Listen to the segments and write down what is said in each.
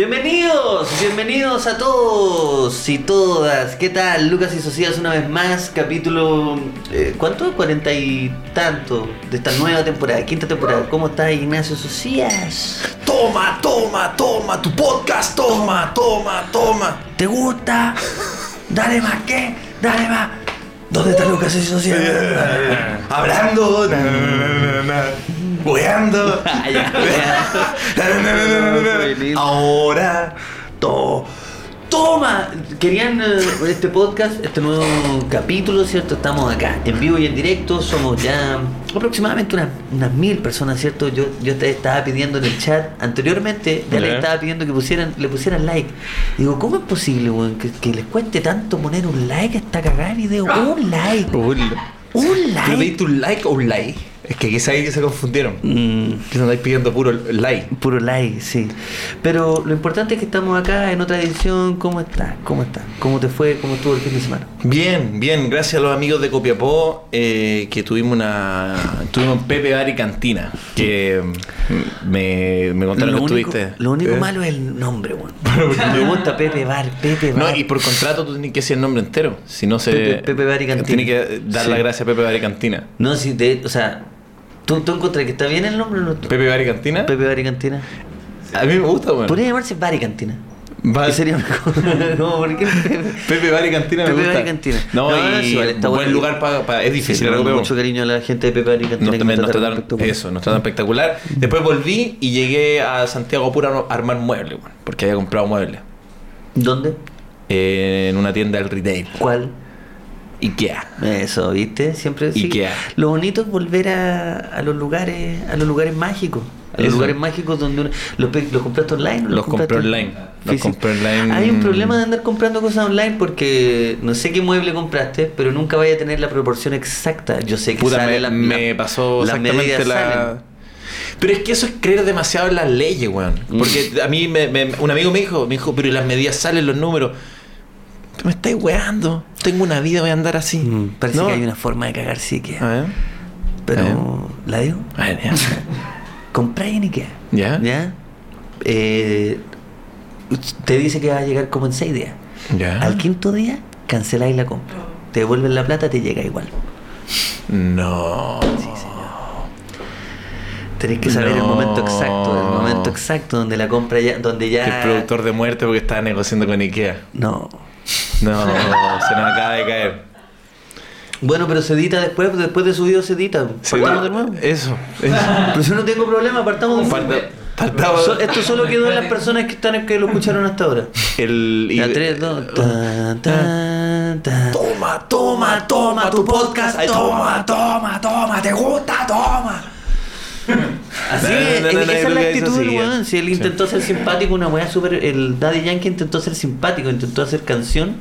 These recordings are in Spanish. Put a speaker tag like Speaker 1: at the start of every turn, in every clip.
Speaker 1: Bienvenidos, bienvenidos a todos y todas. ¿Qué tal? Lucas y Socias una vez más, capítulo... eh, ¿Cuánto? Cuarenta y tanto de esta nueva temporada, quinta temporada. ¿Cómo estás, Ignacio Socias?
Speaker 2: Toma, toma, toma, tu podcast, toma, toma, toma. ¿Te gusta? Dale más, ¿qué? Dale más. ¿Dónde está Lucas y Social? Hablando, na, na, na, na, weando.
Speaker 1: Ah, ya.
Speaker 2: Na, na, na, na, na, na. Ahora, to.
Speaker 1: Toma, querían eh, este podcast, este nuevo capítulo, ¿cierto? Estamos acá, en vivo y en directo, somos ya aproximadamente unas, unas mil personas, ¿cierto? Yo, yo te estaba pidiendo en el chat anteriormente, ya le
Speaker 3: Ya.
Speaker 1: estaba pidiendo que pusieran, le pusieran like. Digo, ¿cómo es posible, weón, que, que les cueste tanto poner un like hasta cagar video? Un like, un
Speaker 3: ¿Tú
Speaker 1: like.
Speaker 3: pediste un like o un like? Es que quizá ahí se confundieron.
Speaker 1: Mm,
Speaker 3: Que no estáis pidiendo puro like.
Speaker 1: puro like, sí. Pero lo importante es que estamos acá en otra edición. ¿Cómo estás? ¿Cómo estás? ¿Cómo te fue? ¿Cómo estuvo el fin de semana?
Speaker 3: Bien, bien, gracias a los amigos de Copiapó eh, que tuvimos una. Tuvimos Pepe Bar y Cantina. Que mm, me, me contaron que
Speaker 1: único,
Speaker 3: estuviste.
Speaker 1: lo único
Speaker 3: ¿Eh?
Speaker 1: malo es el nombre, weón. Me gusta Pepe Bar, Pepe Bar.
Speaker 3: No, y por contrato tú tienes que decir el nombre entero. Si no se.
Speaker 1: Pepe- Pepe Bar y Cantina.
Speaker 3: Tienes que dar
Speaker 1: Sí.
Speaker 3: la gracia a Pepe Bar y Cantina.
Speaker 1: No, si te, o sea, ¿tú, tú encuentras que está bien el nombre o no?
Speaker 3: ¿Pepe Bar y Cantina?
Speaker 1: Pepe Bar y Cantina.
Speaker 3: A mí me gusta, weón.
Speaker 1: Podría llamarse Bar y Cantina.
Speaker 3: Va-
Speaker 1: Que sería mejor. no, ¿por qué Pepe?
Speaker 3: Pepe Bar y Cantina me
Speaker 1: Pepe
Speaker 3: gusta.
Speaker 1: Bar y Cantina.
Speaker 3: No, y
Speaker 1: sí, vale, está
Speaker 3: buen
Speaker 1: bueno.
Speaker 3: lugar para. es
Speaker 1: Sí,
Speaker 3: difícil,
Speaker 1: no,
Speaker 3: era Copiapó.
Speaker 1: mucho cariño a la gente de Pepe Bar y Cantina.
Speaker 3: Nos,
Speaker 1: que
Speaker 3: también
Speaker 1: me
Speaker 3: nos trataron
Speaker 1: espectacular.
Speaker 3: eso, nos trataron espectacular. Después volví y llegué a Santiago Pura a armar muebles, weón, porque había comprado muebles
Speaker 1: ¿Dónde?
Speaker 3: eh, en una tienda del retail.
Speaker 1: ¿Cuál?
Speaker 3: IKEA.
Speaker 1: Eso, ¿viste? Siempre sí.
Speaker 3: Ikea.
Speaker 1: Lo bonito es volver a, a los lugares, a los lugares mágicos. A los
Speaker 3: Eso.
Speaker 1: lugares mágicos donde uno, ¿Los, pe- los compraste online? o
Speaker 3: Los compré
Speaker 1: compraste
Speaker 3: online. Los
Speaker 1: físico?
Speaker 3: compré online.
Speaker 1: Hay un problema de andar comprando cosas online porque no sé qué mueble compraste, pero nunca vaya a tener la proporción exacta. Yo sé que
Speaker 3: Puta,
Speaker 1: sale
Speaker 3: me,
Speaker 1: la-
Speaker 3: me
Speaker 1: la-
Speaker 3: pasó
Speaker 1: las
Speaker 3: exactamente
Speaker 1: medidas
Speaker 3: la.
Speaker 1: salen.
Speaker 3: Pero es que eso es creer demasiado en las leyes, weón.
Speaker 1: Mm.
Speaker 3: Porque a mí me- me- un amigo me dijo, me dijo, pero ¿y las medidas salen los números. Me estáis weando. Tengo una vida, voy a andar así.
Speaker 1: Mm, parece
Speaker 3: No.
Speaker 1: que hay una forma de cagar sí que
Speaker 3: A ver.
Speaker 1: Pero, ¿la digo?
Speaker 3: A ver, ya.
Speaker 1: Compráis en Ikea.
Speaker 3: Ya.
Speaker 1: ¿Ya? Eh, te dice que va a llegar como en seis días.
Speaker 3: Ya.
Speaker 1: Al quinto día, canceláis la compra. Te devuelven la plata, te llega igual.
Speaker 3: No.
Speaker 1: Tenéis que saber el
Speaker 3: No.
Speaker 1: momento exacto, el momento exacto donde la compra ya, donde ya.
Speaker 3: Que el productor de muerte porque estaba negociando con Ikea.
Speaker 1: No.
Speaker 3: No, se nos acaba de caer.
Speaker 1: Bueno, pero se edita después, después de subido se edita. Partamos de nuevo.
Speaker 3: Eso. eso.
Speaker 1: Pero yo no tengo problema, partamos de nuevo.
Speaker 3: Falta- faltaba
Speaker 1: So- esto solo quedó en las personas que están que lo escucharon hasta ahora.
Speaker 3: el. y-
Speaker 1: Ya, tres, dos, tan, tan, tan.
Speaker 2: Toma, toma, toma, tu podcast,
Speaker 1: Ay,
Speaker 2: toma, toma, toma, te gusta, toma.
Speaker 1: Así
Speaker 3: No, no,
Speaker 1: es,
Speaker 3: no,
Speaker 1: esa
Speaker 3: no, no,
Speaker 1: es
Speaker 3: yo
Speaker 1: la
Speaker 3: creo que
Speaker 1: actitud
Speaker 3: eso
Speaker 1: del
Speaker 3: sí,
Speaker 1: weón.
Speaker 3: eh.
Speaker 1: Si él
Speaker 3: Sí.
Speaker 1: intentó ser simpático, una weá súper. El Daddy Yankee intentó ser simpático, intentó hacer canción.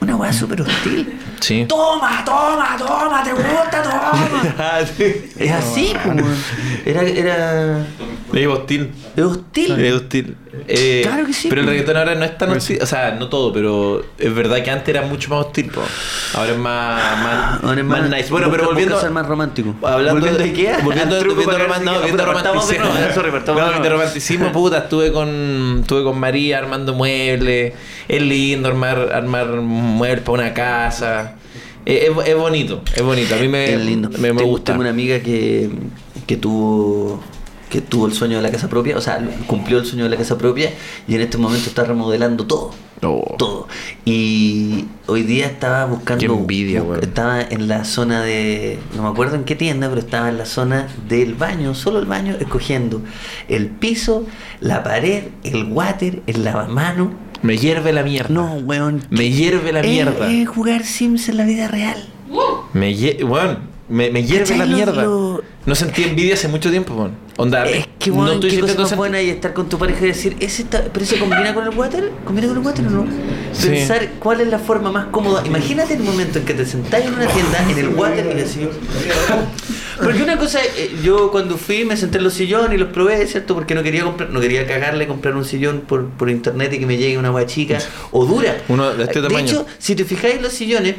Speaker 1: Una weá súper hostil.
Speaker 3: Sí.
Speaker 2: Toma, toma, toma, te gusta, toma.
Speaker 3: Ah, sí.
Speaker 1: Es así, po, weón. Era. era
Speaker 3: Es hostil.
Speaker 1: es hostil.
Speaker 3: Es hostil. Eh,
Speaker 1: Claro que sí,
Speaker 3: Pero el
Speaker 1: pues.
Speaker 3: reggaetón ahora no es tan hostil. O sea, no todo, pero es verdad que antes era mucho más hostil. po. Ahora es más, más,
Speaker 1: Ahora es
Speaker 3: más
Speaker 1: más-
Speaker 3: nice. Bueno,
Speaker 1: busca-
Speaker 3: pero volviendo.
Speaker 1: busca ser más romántico.
Speaker 3: Hablando
Speaker 1: ¿Volviendo a Ikea?
Speaker 3: Volviendo,
Speaker 1: Al truco
Speaker 3: volviendo
Speaker 1: para ver
Speaker 3: a roma-
Speaker 1: si-
Speaker 3: no, volviendo a
Speaker 1: pero partamos de
Speaker 3: romanticismo.
Speaker 1: nuevo, sorry, partamos
Speaker 3: No,
Speaker 1: de nuevo.
Speaker 3: volviendo a romanticismo, puta. Estuve con, estuve con María armando muebles. Es lindo armar, armar muebles para una casa. Eh, Es, es bonito, es bonito. A mí me,
Speaker 1: Es lindo.
Speaker 3: Eh, me, me
Speaker 1: Tengo-
Speaker 3: gusta.
Speaker 1: Tengo una amiga que, que tuvo que tuvo el sueño de la casa propia, o sea, cumplió el sueño de la casa propia y en este momento está remodelando todo.
Speaker 3: Oh.
Speaker 1: Todo. Y hoy día estaba buscando.
Speaker 3: Qué envidia,
Speaker 1: bu-
Speaker 3: weón.
Speaker 1: Estaba en la zona de. No me acuerdo en qué tienda, pero estaba en la zona del baño, solo el baño, escogiendo el piso, la pared, el water, el lavamano.
Speaker 3: Me hierve la mierda.
Speaker 1: No, Eh, weón.
Speaker 3: Me hierve la
Speaker 1: Es-
Speaker 3: mierda.
Speaker 1: Es jugar Sims en la vida real.
Speaker 3: Me, hie- weón, me, me hierve
Speaker 1: ¿Cachai
Speaker 3: la
Speaker 1: lo-
Speaker 3: mierda.
Speaker 1: lo-
Speaker 3: No sentí envidia hace mucho tiempo, weón. Onda, eh,
Speaker 1: Es que
Speaker 3: no
Speaker 1: bueno,
Speaker 3: estoy
Speaker 1: qué cosa
Speaker 3: sintiendo
Speaker 1: más
Speaker 3: sent-
Speaker 1: buena y estar con tu pareja y decir, ¿ese está- ¿pero se combina con el water? ¿Combina con el water o no?
Speaker 3: Sí.
Speaker 1: Pensar cuál es la forma más cómoda. Imagínate el momento en que te sentás en una tienda, en el water y decís... Porque una cosa, eh, yo cuando fui me senté en los sillones y los probé, ¿cierto? Porque no quería comprar, no quería cagarle comprar un sillón por, por internet y que me llegue una guachica o dura.
Speaker 3: Uno de este tamaño.
Speaker 1: hecho, si te fijáis en los sillones,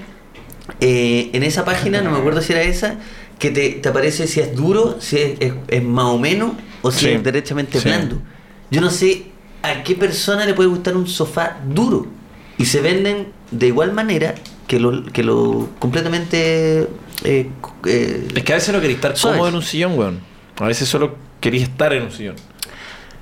Speaker 1: eh, en esa página, no me acuerdo si era esa, que te, te aparece si es duro, si es, es- es más o menos, o si
Speaker 3: Sí.
Speaker 1: es derechamente
Speaker 3: Sí.
Speaker 1: blando. Yo no sé ¿A qué persona le puede gustar un sofá duro? Y se venden de igual manera que lo, que lo completamente... eh, eh,
Speaker 3: Es que a veces no queréis estar
Speaker 1: Suave.
Speaker 3: cómodo en un sillón, weón. A veces solo queréis estar en un sillón.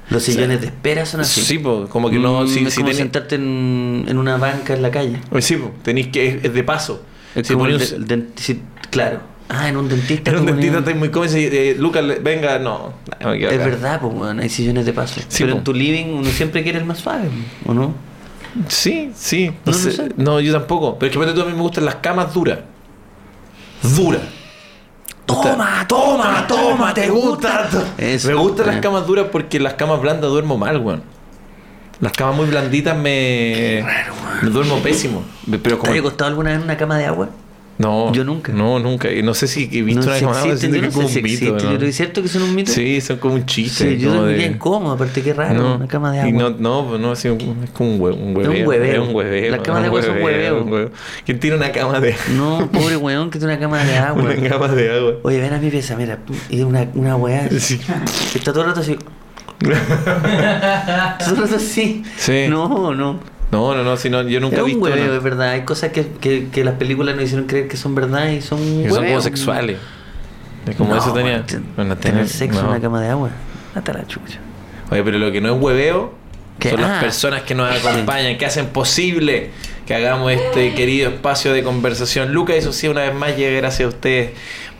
Speaker 1: los sillones de espera son así.
Speaker 3: Sí, po, como que no.
Speaker 1: Mm,
Speaker 3: si,
Speaker 1: es
Speaker 3: si
Speaker 1: como
Speaker 3: tenés-
Speaker 1: sentarte en, en una banca en la calle.
Speaker 3: Oye, sí, po, tenéis que. Es, es de paso.
Speaker 1: Es
Speaker 3: Si
Speaker 1: como el
Speaker 3: ponía un-
Speaker 1: de- el dent- si- claro. Ah, en un dentista.
Speaker 3: en un
Speaker 1: como en-
Speaker 3: dentista estáis muy cómodo y decís, eh, Lucas, le- venga, no. no, me quedo
Speaker 1: Es
Speaker 3: acá.
Speaker 1: verdad, pues, weón, hay sillones de paso.
Speaker 3: Sí,
Speaker 1: Pero
Speaker 3: po.
Speaker 1: en tu living uno siempre quiere el más suave, ¿o no?
Speaker 3: Sí, sí.
Speaker 1: No
Speaker 3: No,
Speaker 1: lo
Speaker 3: sé.
Speaker 1: sé.
Speaker 3: no, yo tampoco. Pero es que aparte tú a mí me gustan las camas duras. Duras.
Speaker 2: Toma, toma, toma, te gusta.
Speaker 1: Eso.
Speaker 3: Me gustan las
Speaker 1: Eh,
Speaker 3: camas duras porque las camas blandas duermo mal, weón. Las camas muy blanditas me. me duermo pésimo. Pero
Speaker 1: ¿Te
Speaker 3: como.
Speaker 1: había acostado alguna vez en una cama de agua?
Speaker 3: No.
Speaker 1: Yo nunca.
Speaker 3: No, nunca. Y no sé si he visto
Speaker 1: no,
Speaker 3: una
Speaker 1: si
Speaker 3: cama
Speaker 1: existen, yo no sé si existen.
Speaker 3: ¿no?
Speaker 1: yo creo que ¿Es cierto que son un mito?
Speaker 3: Sí, son como un chiste.
Speaker 1: Sí, yo
Speaker 3: como
Speaker 1: dormiría
Speaker 3: de-
Speaker 1: incómodo, aparte qué raro,
Speaker 3: No.
Speaker 1: una cama de agua.
Speaker 3: Y no, no, pues no, así un- es como un hue- un hueveo.
Speaker 1: Es un hueveo.
Speaker 3: Es un hueveo.
Speaker 1: Las camas de agua son hueveo.
Speaker 3: ¿Quién tiene una cama de
Speaker 1: No, pobre weón, que tiene una cama de agua.
Speaker 3: una cama de agua?
Speaker 1: Oye, ven a mi pieza, mira, y una, una weá.
Speaker 3: Sí.
Speaker 1: Está todo el rato así. todo el rato así.
Speaker 3: Sí.
Speaker 1: No, no.
Speaker 3: No, no, no, si no, yo nunca
Speaker 1: es
Speaker 3: he
Speaker 1: un
Speaker 3: visto.
Speaker 1: hueveo,
Speaker 3: no.
Speaker 1: es verdad. Hay cosas que, que, que las películas nos hicieron creer que son verdad y son
Speaker 3: Que son como
Speaker 1: hueveos.
Speaker 3: sexuales. Es como
Speaker 1: No,
Speaker 3: eso tenía.
Speaker 1: ten-
Speaker 3: bueno, tenía-
Speaker 1: tener sexo en
Speaker 3: no.
Speaker 1: una cama de agua. Hasta la chucha.
Speaker 3: Oye, pero lo que no es hueveo
Speaker 1: ¿Qué?
Speaker 3: son
Speaker 1: Ah.
Speaker 3: las personas que nos acompañan, que hacen posible que hagamos este querido espacio de conversación. Luca, eso sí, una vez más llega gracias a ustedes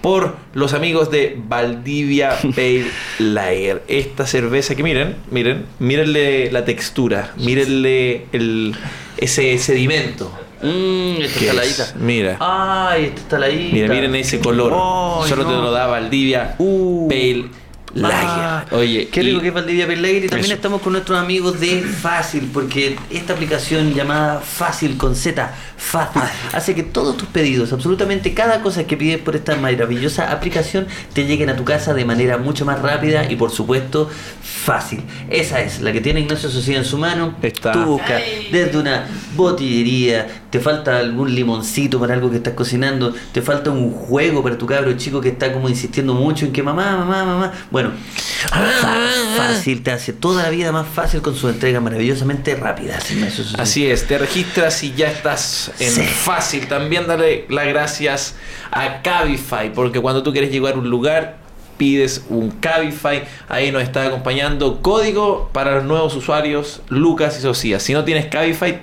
Speaker 3: por los amigos de Valdivia Pale Lager. Esta cerveza que miren, miren, mírenle la textura, mírenle el, ese sedimento.
Speaker 1: Mmm,
Speaker 3: que es. Mira.
Speaker 1: Ay, esta está la ida.
Speaker 3: Mira, miren ese color.
Speaker 1: Ah, Ay,
Speaker 3: Solo te
Speaker 1: no.
Speaker 3: lo da Valdivia
Speaker 1: Uh.
Speaker 3: Pale
Speaker 1: Ah,
Speaker 3: Lager. Oye,
Speaker 1: qué
Speaker 3: y-
Speaker 1: rico que es Valdivia Pelegre. Y también
Speaker 3: Eso.
Speaker 1: estamos con nuestros amigos de Fácil, porque esta aplicación llamada Fácil con Z, Fácil, hace que todos tus pedidos, absolutamente cada cosa que pides por esta maravillosa aplicación, te lleguen a tu casa de manera mucho más rápida y, por supuesto, fácil. Esa es la que tiene Ignacio Sociedad en su mano.
Speaker 3: Está.
Speaker 1: Tú buscas desde una botillería, te falta algún limoncito para algo que estás cocinando, te falta un juego para tu cabro chico que está como insistiendo mucho en que mamá, mamá, mamá. Bueno, fa- fácil, te hace toda la vida más fácil con su entrega maravillosamente rápida. sin más, eso sí.
Speaker 3: Así es, te registras y ya estás en
Speaker 1: Sí.
Speaker 3: fácil. También dale las gracias a Cabify, porque cuando tú quieres llegar a un lugar, pides un Cabify. Ahí nos está acompañando código para los nuevos usuarios, Lucas y Socia. Si no tienes Cabify,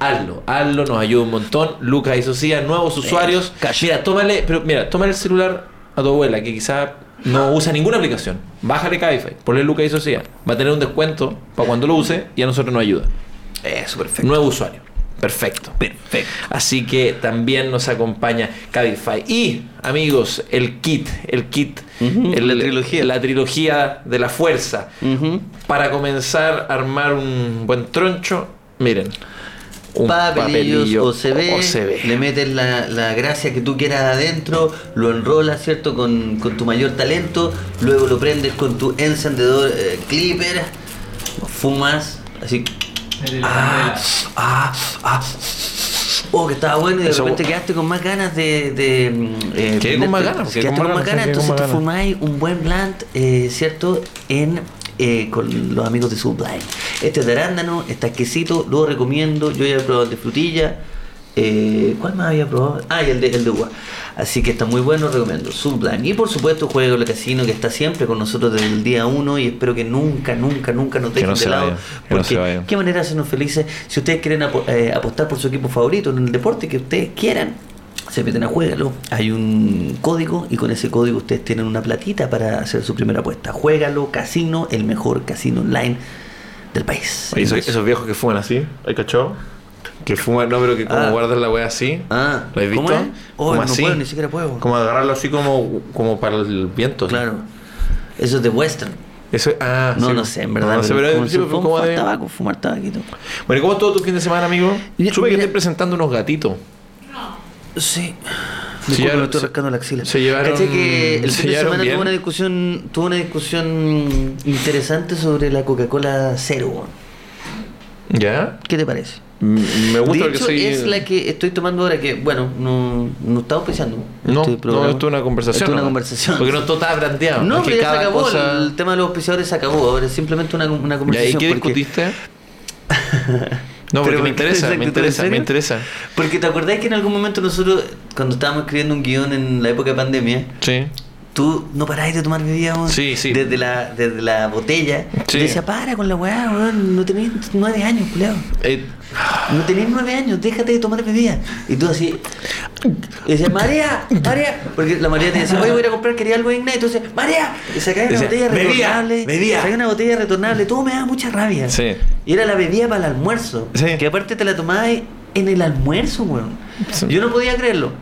Speaker 3: hazlo, hazlo, nos ayuda un montón. Lucas y Socia, nuevos usuarios. Mira, tómale, pero mira, tómale el celular a tu abuela, que quizá no usa ninguna aplicación. Bájale Cabify, ponle Lucas y Socia. Va a tener un descuento para cuando lo use y a nosotros nos ayuda.
Speaker 1: Eso, perfecto.
Speaker 3: Nuevo usuario. Perfecto.
Speaker 1: Perfecto.
Speaker 3: Así que también nos acompaña Cabify. Y, amigos, el kit, el kit,
Speaker 1: Ujú,
Speaker 3: el-
Speaker 1: la trilogía.
Speaker 3: la trilogía de la fuerza.
Speaker 1: Ujú.
Speaker 3: Para comenzar a armar un buen troncho, miren. Un
Speaker 1: papelillos
Speaker 3: papelillo
Speaker 1: o se ve,
Speaker 3: OCB.
Speaker 1: le metes la, la gracia que tú quieras adentro, lo enrolas, ¿cierto? Con, con tu mayor talento, luego lo prendes con tu encendedor eh, clipper, fumas, así, ah, ah, ah, oh, que estaba bueno y de
Speaker 3: Eso-
Speaker 1: repente quedaste con más ganas de... de mm, eh,
Speaker 3: Quedé con más
Speaker 1: prenderte-
Speaker 3: ganas, porque
Speaker 1: quedaste
Speaker 3: con
Speaker 1: con
Speaker 3: más
Speaker 1: más ganas,
Speaker 3: ganas, quedé
Speaker 1: entonces
Speaker 3: con más
Speaker 1: te
Speaker 3: ganas.
Speaker 1: fumáis un buen blunt, eh, ¿cierto? En, eh, con los amigos de Sublime. Este es de arándano, está exquisito, lo recomiendo. Yo ya he probado el de frutilla. Eh, ¿Cuál más había probado? Ah, y el de, el de uva. Así que está muy bueno, lo recomiendo. Sublime. Y por supuesto, Juego el Casino, que está siempre con nosotros desde el día uno y espero que nunca, nunca, nunca nos
Speaker 3: Que
Speaker 1: dejen
Speaker 3: no
Speaker 1: de
Speaker 3: se
Speaker 1: lado.
Speaker 3: vayan, que no
Speaker 1: porque
Speaker 3: se vayan.
Speaker 1: qué manera de hacernos felices. Si ustedes quieren apo- eh, apostar por su equipo favorito en el deporte que ustedes quieran, se meten a Juégalo. Hay un código y con ese código ustedes tienen una platita para hacer su primera apuesta. Juégalo Casino, el mejor casino online del país.
Speaker 3: Oye, esos, esos viejos que fuman así, ¿hay cachó? Que fuman, no, pero que como
Speaker 1: Ah.
Speaker 3: guardan la wea así.
Speaker 1: Ah,
Speaker 3: ¿Lo has visto?
Speaker 1: ¿cómo es? Oh,
Speaker 3: como
Speaker 1: no
Speaker 3: así.
Speaker 1: puedo, ni siquiera puedo.
Speaker 3: Como agarrarlo así como, como para el viento. así.
Speaker 1: Claro. Eso es de Western.
Speaker 3: Eso, ah,
Speaker 1: No,
Speaker 3: sí.
Speaker 1: no sé, en verdad.
Speaker 3: No sé,
Speaker 1: pero
Speaker 3: pero,
Speaker 1: como
Speaker 3: sí,
Speaker 1: si
Speaker 3: pero
Speaker 1: fue un
Speaker 3: como
Speaker 1: fumar
Speaker 3: de-
Speaker 1: tabaco, fumar tabaquito.
Speaker 3: Bueno, ¿cómo estuvo tu fin de semana, amigo?
Speaker 1: Mira,
Speaker 3: Supe que
Speaker 1: mira.
Speaker 3: estoy presentando unos gatitos.
Speaker 1: Sí.
Speaker 3: Se
Speaker 1: Me
Speaker 3: llevaron-
Speaker 1: me estoy
Speaker 3: se-
Speaker 1: rascando la axila.
Speaker 3: se llevaron-
Speaker 1: Caché que el
Speaker 3: se
Speaker 1: fin de
Speaker 3: llevaron
Speaker 1: semana
Speaker 3: bien.
Speaker 1: tuvo una discusión, tuvo una discusión interesante sobre la Coca-Cola cero. weón.
Speaker 3: ¿Ya?
Speaker 1: ¿Qué te parece?
Speaker 3: M- Me gusta
Speaker 1: Mm, de
Speaker 3: porque
Speaker 1: hecho,
Speaker 3: soy.
Speaker 1: es la que estoy tomando ahora que, bueno, no, no estaba pensando.
Speaker 3: No,
Speaker 1: este
Speaker 3: no,
Speaker 1: programa.
Speaker 3: esto es una conversación.
Speaker 1: Esto es una
Speaker 3: ¿no?
Speaker 1: conversación.
Speaker 3: Porque no todo estaba planteado.
Speaker 1: No,
Speaker 3: es que
Speaker 1: pero ya se
Speaker 3: cada
Speaker 1: acabó.
Speaker 3: cosa-
Speaker 1: El tema de los auspiciadores se acabó. Ahora es simplemente una, una
Speaker 3: ¿Y ahí
Speaker 1: conversación.
Speaker 3: qué
Speaker 1: porque-
Speaker 3: discutiste? No,
Speaker 1: Pero
Speaker 3: porque me
Speaker 1: ¿por qué?
Speaker 3: interesa,
Speaker 1: Exacto, ¿todo
Speaker 3: me
Speaker 1: en
Speaker 3: interesa, me
Speaker 1: serio?
Speaker 3: interesa.
Speaker 1: Porque te acordás que en algún momento nosotros, cuando estábamos escribiendo un guión en la época de pandemia,
Speaker 3: Sí.
Speaker 1: tú no parabas de tomar bebidas weón.
Speaker 3: Sí, sí.
Speaker 1: Desde, la, desde la botella.
Speaker 3: Sí.
Speaker 1: Y te decía, para con la weá, weón, no tenés nueve años, culiao.
Speaker 3: Eh,
Speaker 1: No tenés nueve años, déjate de tomar bebidas. Y tú así. Y decía, María, María. Porque la María te decía, oye, voy a ir a comprar, quería algo en Ignite. Entonces, María. Y sacaba una
Speaker 3: Decía,
Speaker 1: botella
Speaker 3: "Bebía,
Speaker 1: retornable.
Speaker 3: bebía".
Speaker 1: Sacaba una botella retornable. Todo me daba mucha rabia.
Speaker 3: Sí.
Speaker 1: Y era la bebida para el almuerzo.
Speaker 3: Sí.
Speaker 1: Que aparte te la tomabas en el almuerzo, weón.
Speaker 3: Sí.
Speaker 1: Yo no podía creerlo.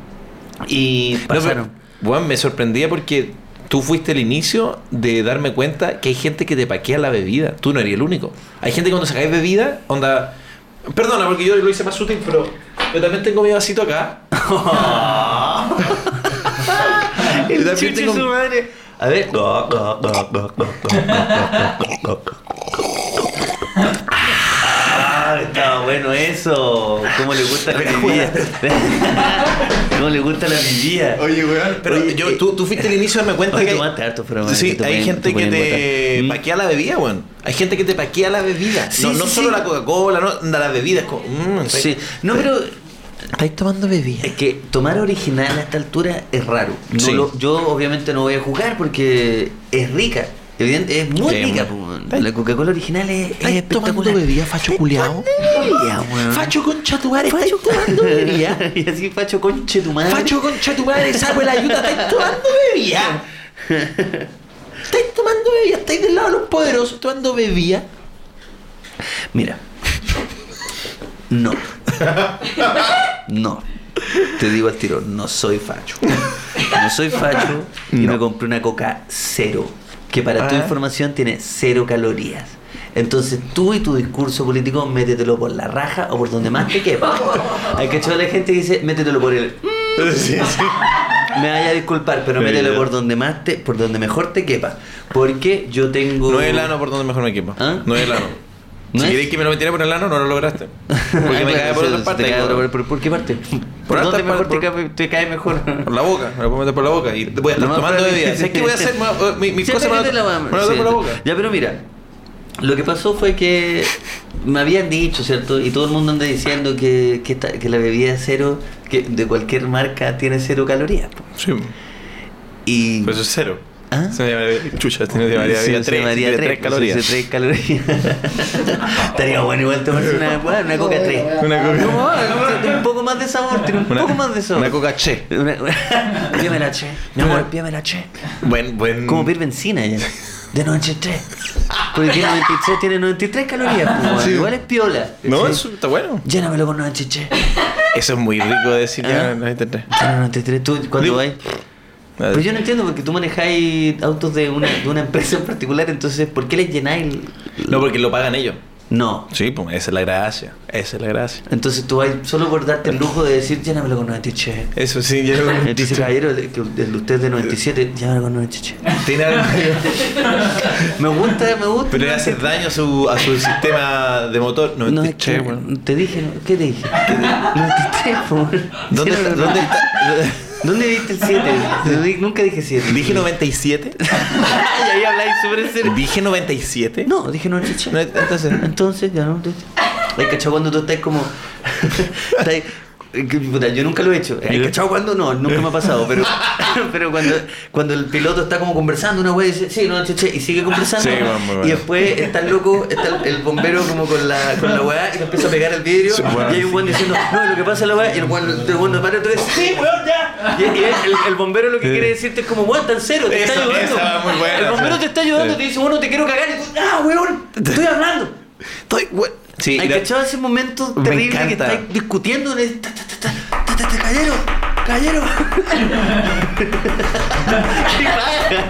Speaker 1: Y
Speaker 3: no, pero,
Speaker 1: pasaron.
Speaker 3: weón, me sorprendía porque tú fuiste el inicio de darme cuenta que hay gente que te paquea la bebida. Tú no eres el único. Hay gente que cuando sacáis bebida, onda. Perdona, porque yo lo hice más sutil, pero yo también tengo mi vasito acá.
Speaker 1: El
Speaker 3: Y también
Speaker 1: chucho
Speaker 3: tengo-
Speaker 1: su madre. A ver. Ah, estaba bueno eso. ¿Cómo le gusta la bebida? ¿Cómo le gusta la bebida?
Speaker 2: Oye, weón.
Speaker 3: Pero
Speaker 1: Oye,
Speaker 3: yo,
Speaker 1: eh,
Speaker 3: tú, tú fuiste el inicio de darme cuenta
Speaker 1: Oye,
Speaker 3: que.
Speaker 1: tomaste harto, pero, man,
Speaker 3: sí,
Speaker 1: que te
Speaker 3: hay
Speaker 1: pueden-
Speaker 3: gente
Speaker 1: te
Speaker 3: que
Speaker 1: pueden
Speaker 3: te
Speaker 1: botar. Mm.
Speaker 3: paquea la bebida, weón. Hay gente que te paquea la bebida.
Speaker 1: Sí,
Speaker 3: no no
Speaker 1: sí,
Speaker 3: solo
Speaker 1: sí.
Speaker 3: la Coca-Cola, no, anda, la bebida. es como, mm,
Speaker 1: Sí. No, pero
Speaker 3: Estáis tomando bebida.
Speaker 1: es que tomar original a esta altura es raro. No
Speaker 3: Sí.
Speaker 1: lo- yo obviamente no voy a jugar porque es rica. Evidente, es muy
Speaker 3: Sí,
Speaker 1: rica.
Speaker 3: man.
Speaker 1: po, man. La Coca-Cola original es, es espectacular.
Speaker 3: facho culiao?
Speaker 1: Bebida, weón.
Speaker 3: Facho concha tu madre, estáis tomando bebida.
Speaker 1: y así, Facho, conche tu madre.
Speaker 3: Facho concha tu madre, saco la ayuda, estáis tomando bebida. Estáis tomando bebida, estáis del lado de los poderosos tomando bebida.
Speaker 1: Mira. No. No. Te digo al tiro, no soy facho. No soy facho y me compré una coca cero. Que para tu
Speaker 3: Ah.
Speaker 1: información tiene cero calorías. Entonces tú y tu discurso político, métetelo por la raja o por donde más te quepa. Hay que echarle a la gente que dice, métetelo por el.
Speaker 2: Sí, sí.
Speaker 1: Me vaya a disculpar, pero mételo por donde más te, por donde mejor te quepa. Porque yo tengo.
Speaker 3: No es el ano por donde mejor me equipo.
Speaker 1: ¿Ah?
Speaker 3: No es el ano.
Speaker 1: ¿No
Speaker 3: si
Speaker 1: es?
Speaker 3: queréis que me lo metiera por el ano, no lo lograste.
Speaker 1: Ah,
Speaker 3: Porque me
Speaker 1: claro,
Speaker 3: cae por
Speaker 1: sí,
Speaker 3: otra
Speaker 1: sí,
Speaker 3: parte.
Speaker 1: te cae
Speaker 3: por,
Speaker 1: por- por- ¿por qué parte? ¿Por,
Speaker 3: Por
Speaker 1: dónde
Speaker 3: alta
Speaker 1: mejor
Speaker 3: parte,
Speaker 1: te, cae, te cae mejor?
Speaker 3: la boca. Me lo puedo meter por la boca. Y voy a
Speaker 1: Lo
Speaker 3: estar
Speaker 1: más
Speaker 3: tomando
Speaker 1: probable-
Speaker 3: bebida. ¿Sabes qué voy a hacer? Me voy a- Mi, mi
Speaker 1: Ya,
Speaker 3: cosa
Speaker 1: pero
Speaker 3: me va a-
Speaker 1: yo te la voy a-
Speaker 3: me la voy a meter por la
Speaker 1: sí,
Speaker 3: boca.
Speaker 1: Ya, pero mira, lo que pasó fue que me habían dicho, ¿cierto? Y todo el mundo anda diciendo que, que, esta- que la bebida cero, que de cualquier marca tiene cero calorías. po.
Speaker 3: Sí,
Speaker 1: Y
Speaker 3: pero eso es cero.
Speaker 1: ¿Ah?
Speaker 3: Se me llama- Chucha, tiene de variedad.
Speaker 1: Sí,
Speaker 3: había
Speaker 1: se
Speaker 3: tres,
Speaker 1: llamaría
Speaker 3: tiene
Speaker 1: tres,
Speaker 3: tres
Speaker 1: pues,
Speaker 3: calorías.
Speaker 1: sí, tres calorías. Estaría bueno igual tomarse una, bueno, una coca 3.
Speaker 3: Una coca.
Speaker 1: un poco más de sabor, tiene un
Speaker 3: Una,
Speaker 1: poco más de sabor.
Speaker 3: Una coca che.
Speaker 1: Una- Pídeme la che, mi amor,
Speaker 3: Una-
Speaker 1: pídeme la che.
Speaker 3: Buen, buen.
Speaker 1: Como pedir benzina ya. De 93. Porque tiene 93, tiene 93 calorías. pues, weón.
Speaker 2: Sí.
Speaker 1: Igual es piola.
Speaker 3: No,
Speaker 1: Sí.
Speaker 3: eso está bueno.
Speaker 1: Llénamelo con 93.
Speaker 3: Eso es muy rico de decir.
Speaker 1: ¿Ah?
Speaker 3: ya, no, no, no,
Speaker 1: Tiene 93. Tú, cuando
Speaker 3: Digo-
Speaker 1: vas. Pero yo no entiendo porque tú manejáis autos de una, de una empresa en particular, entonces, ¿por qué les llenáis el.?
Speaker 3: No, porque lo pagan ellos.
Speaker 1: No.
Speaker 3: Sí, pues esa es la gracia. Esa es la gracia.
Speaker 1: Entonces tú vas solo por darte el lujo de decir, llénamelo con 93.
Speaker 3: Eso sí, yo.
Speaker 1: Él dice, caballero, el, que el de usted es de 97, llévamelo con 93.
Speaker 3: Tiene algo.
Speaker 1: Me gusta, me gusta.
Speaker 3: Pero le hace daño a su, a su sistema de motor. No,
Speaker 1: No,
Speaker 3: te-
Speaker 1: es
Speaker 3: che,
Speaker 1: que-
Speaker 3: weón.
Speaker 1: te dije, ¿no? ¿qué te dije? 93, po.
Speaker 3: ¿Dónde
Speaker 1: Sí,
Speaker 3: está?
Speaker 1: no, no.
Speaker 3: ¿Dónde está?
Speaker 1: ¿Dónde viste el 7? Nunca dije 7.
Speaker 3: ¿Dije 97?
Speaker 1: y ahí habláis súper serio.
Speaker 3: ¿Dije 97?
Speaker 1: No, dije no, chicha.
Speaker 3: No, entonces.
Speaker 1: Entonces, ya no. Hay cachado cuando tú estás como. estás- que, puta, Yo nunca lo he hecho. Hay cachado cuando no, nunca me ha pasado. Pero, pero cuando, cuando el piloto está como conversando, una wea dice, sí, no, chicha, y sigue conversando.
Speaker 3: Sí, bueno, muy bueno.
Speaker 1: Y después está el loco, está el, el bombero como con la, con la weá y le empieza a pegar el vidrio.
Speaker 3: Sí, bueno.
Speaker 1: y hay un buen diciendo, no, lo que pasa es la weá. Y el buen, el buen no para, entonces, sí, weón, ya. Y, y el, el bombero lo que quiere decirte es como, weón, tan cero, te
Speaker 3: Esa-
Speaker 1: está ayudando.
Speaker 3: esa va muy buena,
Speaker 1: el bombero
Speaker 3: sí.
Speaker 1: te está ayudando,
Speaker 3: Sí.
Speaker 1: te dice, bueno, te quiero cagar. Y tú, ah, weón, te estoy hablando.
Speaker 3: Estoy, we- Sí,
Speaker 1: Hay
Speaker 3: la-
Speaker 1: cachado ese momento
Speaker 3: Me
Speaker 1: terrible que
Speaker 3: encanta.
Speaker 1: estáis discutiendo. en el- ta, ta, ta, ta, ta, ta, ta, Callero, callero. Qué paja.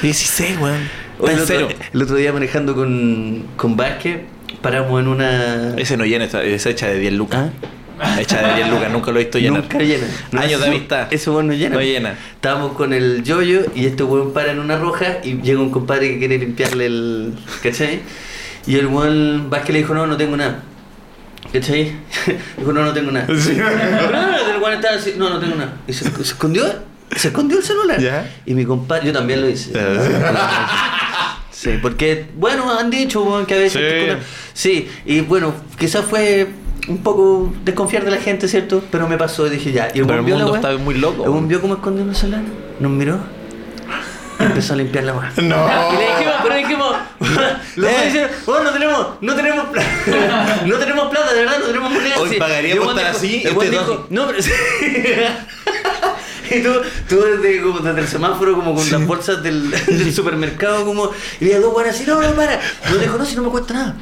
Speaker 3: sí, sí, sé, weón.
Speaker 1: Oye,
Speaker 3: Está
Speaker 1: el,
Speaker 3: en
Speaker 1: otro,
Speaker 3: cero.
Speaker 1: el otro día manejando con, con Vázquez, paramos en una. ¿Ah?
Speaker 3: Ese no llena, esa, esa hecha de 10 lucas. Hecha de 10 lucas, nunca lo he visto llenar.
Speaker 1: Nunca llena. No,
Speaker 3: Años
Speaker 1: eso-
Speaker 3: de amistad.
Speaker 1: Eso vos no llena.
Speaker 3: No llena.
Speaker 1: Estábamos con el yoyo y este weón para en una roja y llega un compadre que quiere limpiarle el. ¿Cachai? Y el weón Vázquez le dijo, no, no tengo nada. ¿Cachai? Dijo, no, no tengo nada. Pero no, no, el weón estaba así, no, no tengo nada. Y se, se escondió, se escondió el celular.
Speaker 3: Ya.
Speaker 1: Y mi compadre, yo también lo hice. Sí, porque, bueno, han dicho weón, que a veces...
Speaker 4: Sí.
Speaker 1: te esconden- Sí, y bueno, quizás fue un poco desconfiar de la gente, ¿cierto? Pero me pasó y dije, ya. Y
Speaker 4: Pero el
Speaker 1: weón vio la
Speaker 4: mundo
Speaker 1: weá,
Speaker 4: está muy loco.
Speaker 1: El weón vio cómo escondió el celular, nos miró y empezó a limpiar la weá.
Speaker 3: No.
Speaker 1: Y le dijimos, pero dijimos, los
Speaker 3: Eh.
Speaker 1: eh. dicen, oh, no tenemos, no tenemos plata, no tenemos plata, de verdad, no tenemos moneda.
Speaker 3: Hoy
Speaker 1: Sí.
Speaker 3: pagaría
Speaker 1: Y el
Speaker 3: por
Speaker 1: Juan
Speaker 3: estar
Speaker 1: dijo-
Speaker 3: así,
Speaker 1: el
Speaker 3: este
Speaker 1: Juan
Speaker 3: dos.
Speaker 1: dijo, no, pero sí. Y tú, tú desde, como desde el semáforo, como con las bolsas del, del supermercado, como, y veía dos buenas así, no, no, para. Y yo dijo, no, si no me cuesta nada.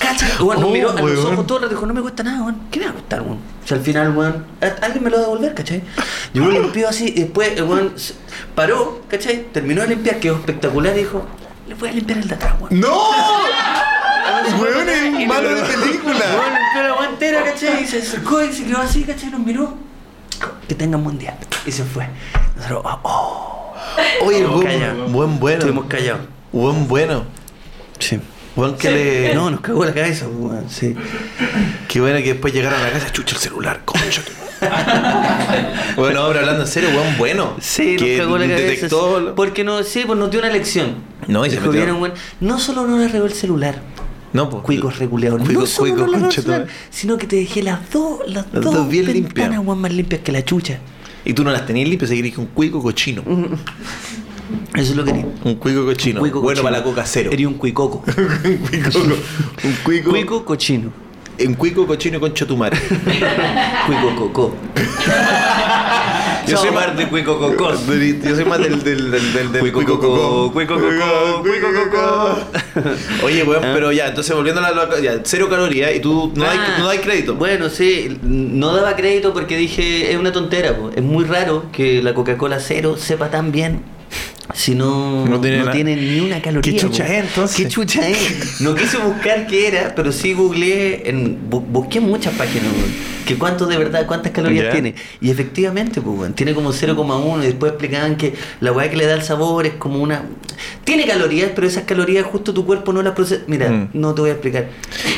Speaker 1: Cacha, Juan, nos
Speaker 3: Oh,
Speaker 1: miró a los
Speaker 3: weón.
Speaker 1: ojos todo el rato, dijo, no me cuesta nada, Juan, ¿qué me va a costar, Juan? Si al final, Juan, a- alguien me lo va a devolver, ¿cachai? Y uno limpió así, y después el Juan se- paró, ¿cachai? Terminó de limpiar, quedó espectacular, y dijo, le voy a limpiar el de atrás, Juan.
Speaker 3: ¡No! Weón,
Speaker 1: Y
Speaker 3: es
Speaker 1: le-
Speaker 3: malo de película.
Speaker 1: Juan limpió la guantera, ¿cachai? Y se acercó y se quedó así, ¿cachai? Nos miró, que tengan buen día. Y se fue. Nosotros, oh, oh,
Speaker 3: Oye,
Speaker 1: Estuvimos
Speaker 3: buen,
Speaker 1: callados.
Speaker 3: buen
Speaker 1: estuvimos
Speaker 3: bueno.
Speaker 1: callados.
Speaker 3: Buen bueno.
Speaker 1: Sí.
Speaker 3: Buen que le.
Speaker 1: Eh, No, nos cagó la cabeza, Juan, sí.
Speaker 3: Qué bueno que después llegaron a la casa, chucha el celular, concha. tu madre. bueno, ahora hablando en serio, weón, bueno.
Speaker 1: Sí,
Speaker 3: que
Speaker 1: nos cagó la cabeza.
Speaker 3: detectó.
Speaker 1: sí. Porque no, sí, pues nos dio una lección.
Speaker 3: No, y se
Speaker 1: Dijo,
Speaker 3: metió.
Speaker 1: "Vieron, weón, no solo no le arregló el celular,
Speaker 3: No, pues.
Speaker 1: cuicos reculeados. no
Speaker 3: Cuicos,
Speaker 1: solo
Speaker 3: cuicos,
Speaker 1: no le arregló el
Speaker 3: concha tu
Speaker 1: celular,
Speaker 3: madre.
Speaker 1: sino que te dejé las dos, las,
Speaker 3: Las
Speaker 1: dos,
Speaker 3: dos bien
Speaker 1: ventanas,
Speaker 3: limpias.
Speaker 1: weón, más limpias que la chucha.
Speaker 3: Y tú no las tenías limpias, seguirías con un cuico cochino.
Speaker 1: Eso es lo que quería.
Speaker 3: Un cuico cochino.
Speaker 1: Cuico
Speaker 3: bueno
Speaker 1: cochino.
Speaker 3: para la coca cero.
Speaker 1: Era un cuicoco.
Speaker 3: un cuico. Un cuico.
Speaker 1: Cuico cochino.
Speaker 3: Un cuico cochino con chotumare.
Speaker 1: Cuico coco.
Speaker 3: Yo soy
Speaker 1: Chao,
Speaker 3: más
Speaker 1: Mar de cuico cocos.
Speaker 3: Yo soy más del, del, del, del, del
Speaker 1: Cuico
Speaker 3: cuico
Speaker 1: cocó,
Speaker 3: cocó.
Speaker 1: cuico cocó, cuico cocó.
Speaker 3: Oye, weón, pero ya, entonces volviendo a la- la. ya, cero calorías y tú no, hay,
Speaker 1: Ah,
Speaker 3: no hay crédito.
Speaker 1: Bueno, sí, no daba crédito porque dije, es una tontera, po. es muy raro que la Coca-Cola cero sepa tan bien. Si no,
Speaker 3: No
Speaker 1: no
Speaker 3: tiene
Speaker 1: tiene,
Speaker 3: na-
Speaker 1: ni una caloría.
Speaker 3: ¿Qué chucha
Speaker 1: po.
Speaker 3: es, entonces?
Speaker 1: ¿Qué chucha es? No quise buscar qué era, pero sí googleé, en, bu- busqué en muchas páginas, po, que cuánto de verdad, cuántas calorías
Speaker 3: Ya.
Speaker 1: tiene. Y efectivamente, pues, weón, tiene como 0,1 y después explicaban que la weá que le da el sabor es como una... Tiene calorías, pero esas calorías justo tu cuerpo no las procesa... Mira,
Speaker 3: Mm.
Speaker 1: no te voy a explicar.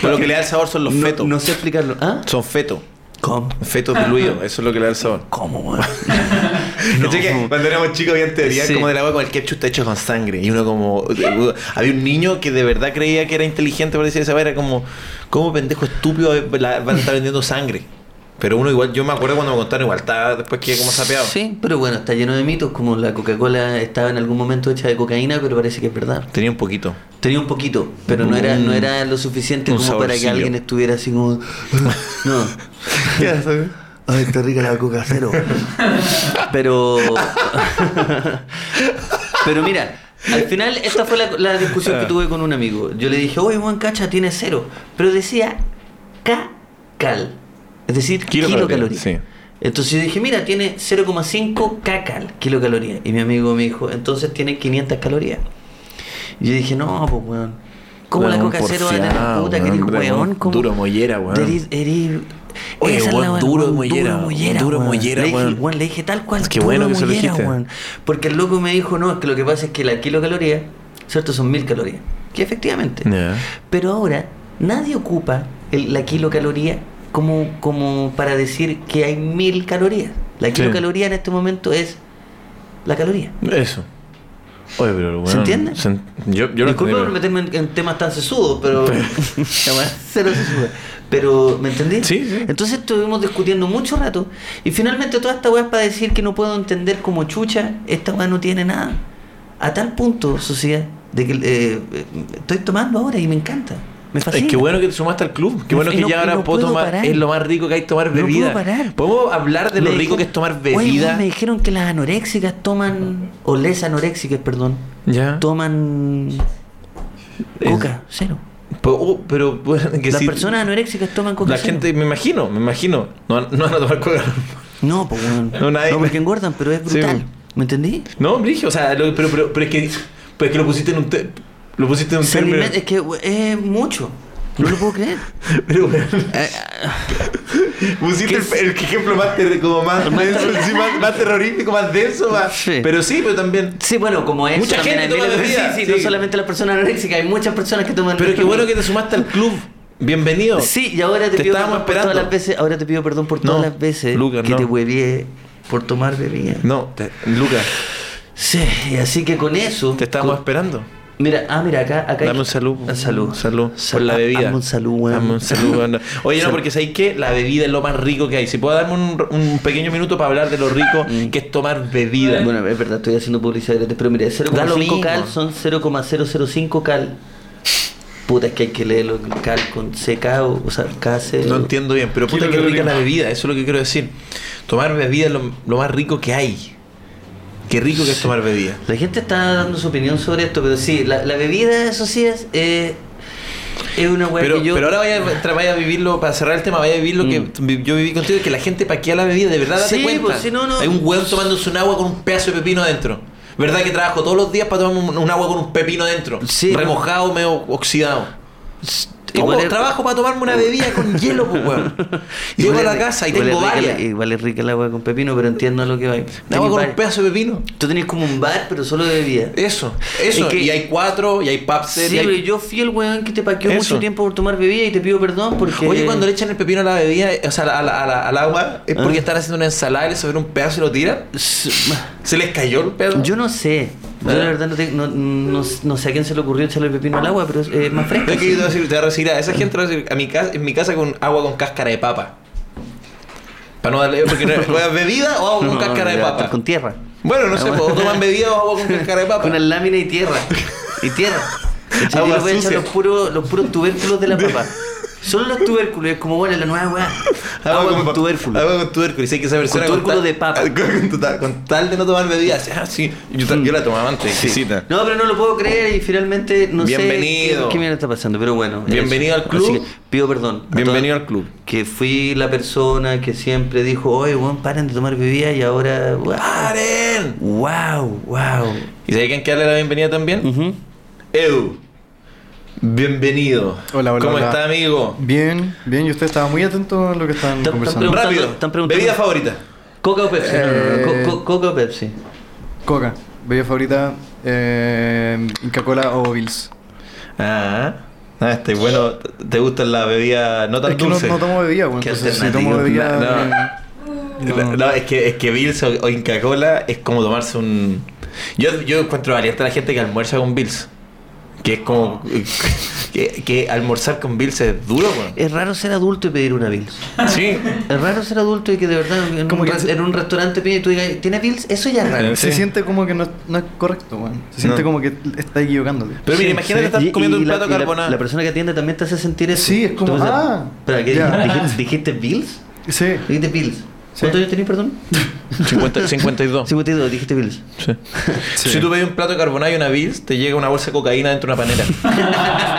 Speaker 3: Pero lo que le da el sabor son los
Speaker 1: No-
Speaker 3: fetos.
Speaker 1: No Ah. sé explicarlo. ¿Ah?
Speaker 3: Son fetos.
Speaker 1: ¿Cómo?
Speaker 3: Fetos diluidos. Eso es lo que le da el sabor.
Speaker 1: ¿Cómo, weón?
Speaker 3: ¿Cachai que cuando éramos chicos había teorías
Speaker 1: Sí.
Speaker 3: como del agua con el ketchup está hecho con sangre. Y uno como... Había un niño que de verdad creía que era inteligente para decir esa vaina, Era como... ¿Cómo pendejo estúpido la- van a estar vendiendo sangre? Pero uno igual... Yo me acuerdo cuando me contaron igual. Estaba después que como sapeado.
Speaker 1: Sí, pero bueno, está lleno de mitos, como la Coca-Cola estaba en algún momento hecha de cocaína, pero parece que es verdad.
Speaker 3: Tenía un poquito.
Speaker 1: Tenía un poquito, pero no era, no era lo suficiente
Speaker 3: Un
Speaker 1: como para que
Speaker 3: saborcillo.
Speaker 1: alguien estuviera así como... No. Ay, está rica la coca cero. Pero... Pero mira, al final esta fue la, la discusión que tuve con un amigo. Yo le dije, oye, Juan Cacha tiene cero. Pero decía cacal. Es decir,
Speaker 3: Kilocaloría,
Speaker 1: kilocaloría.
Speaker 3: sí.
Speaker 1: Entonces yo dije, mira, tiene 0,5 cacal, kilocaloría. Y mi amigo me dijo, entonces tiene 500 calorías. Y yo dije, no, pues, weón. ¿Cómo la
Speaker 3: Weón,
Speaker 1: coca cero va a
Speaker 3: porfiado,
Speaker 1: tener puta que eres
Speaker 3: weón,
Speaker 1: weón?
Speaker 3: weón,
Speaker 1: ¿Cómo?
Speaker 3: duro mollera, weón.
Speaker 1: Eres- eres-
Speaker 3: Oye,
Speaker 1: esa es la
Speaker 3: weón,
Speaker 1: weá,
Speaker 3: duro
Speaker 1: weón,
Speaker 3: mollera,
Speaker 1: duro mollera,
Speaker 3: duro
Speaker 1: weón.
Speaker 3: mollera,
Speaker 1: Le dije,
Speaker 3: weón.
Speaker 1: weón, le dije tal cual.
Speaker 3: Qué
Speaker 1: duro
Speaker 3: bueno que se lo
Speaker 1: mollera,
Speaker 3: dijiste.
Speaker 1: weón. Porque el loco me dijo, no, es que lo que pasa es que la kilocaloría, ¿cierto? Son mil calorías. Que efectivamente.
Speaker 3: Ya.
Speaker 1: Pero ahora nadie ocupa el- la kilocaloría como, como para decir que hay mil calorías. La kilocaloría en este momento es la caloría.
Speaker 3: Eso. Oye, pero weón,
Speaker 1: ¿Se entiende?
Speaker 3: se en- yo, yo lo
Speaker 1: Disculpa por
Speaker 3: entendí,
Speaker 1: meterme en, en temas tan sesudos, pero. La weá cero sesuda. Pero, ¿me entendí?
Speaker 3: Sí, sí.
Speaker 1: Entonces estuvimos discutiendo mucho rato. Y finalmente toda esta weá es para decir que no puedo entender como chucha, esta weá no tiene nada. A tal punto, sociedad, de que eh, eh, estoy tomando ahora y me encanta. Me
Speaker 3: pero- Es
Speaker 1: fascina.
Speaker 3: que bueno que te sumaste al club. Qué bueno
Speaker 1: Y
Speaker 3: que
Speaker 1: no-
Speaker 3: ya
Speaker 1: y
Speaker 3: ahora
Speaker 1: no
Speaker 3: puedo
Speaker 1: puedo
Speaker 3: tomar.
Speaker 1: parar.
Speaker 3: Es lo más rico que hay tomar
Speaker 1: No puedo
Speaker 3: bebida.
Speaker 1: parar.
Speaker 3: Podemos hablar de
Speaker 1: Me
Speaker 3: lo
Speaker 1: dijo-
Speaker 3: rico que es tomar
Speaker 1: Oye,
Speaker 3: bebida.
Speaker 1: weón, me dijeron que las anorexicas toman. O les anorexicas, perdón.
Speaker 3: Ya.
Speaker 1: Toman.
Speaker 3: ¿Ah? Es-
Speaker 1: Coca, cero.
Speaker 3: Pero, oh, pero, bueno, que
Speaker 1: Las
Speaker 3: si-
Speaker 1: personas anorexicas toman coca.
Speaker 3: La
Speaker 1: cero.
Speaker 3: gente, me imagino, me imagino. No, van- no van a tomar coca.
Speaker 1: No, pues weón.
Speaker 3: No, nadie-
Speaker 1: No, porque engordan, pero es
Speaker 3: Sí,
Speaker 1: brutal.
Speaker 3: weón.
Speaker 1: ¿Me entendí?
Speaker 3: No, Brigio, o sea, lo- pero, pero, pero es que, pero es que lo pusiste en un. te- lo pusiste en un
Speaker 1: Se
Speaker 3: término.
Speaker 1: alimentan- es que weón, es mucho. No lo puedo creer.
Speaker 3: Pero, bueno,
Speaker 1: Eh,
Speaker 3: pusiste el, el ejemplo más, ter- como más, denso, sí, más, más terrorífico, más denso. Más,
Speaker 1: Sí.
Speaker 3: Pero sí, pero también.
Speaker 1: sí, bueno, como es.
Speaker 3: Mucha
Speaker 1: también
Speaker 3: gente
Speaker 1: hay
Speaker 3: toma
Speaker 1: miles de-
Speaker 3: bebida,
Speaker 1: Sí, sí,
Speaker 3: sí.
Speaker 1: no solamente las personas anorexicas, hay muchas personas que toman.
Speaker 3: Pero qué bueno que te sumaste al club. Bienvenido.
Speaker 1: Sí, y ahora te,
Speaker 3: Te
Speaker 1: pido
Speaker 3: estábamos
Speaker 1: perdón por todas
Speaker 3: esperando.
Speaker 1: las veces, ahora te pido perdón por
Speaker 3: No,
Speaker 1: todas las veces
Speaker 3: Lucas,
Speaker 1: que
Speaker 3: no.
Speaker 1: te huevié por tomar bebida.
Speaker 3: No, te- Lucas,
Speaker 1: Sí, y así que con eso.
Speaker 3: te estábamos
Speaker 1: con-
Speaker 3: esperando.
Speaker 1: Mira, ah, mira, acá, acá. hay- Ah,
Speaker 3: Dame un saludo.
Speaker 1: Un saludo.
Speaker 3: Un saludo.
Speaker 1: Sal-
Speaker 3: Por la bebida.
Speaker 1: ah, Dame un saludo, weón.
Speaker 3: Dame un saludo, weón. Oye, no,
Speaker 1: Sal-
Speaker 3: porque ¿sabéis qué? La bebida es lo más rico que hay. Si puedo darme un, un pequeño minuto para hablar de lo rico
Speaker 1: Mm.
Speaker 3: que es tomar bebida.
Speaker 1: Bueno, es verdad, estoy haciendo publicidad gratis, pero mira,
Speaker 3: Da lo
Speaker 1: 0,5
Speaker 3: mismo.
Speaker 1: cal son 0,005 cal. Puta, es que hay que leerlo cal con CK o, o sea, KC.
Speaker 3: No entiendo bien, pero puta que
Speaker 5: Kilocaloría.
Speaker 3: rica la bebida, eso es lo que quiero decir. Tomar bebida es lo, lo más rico que hay. Qué rico que es tomar bebida.
Speaker 1: La gente está dando su opinión sobre esto, pero sí, la, la bebida, eso sí es. eh, es una weá
Speaker 3: Pero,
Speaker 1: que yo.
Speaker 3: pero ahora vaya, a- tra- vaya a vivirlo, para cerrar el tema, vaya a vivir lo que
Speaker 1: Mm.
Speaker 3: vi- yo viví contigo, que la gente paquea la bebida, de verdad date
Speaker 1: Sí,
Speaker 3: cuenta.
Speaker 1: pues, si no, no.
Speaker 3: Hay un hueón tomándose un agua con un pedazo de pepino adentro. ¿Verdad que trabajo todos los días para tomar un, un agua con un pepino adentro?
Speaker 1: Sí.
Speaker 3: Remojado, medio oxidado.
Speaker 1: Igual
Speaker 3: Igual
Speaker 1: es-
Speaker 3: trabajo para tomarme una bebida con hielo, pues, weón. Llego
Speaker 1: igual
Speaker 3: a
Speaker 1: es
Speaker 3: la
Speaker 1: rica-
Speaker 3: casa y
Speaker 1: igual
Speaker 3: tengo
Speaker 1: es rica la-
Speaker 3: varias.
Speaker 1: Igual es rica el agua con pepino, pero entiendo a lo que va.
Speaker 3: Un agua
Speaker 1: Tenés
Speaker 3: con
Speaker 1: varias-
Speaker 3: un pedazo de pepino.
Speaker 1: Tú tenés como un bar, pero solo de bebida.
Speaker 3: Eso, eso.
Speaker 1: Es que-
Speaker 3: y hay cuatro, y hay papsel.
Speaker 1: Sí,
Speaker 3: y hay-
Speaker 1: pero yo fui el weón que te paqueó
Speaker 3: Eso.
Speaker 1: mucho tiempo por tomar bebida y te pido perdón porque.
Speaker 3: Oye, cuando le echan el pepino a la bebida, o sea, a la- a la- a la- al agua, es
Speaker 1: Ah.
Speaker 3: porque están haciendo una ensalada y le sobra un pedazo y lo tiran. ¿Se les cayó el pedazo?
Speaker 1: Yo no sé. Yo
Speaker 3: Ah.
Speaker 1: la verdad no, te- no, no, no sé a quién se le ocurrió echarle el pepino al agua, pero es eh, más fresco.
Speaker 3: Es que yo te voy a decir, te voy a recibir a esa gente, te voy a recibir a mi casa, en mi casa con agua con cáscara de papa. Para no darle, eh, porque no es bebida o agua con
Speaker 1: No,
Speaker 3: cáscara de
Speaker 1: ya,
Speaker 3: papa.
Speaker 1: Con tierra.
Speaker 3: Bueno, no sé,
Speaker 1: Agua-
Speaker 3: pues, o toman bebida o agua con cáscara de papa.
Speaker 1: Con una lámina y tierra. Y tierra. ¿Cachai?
Speaker 3: Agua
Speaker 1: Yo le voy a echar
Speaker 3: sucia.
Speaker 1: los puros, los puros tubérculos de la papa. Solo los tubérculos, es como bueno, la nueva weá. Agua, con,
Speaker 3: pa-
Speaker 1: tubérculo.
Speaker 3: Agua con tubérculo. Y sé que esa persona.
Speaker 1: tubérculo
Speaker 3: tal-
Speaker 1: de papa.
Speaker 3: Con, con tal- con tal de no tomar bebidas. Ah, sí. Yo, ta- yo la tomaba antes. exquisita.
Speaker 1: No, pero no lo puedo creer y finalmente no sé
Speaker 3: Bienvenido.
Speaker 1: qué, qué mierda está pasando, pero bueno.
Speaker 3: Bienvenido al club.
Speaker 1: Así que pido perdón. a
Speaker 3: Bienvenido
Speaker 1: todos
Speaker 3: al club.
Speaker 1: Que fui la persona que siempre dijo, oye, weón, paren de tomar bebida y ahora, wow,
Speaker 3: ¡Paren!
Speaker 1: wow, wow.
Speaker 3: ¿Y sabes quién que darle la bienvenida también?
Speaker 1: Ujú.
Speaker 3: Edu. Bienvenido.
Speaker 5: Hola, hola,
Speaker 3: ¿Cómo
Speaker 5: hola.
Speaker 3: está, amigo?
Speaker 5: Bien, bien, y usted estaba muy atento a lo que estaban
Speaker 1: Tan- tan
Speaker 5: conversando.
Speaker 1: pregun- Preguntando-
Speaker 3: Rápido.
Speaker 1: están preguntando-
Speaker 3: Bebida favorita.
Speaker 1: Coca o Pepsi, no, no, no,
Speaker 5: Eh.
Speaker 1: co- co- Coca o Pepsi.
Speaker 5: Coca, bebida favorita, eh, Inca Cola o Bills.
Speaker 3: Ah. Ah, este, bueno, ¿te gustan las bebidas no tan
Speaker 5: Es que no,
Speaker 3: dulces?
Speaker 5: no tomo bebida, bueno,
Speaker 1: Qué
Speaker 5: entonces si
Speaker 1: alternativo.
Speaker 5: tomo bebida... eh,
Speaker 3: No,
Speaker 5: no.
Speaker 3: no, es que, es que Bills o, o Inca Cola es como tomarse un. Yo, yo encuentro valiente a la gente que almuerza con Bills. Que es como. Que, que almorzar con Bills es duro, weón.
Speaker 1: Es raro ser adulto y pedir una Bills.
Speaker 3: Sí.
Speaker 1: Es raro ser adulto y que de verdad en,
Speaker 5: Como
Speaker 1: un,
Speaker 5: que
Speaker 1: re-
Speaker 5: se-
Speaker 1: en un restaurante pide y tú digas, ¿tiene Bills? Eso ya es raro.
Speaker 5: Se
Speaker 3: Sí.
Speaker 5: siente como que no, no es correcto, bueno. Se siente
Speaker 3: No.
Speaker 5: como que está equivocándote.
Speaker 3: Pero mira,
Speaker 1: Sí,
Speaker 3: imagínate
Speaker 1: sí.
Speaker 3: estar
Speaker 1: Y-
Speaker 3: comiendo
Speaker 1: y
Speaker 3: un
Speaker 1: la-
Speaker 3: plato
Speaker 1: y la-
Speaker 3: carbonara.
Speaker 1: La, persona que atiende también te hace sentir eso.
Speaker 5: Sí, es como,
Speaker 1: Tú piensas,
Speaker 5: ah,
Speaker 1: ¿Pero qué
Speaker 5: ya.
Speaker 1: dijiste? dijiste? ¿Dijiste Bills?
Speaker 5: Sí,
Speaker 1: Dijiste Bills.
Speaker 5: Sí.
Speaker 1: ¿Cuántos años tenías, perdón?
Speaker 3: 50, 52.
Speaker 1: 52, dijiste Bills.
Speaker 3: Sí.
Speaker 5: Sí.
Speaker 3: Si tú pedís un plato de carbonara y una Bills, te llega una bolsa de cocaína dentro de una panera.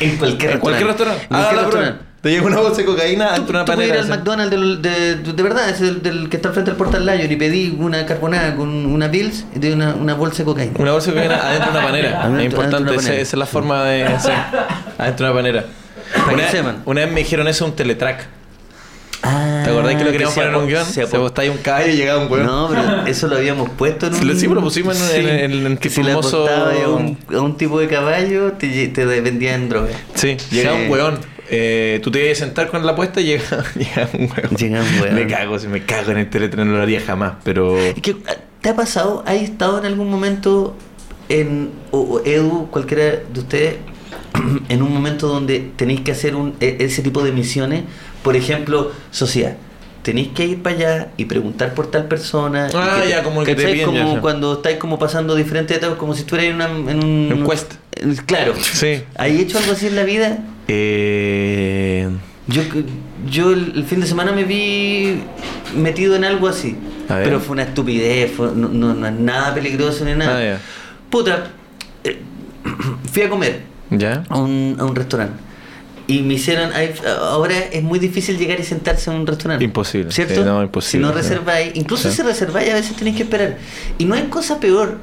Speaker 1: En cualquier
Speaker 3: en cualquier restaurante.
Speaker 1: En
Speaker 3: Haga
Speaker 1: cualquier
Speaker 3: la prueba.
Speaker 1: restaurante.
Speaker 3: Te llega una bolsa de cocaína
Speaker 1: Tú,
Speaker 3: dentro de una
Speaker 1: tú puedes ir
Speaker 3: panera.
Speaker 1: al McDonald's del- de, de, de verdad, ese del, del que está al frente del portal Lion y pedí una carbonada con una Bills y te dio una, una bolsa de cocaína.
Speaker 3: Una bolsa de cocaína adentro de una panera.
Speaker 1: Adentro-
Speaker 3: es
Speaker 1: adentro de
Speaker 3: importante,
Speaker 1: una
Speaker 3: esa,
Speaker 1: panera.
Speaker 3: esa es la forma de hacer. Adentro de una panera.
Speaker 1: que
Speaker 3: Una,
Speaker 1: sepan.
Speaker 3: una vez me dijeron eso un teletrack.
Speaker 1: Ah,
Speaker 3: ¿Te acordás que lo queríamos
Speaker 1: se
Speaker 3: poner en un
Speaker 1: apo-
Speaker 3: guión?
Speaker 1: se
Speaker 3: Se
Speaker 1: apo-
Speaker 3: apostáis un caballo y llegaba un hueón.
Speaker 1: No, pero eso lo habíamos puesto en
Speaker 3: Sí,
Speaker 1: un...
Speaker 3: lo- sí, lo pusimos en- en- en- en- en
Speaker 1: que
Speaker 3: tu
Speaker 1: si le
Speaker 3: famoso-
Speaker 1: apostabas a un, a un tipo de caballo, te, lle- te vendían droga.
Speaker 3: Sí, llegaba
Speaker 1: Sí.
Speaker 3: un hueón. Eh, tú te ibas a sentar con la apuesta y llegaba, llegaba un hueón.
Speaker 1: Llegaba un hueón.
Speaker 3: Me cago, si me cago en el teletrack, no lo haría jamás, pero...
Speaker 1: Es que, ah, ¿Te ha pasado? ¿Has estado en algún momento en... o, o Edu, cualquiera de ustedes, en un momento donde tenéis que hacer un, e- ese tipo de misiones? Por ejemplo, sociedad. Tenéis que ir para allá y preguntar por tal persona. y
Speaker 3: Ah,
Speaker 1: que
Speaker 3: ya, como que te
Speaker 1: ¿cachai?
Speaker 3: piden
Speaker 1: Como
Speaker 3: ya, ya.
Speaker 1: cuando estáis como pasando diferentes etapas, como si estuvierais en, una- en un...
Speaker 3: En quest.
Speaker 1: Eh, Claro.
Speaker 3: Sí.
Speaker 1: ¿Hay hecho algo así en la vida?
Speaker 3: Eh,
Speaker 1: Yo, yo el, el fin de semana me vi metido en algo así.
Speaker 3: A ver.
Speaker 1: Pero fue una estupidez, fue- no, no- no es nada peligroso ni nada.
Speaker 3: Ah, ya.
Speaker 1: Puta, eh, fui a comer
Speaker 3: ¿Ya?
Speaker 1: a un, a un restaurante. Y me hicieron. ahí- Ahora es muy difícil llegar y sentarse en un restaurante.
Speaker 3: Imposible,
Speaker 1: ¿Cierto?
Speaker 3: sí, no, imposible,
Speaker 1: Si no
Speaker 3: sí.
Speaker 1: reserváis, incluso
Speaker 3: Sí.
Speaker 1: si reserváis, a veces tenéis que esperar. Y no hay cosa peor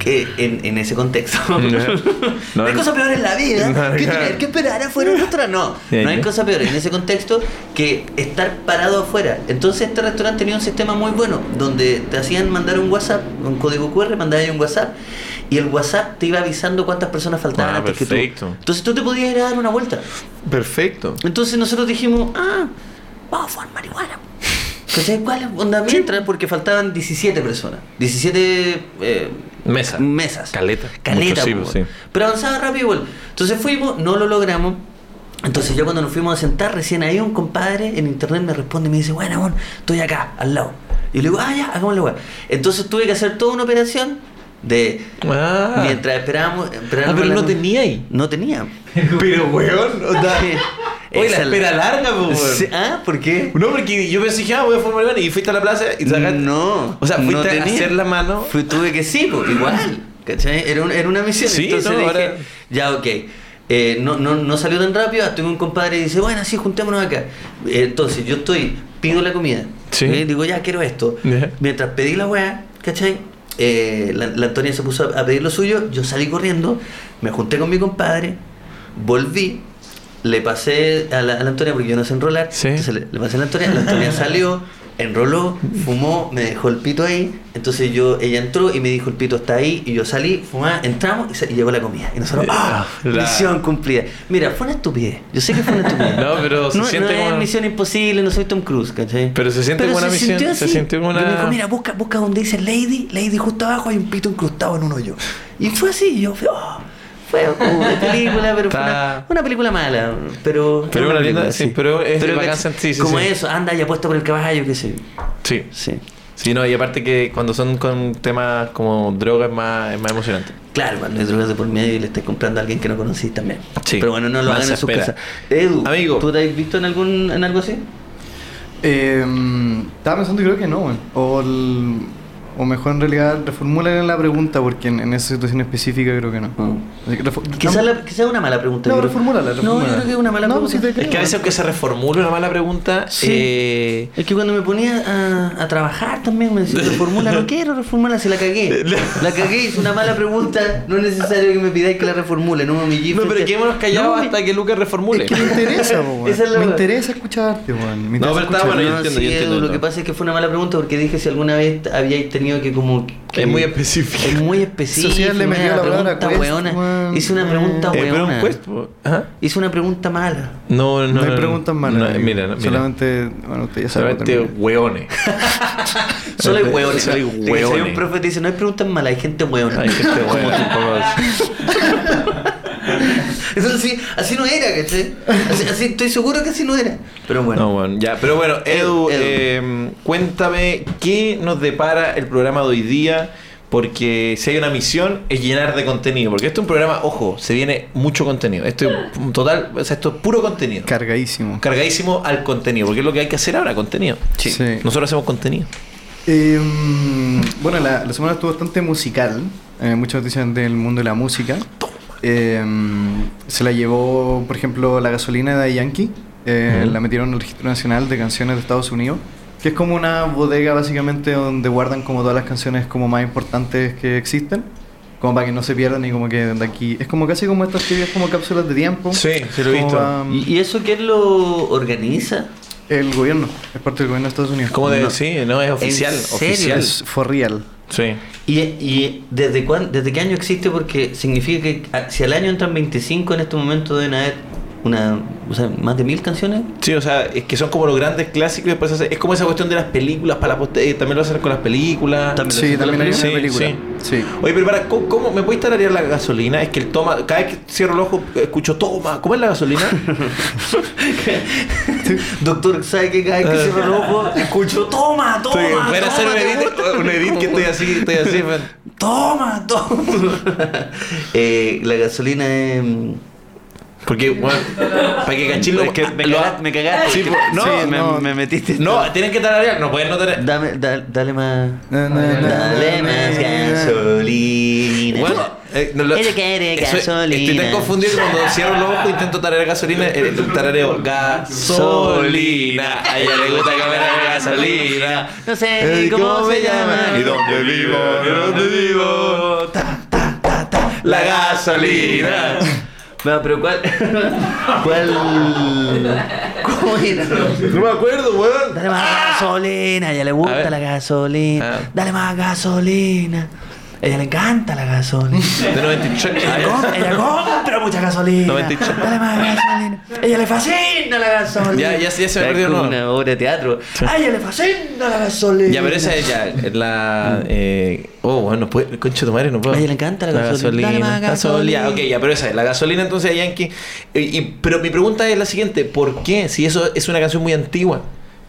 Speaker 1: que en, en ese contexto. No,
Speaker 3: No,
Speaker 1: hay
Speaker 3: no.
Speaker 1: cosa peor en la vida
Speaker 3: No,
Speaker 1: que
Speaker 3: no.
Speaker 1: tener que esperar afuera de un restaurante. No,
Speaker 3: Ya,
Speaker 1: no hay
Speaker 3: ya.
Speaker 1: cosa peor en ese contexto que estar parado afuera. Entonces, este restaurante tenía un sistema muy bueno donde te hacían mandar un WhatsApp, un código QR, mandabas ahí un WhatsApp y el WhatsApp te iba avisando cuántas personas faltaban
Speaker 3: Ah,
Speaker 1: antes que
Speaker 3: perfecto.
Speaker 1: tú. Entonces tú te podías ir a dar una vuelta.
Speaker 3: Perfecto.
Speaker 1: Entonces nosotros dijimos, ah, vamos a fumar marihuana. ¿Cachai? ¿Cuál es? Onda mientras, porque faltaban 17 personas. 17 eh,
Speaker 3: Mesa.
Speaker 1: mesas.
Speaker 3: Caleta.
Speaker 1: Caleta,
Speaker 3: Mucho, sí, pues,
Speaker 1: po,
Speaker 3: sí.
Speaker 1: Pero avanzaba rápido igual. Entonces fuimos, no lo logramos. Entonces yo cuando nos fuimos a sentar, recién ahí un compadre en internet me responde y me dice, bueno, bueno, estoy acá, al lado. Y le digo, ah, ya, hagamos la weá. Entonces tuve que hacer toda una operación de...
Speaker 3: Ah.
Speaker 1: Mientras esperábamos...
Speaker 3: Ah,
Speaker 1: esperábamos
Speaker 3: pero
Speaker 1: la-
Speaker 3: no tenía ahí.
Speaker 1: No tenía.
Speaker 3: Pero, weón, onda.
Speaker 1: Sí.
Speaker 3: Oye, la
Speaker 1: Esa-
Speaker 3: espera larga, po, weón.
Speaker 1: Sí, ¿Ah? ¿Por qué?
Speaker 3: No, porque yo pensé, ya, voy a fumar marihuana. Y fuiste a la plaza y sacaste.
Speaker 1: No.
Speaker 3: O sea, fuiste
Speaker 1: no
Speaker 3: a
Speaker 1: tenía.
Speaker 3: hacer la mano.
Speaker 1: Fui- tuve que sí, pues, igual. ¿Cachai? Era, un- era una misión.
Speaker 3: Sí,
Speaker 1: Entonces
Speaker 3: no,
Speaker 1: dije,
Speaker 3: ahora-
Speaker 1: ya, ok. Eh, no, no, no salió tan rápido. Hasta que un compadre y dice, bueno, sí, juntémonos acá. Eh, Entonces yo estoy, pido la comida.
Speaker 3: Sí.
Speaker 1: Eh, digo, ya quiero esto.
Speaker 3: Ya.
Speaker 1: Mientras pedí la weá, ¿cachai? Eh, la, la Antonia se puso a, a pedir lo suyo. Yo salí corriendo, me junté con mi compadre, volví. Le pasé a la, a la Antonia porque yo no sé enrolar.
Speaker 3: Sí.
Speaker 1: Entonces le, le pasé a la Antonia. La Antonia salió, enroló, fumó, me dejó el pito ahí. Entonces yo, ella entró y me dijo el pito está ahí. Y yo salí, fumaba, entramos y, sa- y llegó la comida. Y nosotros, ¡ah!
Speaker 3: Eh, La-
Speaker 1: Misión cumplida. Mira, fue una estupidez. Yo sé que fue una estupidez.
Speaker 3: No, pero se
Speaker 1: no,
Speaker 3: siente
Speaker 1: no
Speaker 3: como-
Speaker 1: es misión imposible, no soy Tom Cruise, ¿cachai?
Speaker 3: Pero se siente como una misión,
Speaker 1: sintió
Speaker 3: se
Speaker 1: así.
Speaker 3: siente como
Speaker 1: Yo
Speaker 3: una-
Speaker 1: me dijo, mira, busca, busca donde dice Lady, Lady justo abajo hay un pito incrustado en un hoyo. Y fue así, yo fui, "Oh". fue una película, pero fue una,
Speaker 3: Está-
Speaker 1: una película mala, pero...
Speaker 3: Pero una linda- sí, pero es bacán
Speaker 1: cacha-
Speaker 3: sentir, sí,
Speaker 1: Como
Speaker 3: sí.
Speaker 1: eso, anda ya puesto por el caballo, qué sé yo.
Speaker 3: Sí.
Speaker 1: Sí.
Speaker 3: Sí, no, y aparte que cuando son con temas como drogas es más, es más emocionante.
Speaker 1: Claro, cuando hay drogas de por medio y le estás comprando a alguien que no conocís también.
Speaker 3: Sí.
Speaker 1: Pero bueno, no lo
Speaker 3: Más
Speaker 1: hagan en
Speaker 3: se
Speaker 1: sus
Speaker 3: espera.
Speaker 1: casas. Edu,
Speaker 3: Amigo.
Speaker 1: ¿tú te has visto en, algún, en algo así?
Speaker 5: Eh, estaba pensando y creo que no, weón. O, el- o mejor en realidad reformulen la pregunta porque en, en esa situación específica creo que no.
Speaker 3: Ah.
Speaker 5: Así que refo-
Speaker 1: Quizás quizá una mala pregunta.
Speaker 5: No,
Speaker 1: yo creo.
Speaker 5: reformúlala,
Speaker 1: No,
Speaker 5: reformúlala.
Speaker 1: yo creo que es una mala
Speaker 5: No,
Speaker 1: pregunta.
Speaker 5: sí te creo.
Speaker 3: Es que a veces aunque se reformule una mala pregunta,
Speaker 1: Sí.
Speaker 3: eh,
Speaker 1: Es que cuando me ponía a, a trabajar también me decía, reformula, no quiero reformula, se la cagué. La cagué, es una mala pregunta, no es necesario que me pidáis que la reformule, no me humillé
Speaker 3: No, pero
Speaker 1: frente-
Speaker 3: quémonos callados
Speaker 1: No, me-
Speaker 3: hasta que Lucas reformule.
Speaker 5: Es que me interesa, po, weón.
Speaker 1: Esa es la
Speaker 5: Me
Speaker 1: weá.
Speaker 5: interesa escucharte, weón. Me
Speaker 3: No,
Speaker 5: interesa
Speaker 3: pero está bueno,
Speaker 5: escucharte.
Speaker 3: yo
Speaker 1: No,
Speaker 3: entiendo,
Speaker 1: sí,
Speaker 3: yo entiendo,
Speaker 1: Edu, Lo
Speaker 3: no.
Speaker 1: que pasa es que fue una mala pregunta porque dije si alguna vez habíais tenido que como... que-
Speaker 3: Es muy específico.
Speaker 1: Es muy específico.
Speaker 5: Sociedad le
Speaker 1: una
Speaker 5: metió la palabra
Speaker 1: pregunta
Speaker 5: quest,
Speaker 1: weona.
Speaker 5: weón.
Speaker 1: Hice una pregunta
Speaker 5: Eh,
Speaker 3: Eh, pero
Speaker 1: weona.
Speaker 3: un quest, po. Ajá.
Speaker 1: Hice una pregunta mala.
Speaker 3: No, no,
Speaker 5: No,
Speaker 3: no.
Speaker 5: hay preguntas malas.
Speaker 3: no,
Speaker 5: amigo.
Speaker 3: mira, no, mira.
Speaker 5: Solamente, bueno, usted ya sabe.
Speaker 3: Solamente
Speaker 5: cómo termina.
Speaker 3: hueones.
Speaker 1: Solo hay hueones.
Speaker 3: Solo hay
Speaker 1: Sí, que si Hay un
Speaker 3: hueones.
Speaker 1: profe que te dice, no hay preguntas malas, hay gente hueona.
Speaker 3: Hay gente hueona, como-
Speaker 1: Eso sí, así no era, ¿cachai? Así, así- estoy seguro que así no era. Pero bueno.
Speaker 3: No, bueno, ya. Pero bueno,
Speaker 1: Edu,
Speaker 3: Edu,
Speaker 1: Edu.
Speaker 3: eh, cuéntame qué nos depara el programa de hoy día. Porque si hay una misión es llenar de contenido. Porque esto es un programa, ojo, se viene mucho contenido. Esto es un total, o sea, esto es puro contenido.
Speaker 5: Cargadísimo.
Speaker 3: Cargadísimo al contenido, porque es lo que hay que hacer ahora, contenido.
Speaker 5: Sí. Sí.
Speaker 3: Nosotros hacemos contenido.
Speaker 5: Eh, bueno, la, la semana estuvo bastante musical. eh, muchas noticias del mundo de la música. Eh, se la llevó, por ejemplo, la gasolina de Yankee. eh,
Speaker 3: Ujú.
Speaker 5: La metieron al Registro Nacional de Canciones de Estados Unidos. Que es como una bodega básicamente donde guardan como todas las canciones como más importantes que existen. Como para que no se pierdan y como que de aquí... Es como casi como estas teorías como cápsulas de tiempo.
Speaker 3: se
Speaker 5: Como mm, va,
Speaker 1: ¿Y, y eso quién lo organiza?
Speaker 5: El gobierno. Es parte del gobierno de Estados Unidos.
Speaker 3: Como de,
Speaker 1: No.
Speaker 3: sí, no, es oficial,
Speaker 1: serio?
Speaker 3: oficial.
Speaker 5: Es for real.
Speaker 3: Sí.
Speaker 1: ¿Y, y desde, cuán- desde qué año existe? Porque significa que ah, si al año entran 25, en este momento deben haber una, o sea, más de mil canciones.
Speaker 3: Sí, o sea, es que son como los grandes clásicos y después se hace- es como esa cuestión de las películas para la posteridad, también lo hacen con las películas.
Speaker 1: También
Speaker 5: Sí,
Speaker 1: ¿Lo hacen
Speaker 5: también
Speaker 1: con
Speaker 5: hay
Speaker 1: la
Speaker 5: una película.
Speaker 3: Sí,
Speaker 5: sí.
Speaker 3: Oye, pero para, ¿cómo, cómo- me puedes tararear la gasolina? Es que el toma, cada vez que cierro el ojo escucho toma, ¿cómo es la gasolina?
Speaker 1: Doctor, ¿sabe que cada vez que cierro los ojos escucho, toma, toma,
Speaker 3: Estoy-
Speaker 1: toma,
Speaker 3: voy a hacer un
Speaker 1: ¿te
Speaker 3: edit,
Speaker 1: gusta?"
Speaker 3: un edit que estoy así, estoy así, man.
Speaker 1: Toma, toma. Eh, la gasolina es... mm,
Speaker 3: Porque, bueno, para que cachín lo-
Speaker 1: es que me
Speaker 3: lo-
Speaker 1: cagaste, me cagaste.
Speaker 3: Sí,
Speaker 1: porque-
Speaker 3: po- no,
Speaker 1: me,
Speaker 5: no.
Speaker 1: me metiste.
Speaker 3: No, tienen que tararear, no pueden no tararear.
Speaker 1: Dame, da- dale más.
Speaker 5: Na, na, na,
Speaker 1: Dale
Speaker 5: na,
Speaker 1: más
Speaker 5: na, na.
Speaker 1: gasolina.
Speaker 3: Bueno, eh, no lo-
Speaker 1: Ella quiere
Speaker 3: eso-
Speaker 1: gasolina.
Speaker 3: Estoy tan confundido que cuando cierro los ojos intento tararear gasolina, eh, tarareo gasolina. A ella le gusta comer gasolina.
Speaker 1: No sé ni Eh, cómo se llama.
Speaker 3: dónde vivo? ¿Y dónde vivo? La gasolina.
Speaker 1: No, pero ¿cuál? ¿Cuál? ¿Cómo era?
Speaker 3: No me acuerdo, weón.
Speaker 1: Dale más gasolina, ya le gusta
Speaker 3: ver.
Speaker 1: la
Speaker 3: Ah.
Speaker 1: gasolina. Dale más gasolina. ella le encanta la gasolina.
Speaker 3: De 93.
Speaker 1: Ella, com- ella compra mucha gasolina.
Speaker 3: 98.
Speaker 1: Dale más gasolina. Ella le fascina la gasolina.
Speaker 3: Ya, ya, ya se me
Speaker 1: Es
Speaker 3: perdió el
Speaker 1: como
Speaker 3: nombre.
Speaker 1: una obra de teatro. A ella le fascina la gasolina.
Speaker 3: Ya, pero esa es ya la. Eh, oh, bueno, puede, concha de tu madre, no puedo.
Speaker 1: A ella le encanta la gasolina. Dale más gasolina.
Speaker 3: gasolina. Ok, ya, pero esa es la gasolina, entonces, Yankee. Y, y- pero mi pregunta es la siguiente: ¿por qué? Si eso es una canción muy antigua,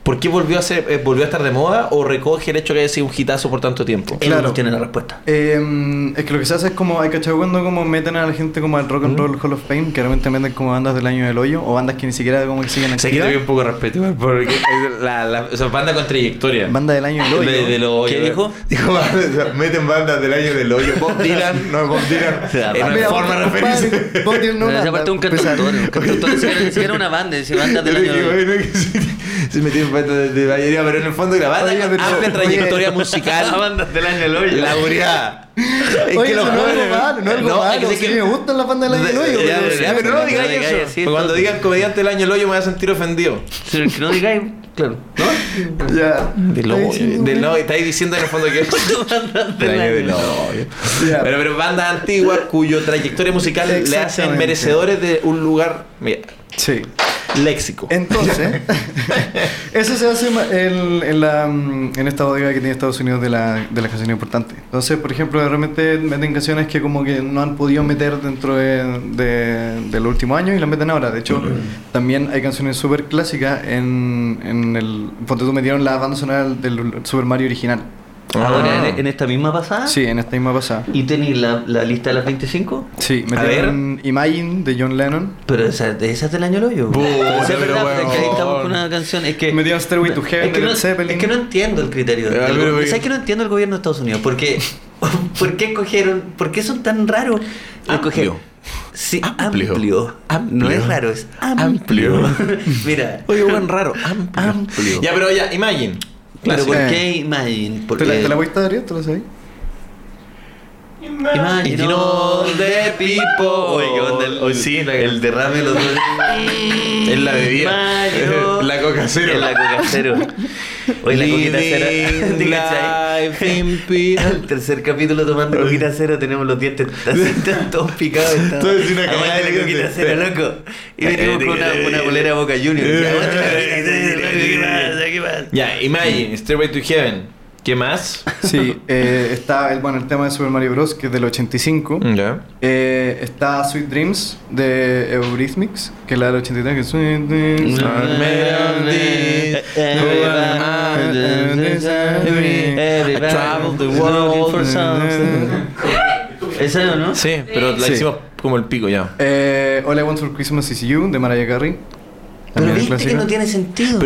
Speaker 3: ¿por qué volvió a, ser, eh, volvió a estar de moda o recoge el hecho que haya sido un hitazo por tanto tiempo?
Speaker 1: Ellos
Speaker 5: Claro.
Speaker 1: tienen la respuesta.
Speaker 5: Eh, es que lo que se hace es como, hay cachado cuando como meten a la gente como al Rock and Roll Hall of Fame, que realmente meten como bandas del año del hoyo o bandas que ni siquiera como que siguen
Speaker 3: Sé que te doy
Speaker 5: activas.
Speaker 3: un poco de respeto, igual, porque es la, la, o sea, banda con trayectoria.
Speaker 5: Banda del año del hoyo.
Speaker 3: De- de lo-
Speaker 1: ¿Qué
Speaker 3: yo-
Speaker 1: dijo?
Speaker 2: eh. Dijo, meten bandas del año del hoyo. Bob Dylan, no Bob Dylan.
Speaker 1: Se da
Speaker 2: Eh, no hay
Speaker 1: banda.
Speaker 2: forma de referirse.
Speaker 5: Vos tienes una
Speaker 1: Pero esa
Speaker 5: banda,
Speaker 1: parte es un
Speaker 5: para empezar.
Speaker 1: cantautor. Un cantautor ni siquiera- ni siquiera una banda, es banda del
Speaker 2: Yo
Speaker 1: año.
Speaker 2: le digo, eh, no, que se- Se metió en bandas de, de ballería, pero en el fondo de la banda
Speaker 5: Oye,
Speaker 2: con
Speaker 5: pero-
Speaker 2: amplia
Speaker 5: oye.
Speaker 2: trayectoria musical.
Speaker 1: La banda del año del hoyo.
Speaker 2: Laureada. Es
Speaker 5: Oye, eso no es
Speaker 2: jóvenes-
Speaker 5: algo malo, no es algo
Speaker 2: es
Speaker 5: malo.
Speaker 2: sé
Speaker 5: Sí, me gustan las bandas del año del hoyo,
Speaker 2: Ya,
Speaker 5: pero
Speaker 2: pero,
Speaker 5: sí,
Speaker 2: ya, pero
Speaker 5: pero
Speaker 2: no
Speaker 5: no
Speaker 2: digas
Speaker 1: digas
Speaker 2: eso.
Speaker 1: eso.
Speaker 2: Porque cuando digan comediante del año del hoyo me voy a sentir ofendido.
Speaker 1: Pero que no digáis, claro.
Speaker 5: Ya.
Speaker 3: Del
Speaker 5: Está
Speaker 3: hoyo.
Speaker 5: diciendo,
Speaker 3: Del hoyo. Estáis diciendo en el fondo que es del año del hoyo.
Speaker 5: Ya.
Speaker 3: Pero, pero bandas antiguas cuyo trayectoria musical le hacen
Speaker 5: Exactamente.
Speaker 3: merecedores de un lugar mira,
Speaker 5: Sí.
Speaker 3: léxico.
Speaker 5: Entonces, eso se hace ma- en, en la, mm, en esta bodega que tiene Estados Unidos de, la, de las canciones importantes. Entonces, por ejemplo, realmente meten canciones que como que no han podido meter dentro de, de- del último año y las meten ahora. De hecho, también hay canciones súper clásicas en, en el... Ponte tú metieron la banda sonora del, del Super Mario original.
Speaker 1: Ahora,
Speaker 3: Ah.
Speaker 1: en, en esta misma pasada.
Speaker 5: Sí, en esta misma pasada.
Speaker 1: ¿Y tenéis la, la lista de las 25?
Speaker 5: Sí,
Speaker 3: A
Speaker 5: metieron Imagine de John Lennon.
Speaker 1: Pero esa, esa es del año del hoyo.
Speaker 2: Puta,
Speaker 1: Esa es
Speaker 2: pero
Speaker 1: verdad,
Speaker 2: weón.
Speaker 1: es que ahí estamos con una canción. Es que.
Speaker 5: Metieron Stairway to Heaven
Speaker 1: es que,
Speaker 5: de
Speaker 1: no,
Speaker 5: Led Zeppelin.
Speaker 1: es que no entiendo el criterio.
Speaker 2: Ah,
Speaker 1: del-
Speaker 2: pero, pero-
Speaker 1: ¿Sabes que no entiendo el gobierno de Estados Unidos? ¿Por qué, ¿Por qué escogieron? ¿Por qué son tan raros? al coger-
Speaker 3: Amplio.
Speaker 1: Sí,
Speaker 3: Amplio.
Speaker 1: amplio.
Speaker 3: Amplio.
Speaker 1: No es raro, es
Speaker 3: Amplio.
Speaker 1: amplio. Mira.
Speaker 3: Oye, buen raro. Amplio.
Speaker 1: Amplio.
Speaker 3: Ya, pero ya, imagine.
Speaker 1: Pero
Speaker 3: Clásico.
Speaker 1: ¿por
Speaker 5: Eh.
Speaker 1: qué Imagine? Porque
Speaker 5: ¿Te la, ¿Te la voy a dar, ¿Te la sabes?
Speaker 1: Imagine
Speaker 3: Imagine all the people.
Speaker 1: Oye, qué onda el-
Speaker 3: Oye, sí, la-
Speaker 1: el derrame de los dos.
Speaker 3: Es la bebida.
Speaker 1: Mayo.
Speaker 3: La coca cero.
Speaker 1: Es la coca cero. Oye, la coquita cero. ¿Te
Speaker 3: Living
Speaker 1: cachai?
Speaker 3: life in peace.
Speaker 1: Al tercer capítulo tomando coquita cero tenemos los dientes así tan todos picados. estamos.
Speaker 2: Todo es una
Speaker 1: Aguante
Speaker 2: cagada de
Speaker 1: la coquita
Speaker 2: dientes.
Speaker 1: cero, loco. Y venimos con una, una bolera Boca Junior. Y aguante la coquita cero, ¿Qué pasa? ¿Qué pasa?
Speaker 3: Ya, imagine. Stairway to Heaven. ¿Qué más?
Speaker 5: Sí, eh, está el, bueno, el tema de Super Mario Bros. que es del 85.
Speaker 3: Ya.
Speaker 5: Eh, está Sweet Dreams de Eurythmics, que es la del 83. Que es Sweet Dreams.
Speaker 3: Ah.
Speaker 5: are made of this.
Speaker 1: Everybody
Speaker 3: I traveled the
Speaker 1: is
Speaker 3: world.
Speaker 1: looking for something. ¿Esa no, no?
Speaker 3: Sí, pero la
Speaker 5: Sí.
Speaker 3: hicimos como el pico ya.
Speaker 5: Eh, All I Want for Christmas is You de Mariah Carey.
Speaker 1: Pero
Speaker 5: También
Speaker 1: viste que
Speaker 5: clásica.
Speaker 1: no tiene sentido.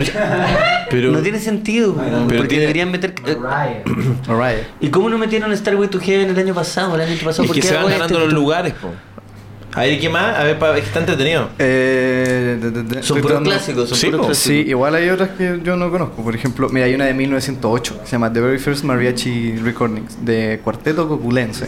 Speaker 3: Pero,
Speaker 1: no tiene sentido. porque
Speaker 3: tiene-
Speaker 1: deberían meter. eh,
Speaker 5: Alright.
Speaker 1: ¿Y cómo no metieron Star Wars to Heaven el año pasado? El año pasado
Speaker 3: Es que se van
Speaker 1: ahora
Speaker 3: ganando
Speaker 1: este-
Speaker 3: los lugares, po. A ver, ¿qué más? A ver, pa- es que está entretenido.
Speaker 5: Eh, de- de- de-
Speaker 1: Son
Speaker 5: estoy
Speaker 1: puros
Speaker 5: tratando-
Speaker 1: clásicos, son
Speaker 3: Sí,
Speaker 1: puros
Speaker 3: po.
Speaker 1: clásicos.
Speaker 5: Sí, igual hay otras que yo no conozco. Por ejemplo, mira, hay una de 1908 que se llama The Very First Mariachi Recordings de Cuarteto Copulense.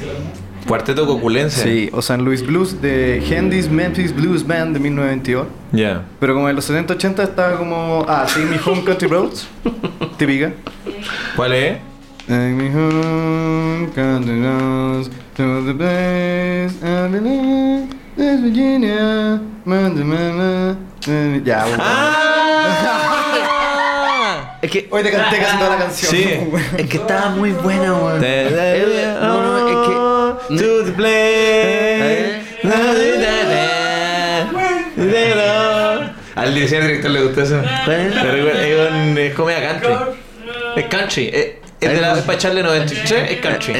Speaker 3: Cuarteto coculense.
Speaker 5: Sí, o San Luis Blues de Handy's Memphis Blues Band de 1922.
Speaker 3: Ya.
Speaker 5: Pero como en los 70, 80 estaba como. Ah, Take Me Home Country Roads. Típica.
Speaker 3: ¿Cuál es?
Speaker 5: Take me home, country roads, to the place I belong, West Virginia, mama, mama, mama. Ya, bueno.
Speaker 3: ¡Ah!
Speaker 1: Es que.
Speaker 5: Hoy te canté casi toda la canción.
Speaker 3: Sí.
Speaker 1: Es que estaba muy buena, weón.
Speaker 3: Eh, No,
Speaker 1: No, no,
Speaker 3: es que. Eh, To the place. Na, na, na, na. Na, na. Al director, al director le gustó eso. Pero igual, es, un, es comedia country. Es country. Es, es de la es para echarle 93, es country.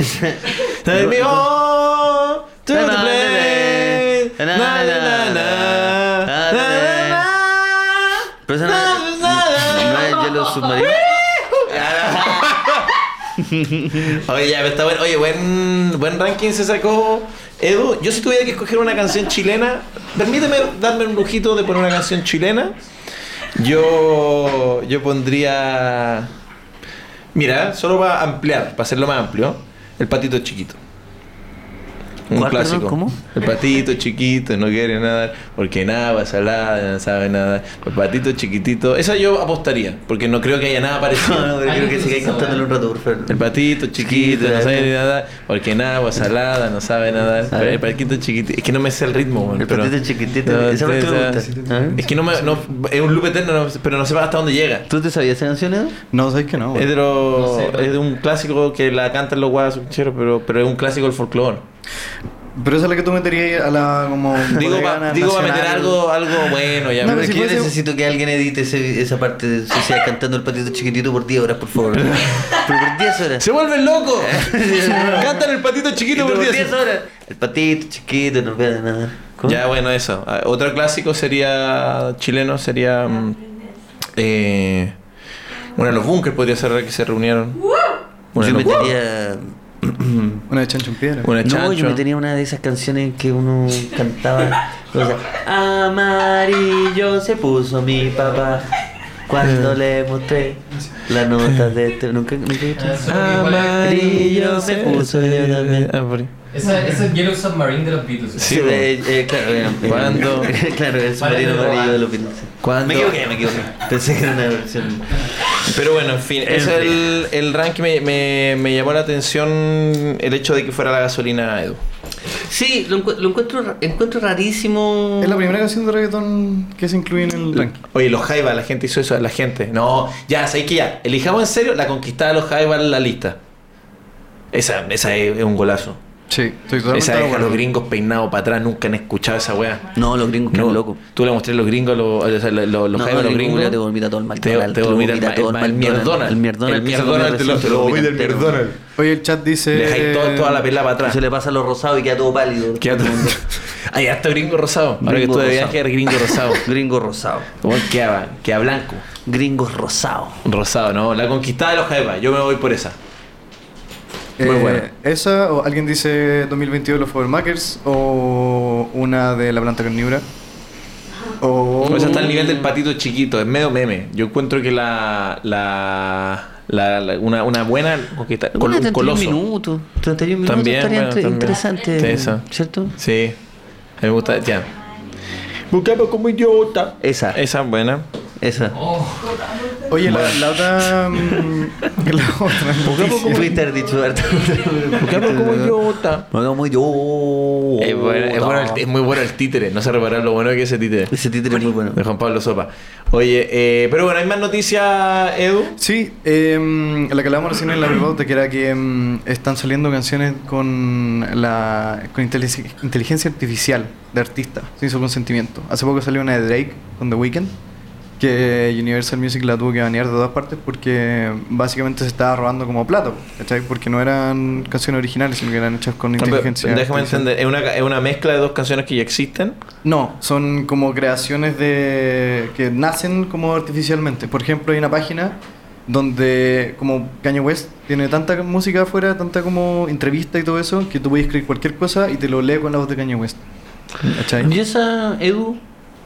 Speaker 3: Take me home to the place. Na, na, na, na. Na, na, na.
Speaker 1: Pero esa no,
Speaker 3: Na,
Speaker 1: es-
Speaker 3: na, na.
Speaker 1: no es Yellow Submarine.
Speaker 3: Oye, ya, pero está bueno. Oye, buen, buen ranking se sacó. Edu, yo si tuviera que escoger una canción chilena, permíteme darme un lujito de poner una canción chilena. Yo, yo pondría. Mira, solo para ampliar, para hacerlo más amplio, el patito chiquito. Un
Speaker 1: ¿Cuál,
Speaker 3: clásico.
Speaker 1: perdón? ¿Cómo?
Speaker 3: El patito chiquito no quiere nada porque nada va salada, no sabe nada. El patito chiquitito. Esa yo apostaría porque no creo que haya
Speaker 1: No,
Speaker 3: nada
Speaker 1: no,
Speaker 3: parecido.
Speaker 1: pero creo que sigáis cantándolo un rato, por
Speaker 3: El
Speaker 1: favor.
Speaker 3: patito chiquito no sabe ni nada porque nada va salada, no sabe nada.
Speaker 1: A ver.
Speaker 3: El patito chiquitito. Es que no me sé el ritmo, weón,
Speaker 1: El
Speaker 3: pero-
Speaker 1: patito chiquitito,
Speaker 3: No,
Speaker 1: esa parte me
Speaker 3: esa-
Speaker 1: gusta. ¿Ah? A ver.
Speaker 3: Es que no me. no- es un loop eterno, no- pero no sé hasta dónde llega.
Speaker 1: ¿Tú te sabías esa canción, Edu?
Speaker 5: No, sabéis que
Speaker 3: Es
Speaker 5: no. güey.
Speaker 3: de, los-
Speaker 5: No sé, no.
Speaker 3: es de un clásico que la cantan los guasos, pero, pero es un clásico del folclore.
Speaker 5: Pero esa es la que tú meterías a la como.
Speaker 3: Digo,
Speaker 5: bodega
Speaker 3: pa- digo para meter
Speaker 5: nacional.
Speaker 3: algo, algo bueno, ya
Speaker 5: No,
Speaker 1: Pero
Speaker 3: pero
Speaker 5: si
Speaker 1: es que yo
Speaker 5: fuese-
Speaker 1: necesito que alguien edite ese- esa parte de si sea cantando el patito chiquitito por 10 horas, por favor. Pero por 10 horas.
Speaker 3: ¡Se vuelven locos! Cantan el patito chiquito por 10
Speaker 1: horas. El patito chiquito no vea de nada. ¿Cómo?
Speaker 3: Ya, bueno, eso. Ah, Otro clásico sería. chileno sería. mm, eh, bueno, los bunkers podría ser que se reunieron. Una
Speaker 1: yo me
Speaker 3: locura.
Speaker 1: tenía.
Speaker 5: Una de chancho en piedra.
Speaker 3: Una
Speaker 1: No, yo
Speaker 3: chancho.
Speaker 1: me tenía una de esas canciones en que uno cantaba. o sea, amarillo se puso mi papá cuando le mostré la nota de. este- Nunca, nunca he
Speaker 6: Ah,
Speaker 1: hecho eso. Amarillo se puso yo también.
Speaker 3: Ah, por ahí.
Speaker 6: Esa, esa es Yellow Submarine de los Beatles.
Speaker 1: Sí,
Speaker 3: Sí, bueno.
Speaker 1: eh, eh, claro, eh,
Speaker 3: ¿Cuándo?
Speaker 1: eh, claro, el submarino
Speaker 6: Vale,
Speaker 1: amarillo de los Beatles.
Speaker 3: ¿Cuándo?
Speaker 1: Me equivoqué, me equivoqué. Pensé que era una versión.
Speaker 3: Pero bueno, en fin, es el, el rank que me, me- me llamó la atención el hecho de que fuera la gasolina Edu.
Speaker 1: Sí, lo, encu- lo encuentro, ra- encuentro rarísimo.
Speaker 5: Es la primera canción de reggaetón que se incluye en el ranking.
Speaker 3: Oye, los Jaiba, la gente hizo eso, la gente. No, ya, sabéis que ya. Elijamos en serio la conquistada de los Jaiba en la lista. Esa, esa es, es un golazo.
Speaker 5: Sí, estoy totalmente
Speaker 3: esa
Speaker 5: de
Speaker 3: deja a
Speaker 5: acuerdo.
Speaker 3: los gringos peinados para atrás, nunca han escuchado esa weá.
Speaker 1: No, los gringos,
Speaker 3: No,
Speaker 1: qué loco.
Speaker 3: Tú le mostré a los gringos, los, o sea, los, los,
Speaker 1: No,
Speaker 3: los Jaiba,
Speaker 1: no,
Speaker 3: los
Speaker 1: ningún
Speaker 3: gringos.
Speaker 1: lugar te vomita todo el
Speaker 3: te,
Speaker 1: McDonald's, te
Speaker 3: te
Speaker 1: lo
Speaker 3: vomita el,
Speaker 1: vomita todo el
Speaker 3: el, el
Speaker 1: McDonald's,
Speaker 3: McDonald's.
Speaker 1: el McDonald's que se
Speaker 3: McDonald's
Speaker 1: come
Speaker 3: te lo,
Speaker 1: recién,
Speaker 3: te lo vomita
Speaker 1: entero.
Speaker 3: McDonald's.
Speaker 5: Oye, el chat dice.
Speaker 3: Le dejáis todo- toda la
Speaker 5: pelota.
Speaker 3: pelada para atrás.
Speaker 1: Se le pasa lo rosado y queda todo pálido.
Speaker 3: Qué otro- Ay, hasta gringo rosado. Ahora que
Speaker 1: Gringo
Speaker 3: estuve de
Speaker 1: rosado.
Speaker 3: viaje, era gringo rosado.
Speaker 1: Gringo rosado.
Speaker 3: Bueno, queda, queda blanco.
Speaker 1: Gringos rosado.
Speaker 3: Rosado, ¿no? La conquistada de los Jaiba. Yo me voy por esa. Muy buena.
Speaker 5: eh, Esa, o alguien dice 2022 de los Fovermakers, o una de la planta carnívora. O.
Speaker 3: O sea, está al Pues nivel del patito chiquito. Es medio meme. Yo encuentro que la... la, la- la- una, una buena conquistada... Con un
Speaker 1: 31
Speaker 3: coloso.
Speaker 1: minutos. 31 minutos
Speaker 3: También,
Speaker 1: estaría
Speaker 3: bueno,
Speaker 1: entre-
Speaker 3: también. Sí,
Speaker 1: interesante.
Speaker 3: esa.
Speaker 1: ¿Cierto?
Speaker 3: Sí. A mí me gusta... Ya. Buscaba como idiota.
Speaker 1: Esa,
Speaker 3: Esa es buena.
Speaker 1: esa.
Speaker 6: Oh,
Speaker 5: Oye, la, la otra. mm, la otra.
Speaker 1: En Twitter dicho harto.
Speaker 3: Buscaba como idiota.
Speaker 1: Me hago muy yo.
Speaker 3: Es, bueno- es bueno el- es muy bueno el títere. No se reparar lo bueno que es ese títere.
Speaker 1: Oh, Ese título es muy bueno.
Speaker 3: De Juan Pablo Sopa. Oye, eh, pero bueno, hay más noticias, Edu.
Speaker 5: Sí, em, la que hablábamos recién en la pregunta, que era que em, están saliendo canciones con la con inteligencia, inteligencia artificial de artistas, sin su consentimiento. Hace poco salió una de Drake con The Weeknd, que Universal Music la tuvo que banear de todas partes porque básicamente se estaba robando como plato, ¿cachai? Porque no eran canciones originales, sino que eran hechas con
Speaker 3: No, pero
Speaker 5: inteligencia
Speaker 3: Déjame
Speaker 5: artificial.
Speaker 3: entender, es una, es una mezcla de dos canciones que ya existen.
Speaker 5: No, son como creaciones de que nacen como artificialmente. Por ejemplo, hay una página donde como Kanye West tiene tanta música afuera, tanta como entrevista y todo eso, que tú puedes escribir cualquier cosa y te lo lee con la voz de Kanye West. ¿Cachai?
Speaker 1: ¿Y esa, Edu,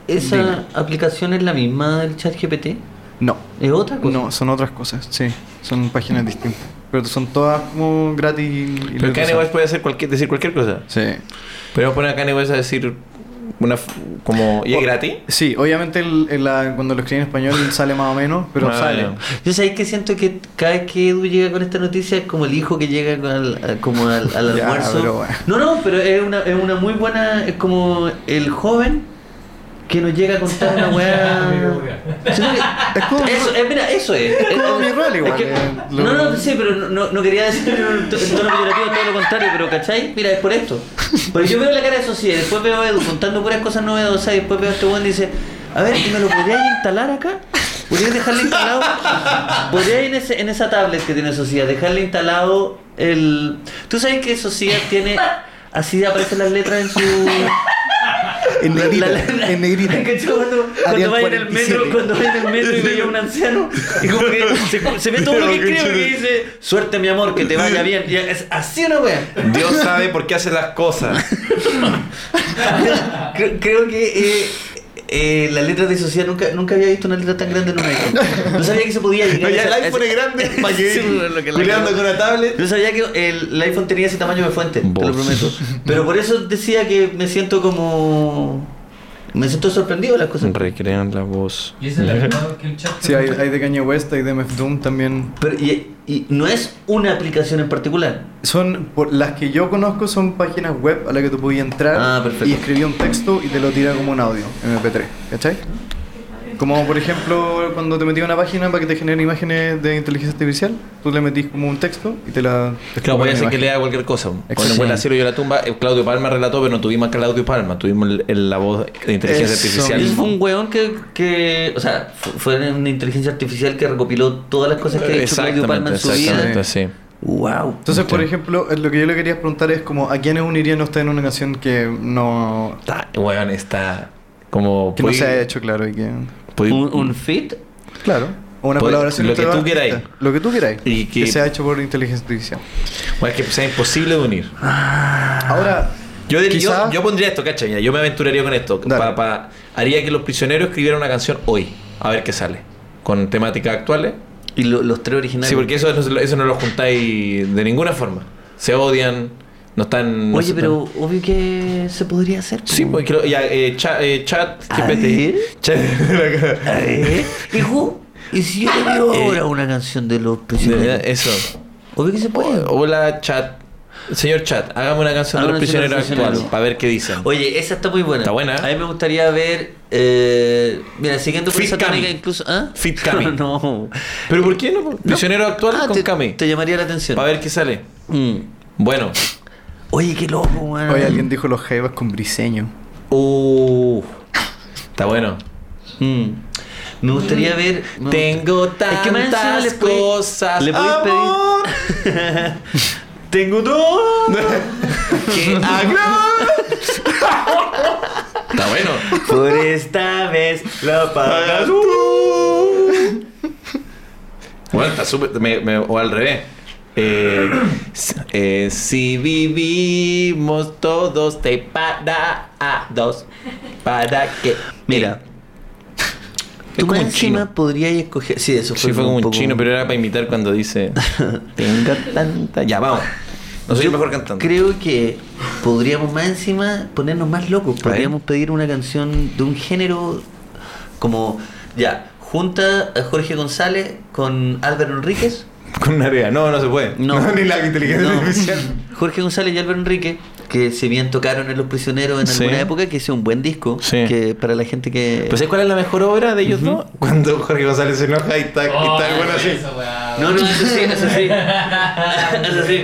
Speaker 1: esa
Speaker 5: Dime.
Speaker 1: aplicación es la misma del chat GPT?
Speaker 5: No.
Speaker 1: ¿Es otra cosa?
Speaker 5: No, son otras cosas, sí. Son páginas distintas. Pero son todas como gratis y
Speaker 3: Pero
Speaker 5: libres de
Speaker 3: Kanye
Speaker 5: usar.
Speaker 3: West puede hacer cualquier, decir cualquier cosa.
Speaker 5: Sí.
Speaker 3: Podemos poner a Kanye West a decir una f- como. ¿Y es
Speaker 5: Oh.
Speaker 3: gratis?
Speaker 5: Sí, obviamente el- el- la- cuando lo escribí en español sale más o menos, pero
Speaker 3: Ah,
Speaker 5: sale.
Speaker 3: ya.
Speaker 1: Yo sabéis que siento que cada vez que Edu llega con esta noticia es como el hijo que llega con al- a- como al, al
Speaker 5: Ya,
Speaker 1: almuerzo.
Speaker 5: pero bueno.
Speaker 1: No, no, pero es una, es una muy buena, es como el joven que nos llega a contar una weá. Siento que-
Speaker 5: Es como-
Speaker 1: Eso, eh, mira, eso es. Es
Speaker 5: como mi rol igual,
Speaker 1: que-
Speaker 5: eh, lo-
Speaker 1: no, no, sí, pero no, no quería decirlo en un to- en tono peyorativo, todo lo contrario, pero ¿cachai? Mira, es por esto. Porque yo veo la cara de Sociedad, después veo a Edu contando puras cosas novedosas, y después veo a este weón y dice, a ver, ¿y ¿me lo podrías instalar acá? ¿Podrías dejarle instalado? ¿Podrías en, ese- en esa tablet que tiene Sociedad dejarle instalado el... ¿Tú sabes que Sociedad tiene... Así aparecen las letras en su...
Speaker 5: En negrita, en negrita.
Speaker 1: ¿Cachai? Cuando,
Speaker 5: Arial
Speaker 1: cuando vaya en el
Speaker 5: 47.
Speaker 1: metro, cuando vaya en el metro y veía a un anciano, y como que se, se ve todo lo que escribe y dice, suerte mi amor, que te vaya bien. Y es así una wea.
Speaker 3: Dios sabe por qué hace las cosas.
Speaker 1: Creo, creo que eh, eh, las letras de sociedad nunca, nunca había visto una letra tan grande en un iPhone. No sabía que se podía llegar.
Speaker 2: Oye,
Speaker 1: a
Speaker 2: el
Speaker 1: esa-
Speaker 2: iPhone
Speaker 1: a
Speaker 2: es
Speaker 1: esa-
Speaker 2: grande para que
Speaker 1: Sí, pues, lo que la-
Speaker 2: peleando con una tablet.
Speaker 1: Yo sabía que el, el iPhone tenía ese tamaño de fuente, te
Speaker 3: Vos.
Speaker 1: lo prometo. Pero por eso decía que me siento como. Me siento sorprendido de las
Speaker 5: Pues
Speaker 1: cosas.
Speaker 3: Recrean la voz.
Speaker 6: Y esa es la misma voz que el chat.
Speaker 5: Sí, hay, hay de Kanye West, hay de MF Doom también.
Speaker 1: Pero, y, y no es una aplicación en particular.
Speaker 5: Son, por, las que yo conozco son páginas web a las que tú podías entrar
Speaker 1: Ah, perfecto.
Speaker 5: y escribir un texto y te lo tira como un audio, MP3, ¿cachai? Como por ejemplo cuando te metías a una página para que te genere imágenes de inteligencia artificial, tú le metís como un texto y te la... te
Speaker 3: Claro, voy a hacer
Speaker 5: genera una
Speaker 3: que
Speaker 5: imagen.
Speaker 3: lea cualquier cosa. Bueno,
Speaker 5: Exacto.
Speaker 3: pues, el cielo y yo la tumba, eh, Claudio Palma relató, pero no tuvimos a Claudio Palma, tuvimos el- el- la voz de inteligencia
Speaker 5: Eso
Speaker 3: artificial.
Speaker 1: Y
Speaker 5: mismo.
Speaker 1: eso fue un weón que, que. O sea, fu- fue una inteligencia artificial que recopiló todas las cosas que ha hecho Claudio Palma en su vida.
Speaker 3: exactamente, sí.
Speaker 1: ¡Wow!
Speaker 5: Entonces, por
Speaker 3: Sí.
Speaker 5: ejemplo, eh, lo que yo le quería preguntar es como, ¿a quiénes unirían ustedes en una canción que no,
Speaker 3: Está, weón, está como...
Speaker 5: que no
Speaker 3: podí-
Speaker 5: se ha hecho, claro? Y que,
Speaker 3: podí-
Speaker 1: Un, un fit
Speaker 5: claro, o una
Speaker 3: Pues,
Speaker 5: colaboración
Speaker 3: lo
Speaker 5: entre
Speaker 3: que tú
Speaker 5: dos artistas.
Speaker 3: queráis.
Speaker 5: Lo que tú queráis.
Speaker 3: Y que-
Speaker 5: que se ha hecho por inteligencia artificial.
Speaker 3: Bueno, es que sea imposible de unir.
Speaker 5: Ahora,
Speaker 3: Yo, diría- yo-
Speaker 5: Quizá-
Speaker 3: yo, pondría esto, cacha, mira, yo me aventuraría con esto.
Speaker 5: Dale.
Speaker 3: Pa- pa- haría que los prisioneros escribieran una canción hoy, a ver qué sale. Con temáticas actuales.
Speaker 1: y lo- los tres originales.
Speaker 3: Sí, porque eso, no- eso no lo juntáis de ninguna forma. Se odian, no están... no
Speaker 1: Oye,
Speaker 3: se-
Speaker 1: pero obvio que se podría hacer.
Speaker 3: Sí, pues creo- ya, eh, cha- eh, chat,
Speaker 1: A
Speaker 3: GPT.
Speaker 1: ver.
Speaker 3: Chat,
Speaker 1: A ver. Hijo, ¿Eh? ¿y si yo te digo
Speaker 3: Eh,
Speaker 1: ahora una canción de los
Speaker 3: De
Speaker 1: prisioneros?
Speaker 3: verdad, eh. eso.
Speaker 1: Obvio que se puede.
Speaker 3: Hola, chat. Señor chat, hágame una canción de
Speaker 1: Hágame
Speaker 3: los
Speaker 1: una canción de los
Speaker 3: prisioneros
Speaker 1: prisioneros.
Speaker 3: actuales para ver qué dicen.
Speaker 1: Oye, esa está muy buena.
Speaker 3: Está buena.
Speaker 1: A mí me gustaría ver. eh, mira, siguiendo por
Speaker 3: Fit
Speaker 1: esa tónica,
Speaker 3: Cami.
Speaker 1: incluso. ¿ah?
Speaker 3: Fit Cami.
Speaker 1: no.
Speaker 3: ¿Pero por qué no? Prisionero actual
Speaker 1: Ah,
Speaker 3: con
Speaker 1: te,
Speaker 3: Cami.
Speaker 1: Te llamaría la atención.
Speaker 3: Para ver qué sale.
Speaker 1: Mm.
Speaker 3: Bueno.
Speaker 1: Oye, qué loco, weón.
Speaker 5: hoy alguien dijo los Jaivas con briseño.
Speaker 3: Uh, está bueno.
Speaker 1: Mm. Me gustaría ver. me
Speaker 3: Tengo
Speaker 1: gusta- más encima
Speaker 3: tantas
Speaker 1: le podéis-
Speaker 3: cosas,
Speaker 1: Le podéis
Speaker 3: amor.
Speaker 1: pedir. Tengo dos.
Speaker 3: que hablar. Está bueno.
Speaker 1: Por esta vez lo pagas.
Speaker 3: Bueno, está súper. me- me- O al revés. Eh, s- eh, si vivimos todos preparados para que.
Speaker 1: Mira.
Speaker 3: Es
Speaker 1: Tú
Speaker 3: como
Speaker 1: más
Speaker 3: un chino.
Speaker 1: encima podrías escoger. Sí, eso fue
Speaker 3: Sí, fue como un
Speaker 1: poco-
Speaker 3: chino, pero era para imitar cuando dice. Tengo tanta. Ya, vamos. No soy
Speaker 1: Yo
Speaker 3: el mejor cantante.
Speaker 1: Creo que podríamos más encima ponernos más locos. Podríamos pedir una canción de un género como. Ya, junta a Jorge González con Álvaro Enríquez.
Speaker 3: Con una área. No, no se puede.
Speaker 1: No,
Speaker 2: ni la inteligencia
Speaker 1: No.
Speaker 2: artificial.
Speaker 1: Jorge González y Álvaro Enrique, que si bien tocaron en Los Prisioneros en
Speaker 3: Sí.
Speaker 1: alguna época, que sea un buen disco,
Speaker 3: Sí.
Speaker 1: que para la gente que...
Speaker 3: ¿Pues sabes cuál es la mejor obra de ellos dos?
Speaker 2: Cuando Jorge González se enoja y está, y
Speaker 6: Oh,
Speaker 2: está el bueno así.
Speaker 6: esa weá.
Speaker 1: no, no, eso sí, eso sí. eso sí.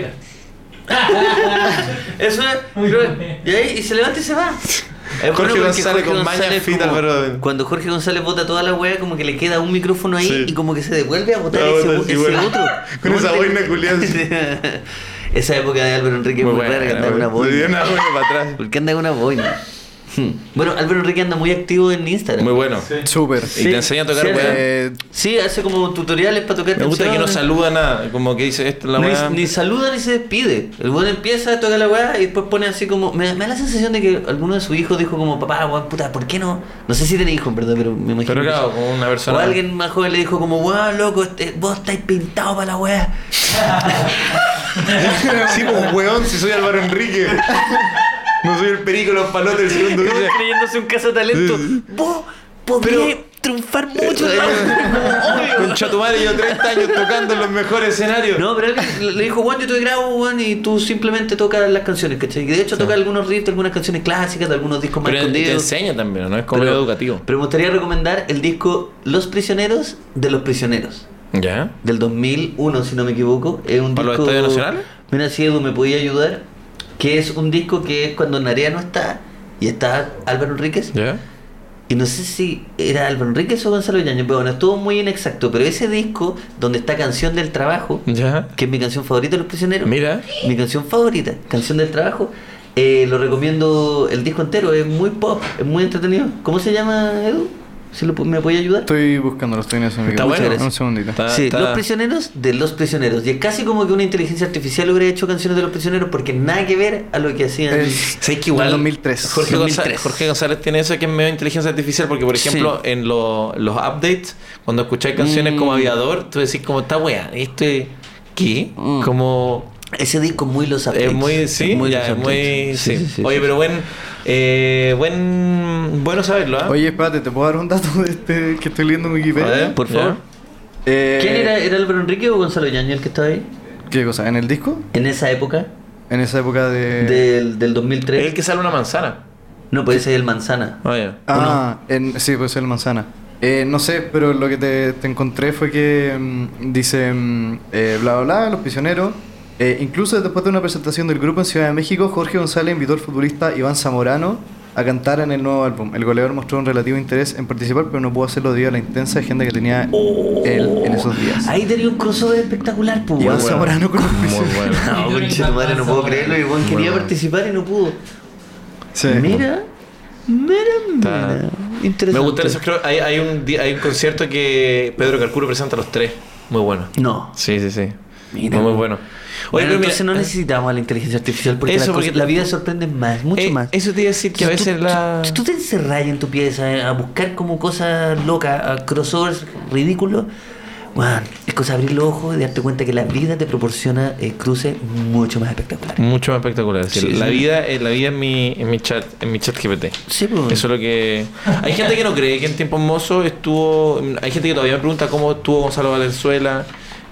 Speaker 1: eso es... creo- Y ahí y se levanta y se va. Es
Speaker 2: Jorge
Speaker 1: porque
Speaker 2: González con maña
Speaker 1: González
Speaker 2: fit,
Speaker 1: como-
Speaker 2: Álvaro.
Speaker 1: Cuando Jorge González bota toda la wea, como que le queda un micrófono ahí
Speaker 2: Sí.
Speaker 1: y como que se devuelve a botar
Speaker 2: Ah,
Speaker 1: ese,
Speaker 2: bota así,
Speaker 1: ese
Speaker 2: bueno.
Speaker 1: otro.
Speaker 2: Con esa boina culiada.
Speaker 1: Esa época de Álvaro Enrique
Speaker 3: Muy
Speaker 1: muy
Speaker 3: buena,
Speaker 1: rara que andaba
Speaker 3: muy
Speaker 1: una
Speaker 2: Le dio
Speaker 1: boina.
Speaker 2: una boina para atrás.
Speaker 1: ¿Por qué anda con una boina? Hmm. bueno, Álvaro Enrique anda muy activo en Instagram.
Speaker 3: Muy bueno.
Speaker 5: Súper.
Speaker 3: Y te enseña a tocar,
Speaker 1: Sí.
Speaker 3: weón.
Speaker 5: Eh,
Speaker 1: Sí, hace como tutoriales para tocar
Speaker 3: Me gusta que no
Speaker 1: canciones.
Speaker 3: saluda nada. Como que dice, esto es la weá.
Speaker 1: ni, ni saluda ni se despide. El weón empieza a tocar la weá y después pone así como. Me, me da la sensación de que alguno de sus hijos dijo como, papá, weón, puta, ¿por qué no? No sé si tiene hijos, en verdad, pero me imagino.
Speaker 3: Pero
Speaker 1: que
Speaker 3: claro,
Speaker 1: sí.
Speaker 3: como una persona.
Speaker 1: O alguien más joven le dijo como, weón, loco, este- vos estáis pintado para la weá.
Speaker 2: Sí, como weón, si soy Álvaro Enrique. No soy el perico, los palotes del segundo día.
Speaker 1: creyéndose un cazatalento. vos podrías triunfar mucho.
Speaker 3: Con Chatumare yo 30 años tocando en los mejores escenarios.
Speaker 1: No, pero alguien le- le dijo, Juan, yo te grabo, Juan, y tú simplemente tocas las canciones, ¿cachai? Y de hecho toca algunos riffs, algunas canciones clásicas, de algunos discos más
Speaker 3: Pero te- te
Speaker 1: escondidos.
Speaker 3: enseña también, ¿no? Es como medio educativo.
Speaker 1: pero me gustaría recomendar el disco Los Prisioneros de Los Prisioneros,
Speaker 3: ¿Ya?
Speaker 1: del 2001, si no me equivoco. Es un
Speaker 3: ¿Para los
Speaker 1: disco,
Speaker 3: estadios nacionales?
Speaker 1: Mira, si Edu me podía ayudar, que es un disco que es cuando Narea no está, y está Álvaro Enríquez,
Speaker 3: ¿Ya?
Speaker 1: y no sé si era Álvaro Enríquez o Gonzalo Yañez, pero bueno, estuvo muy inexacto, pero ese disco, donde está Canción del Trabajo,
Speaker 3: ¿Ya?
Speaker 1: que es mi canción favorita de Los Prisioneros.
Speaker 3: Mm. Mira.
Speaker 1: Mi canción favorita, canción del trabajo. Eh, lo recomiendo el disco entero, es muy pop, es muy entretenido. ¿Cómo se llama, Edu? ¿Se lo, ¿Me puede ayudar?
Speaker 5: Estoy buscándolo, estoy en eso. amigo.
Speaker 3: Está
Speaker 1: bueno.
Speaker 5: Dame Un segundito.
Speaker 3: Está-
Speaker 1: sí,
Speaker 3: está-
Speaker 1: Los Prisioneros de Los Prisioneros. Y es casi como que una inteligencia artificial hubiera hecho canciones de Los Prisioneros porque nada que ver a lo que hacían.
Speaker 5: Es-
Speaker 3: ¿Sabes que igual?
Speaker 5: Del 2003.
Speaker 3: Jorge,
Speaker 1: 2003.
Speaker 3: González, Jorge González tiene eso que es medio inteligencia artificial, porque por ejemplo, en lo- los updates, cuando escucháis canciones como Aviador, tú decís como, esta wea, este, ¿qué?
Speaker 1: Mm.
Speaker 3: Como,
Speaker 1: Ese disco es muy los
Speaker 3: es
Speaker 1: Updates.
Speaker 3: Eh, muy, sí,
Speaker 1: muy
Speaker 3: ya,
Speaker 1: Los
Speaker 3: es muy, sí.
Speaker 1: Updates. Sí, sí, sí,
Speaker 3: Oye,
Speaker 1: sí.
Speaker 3: pero buen, eh, buen, bueno saberlo, ¿ah?
Speaker 5: Oye, espérate, ¿te puedo dar un dato de este que estoy leyendo en
Speaker 3: A ver,
Speaker 5: Wikipedia?
Speaker 1: por
Speaker 3: ya.
Speaker 1: favor.
Speaker 5: Eh,
Speaker 1: ¿Quién era? ¿Era Álvaro Enrique o Gonzalo Yañez el que estaba ahí?
Speaker 5: ¿Qué cosa? ¿En el disco?
Speaker 1: En esa época
Speaker 5: En esa época de.
Speaker 1: del, del
Speaker 3: Es Eh, el
Speaker 1: 2003.
Speaker 3: que sale una manzana.
Speaker 1: No, puede ser el Manzana.
Speaker 3: Ah, ya.
Speaker 5: Ah, en- sí, puede ser el manzana. Eh, no sé, pero lo que te, te encontré fue que mm, dice mm, eh, bla bla bla, los prisioneros. Eh, incluso después de una presentación del grupo en Ciudad de México, Jorge González invitó al futbolista Iván Zamorano a cantar en el nuevo álbum. El goleador mostró un relativo interés en participar, pero no pudo hacerlo debido a la intensa agenda que tenía él en esos días.
Speaker 1: Ahí tenía un crossover espectacular, pues.
Speaker 5: Iván
Speaker 1: weón.
Speaker 5: Zamorano con los
Speaker 3: Muy
Speaker 5: prisioneros.
Speaker 3: bueno.
Speaker 1: No, conchetumadre, no puedo creerlo. Y weón quería participar y no pudo.
Speaker 5: Sí.
Speaker 1: Mira, mira, mira.
Speaker 3: Está-
Speaker 1: Interesante.
Speaker 3: Me gustan esos, creo, hay, hay, un, di- hay un concierto que Pedro Calculo presenta a los tres. Muy bueno.
Speaker 1: No.
Speaker 3: Sí, sí, sí.
Speaker 1: Mira.
Speaker 3: Muy, muy bueno.
Speaker 1: Oye,
Speaker 3: pero mira,
Speaker 1: entonces no
Speaker 3: eh,
Speaker 1: necesitamos a la inteligencia artificial porque,
Speaker 3: Eso,
Speaker 1: las cosas-
Speaker 3: porque-
Speaker 1: la vida sorprende más, mucho
Speaker 3: eh,
Speaker 1: más.
Speaker 3: Eso te iba a decir que a
Speaker 1: Entonces,
Speaker 3: veces
Speaker 1: tú-
Speaker 3: la.
Speaker 1: Si tú te encerras en tu pieza eh, a buscar como cosas locas, a crossovers ridículos, weón, es cosa de abrir los ojos y darte cuenta que la vida te proporciona eh, cruces mucho más espectaculares.
Speaker 3: Mucho más espectacular. sí.
Speaker 1: Sí,
Speaker 3: la,
Speaker 1: sí.
Speaker 3: vida, eh, la vida en mi, en mi chat, en mi chat GPT.
Speaker 1: Sí, pues.
Speaker 3: Eso es lo que. Hay gente que no cree que en tiempos mozos estuvo. Hay gente que todavía me pregunta cómo estuvo Gonzalo Valenzuela,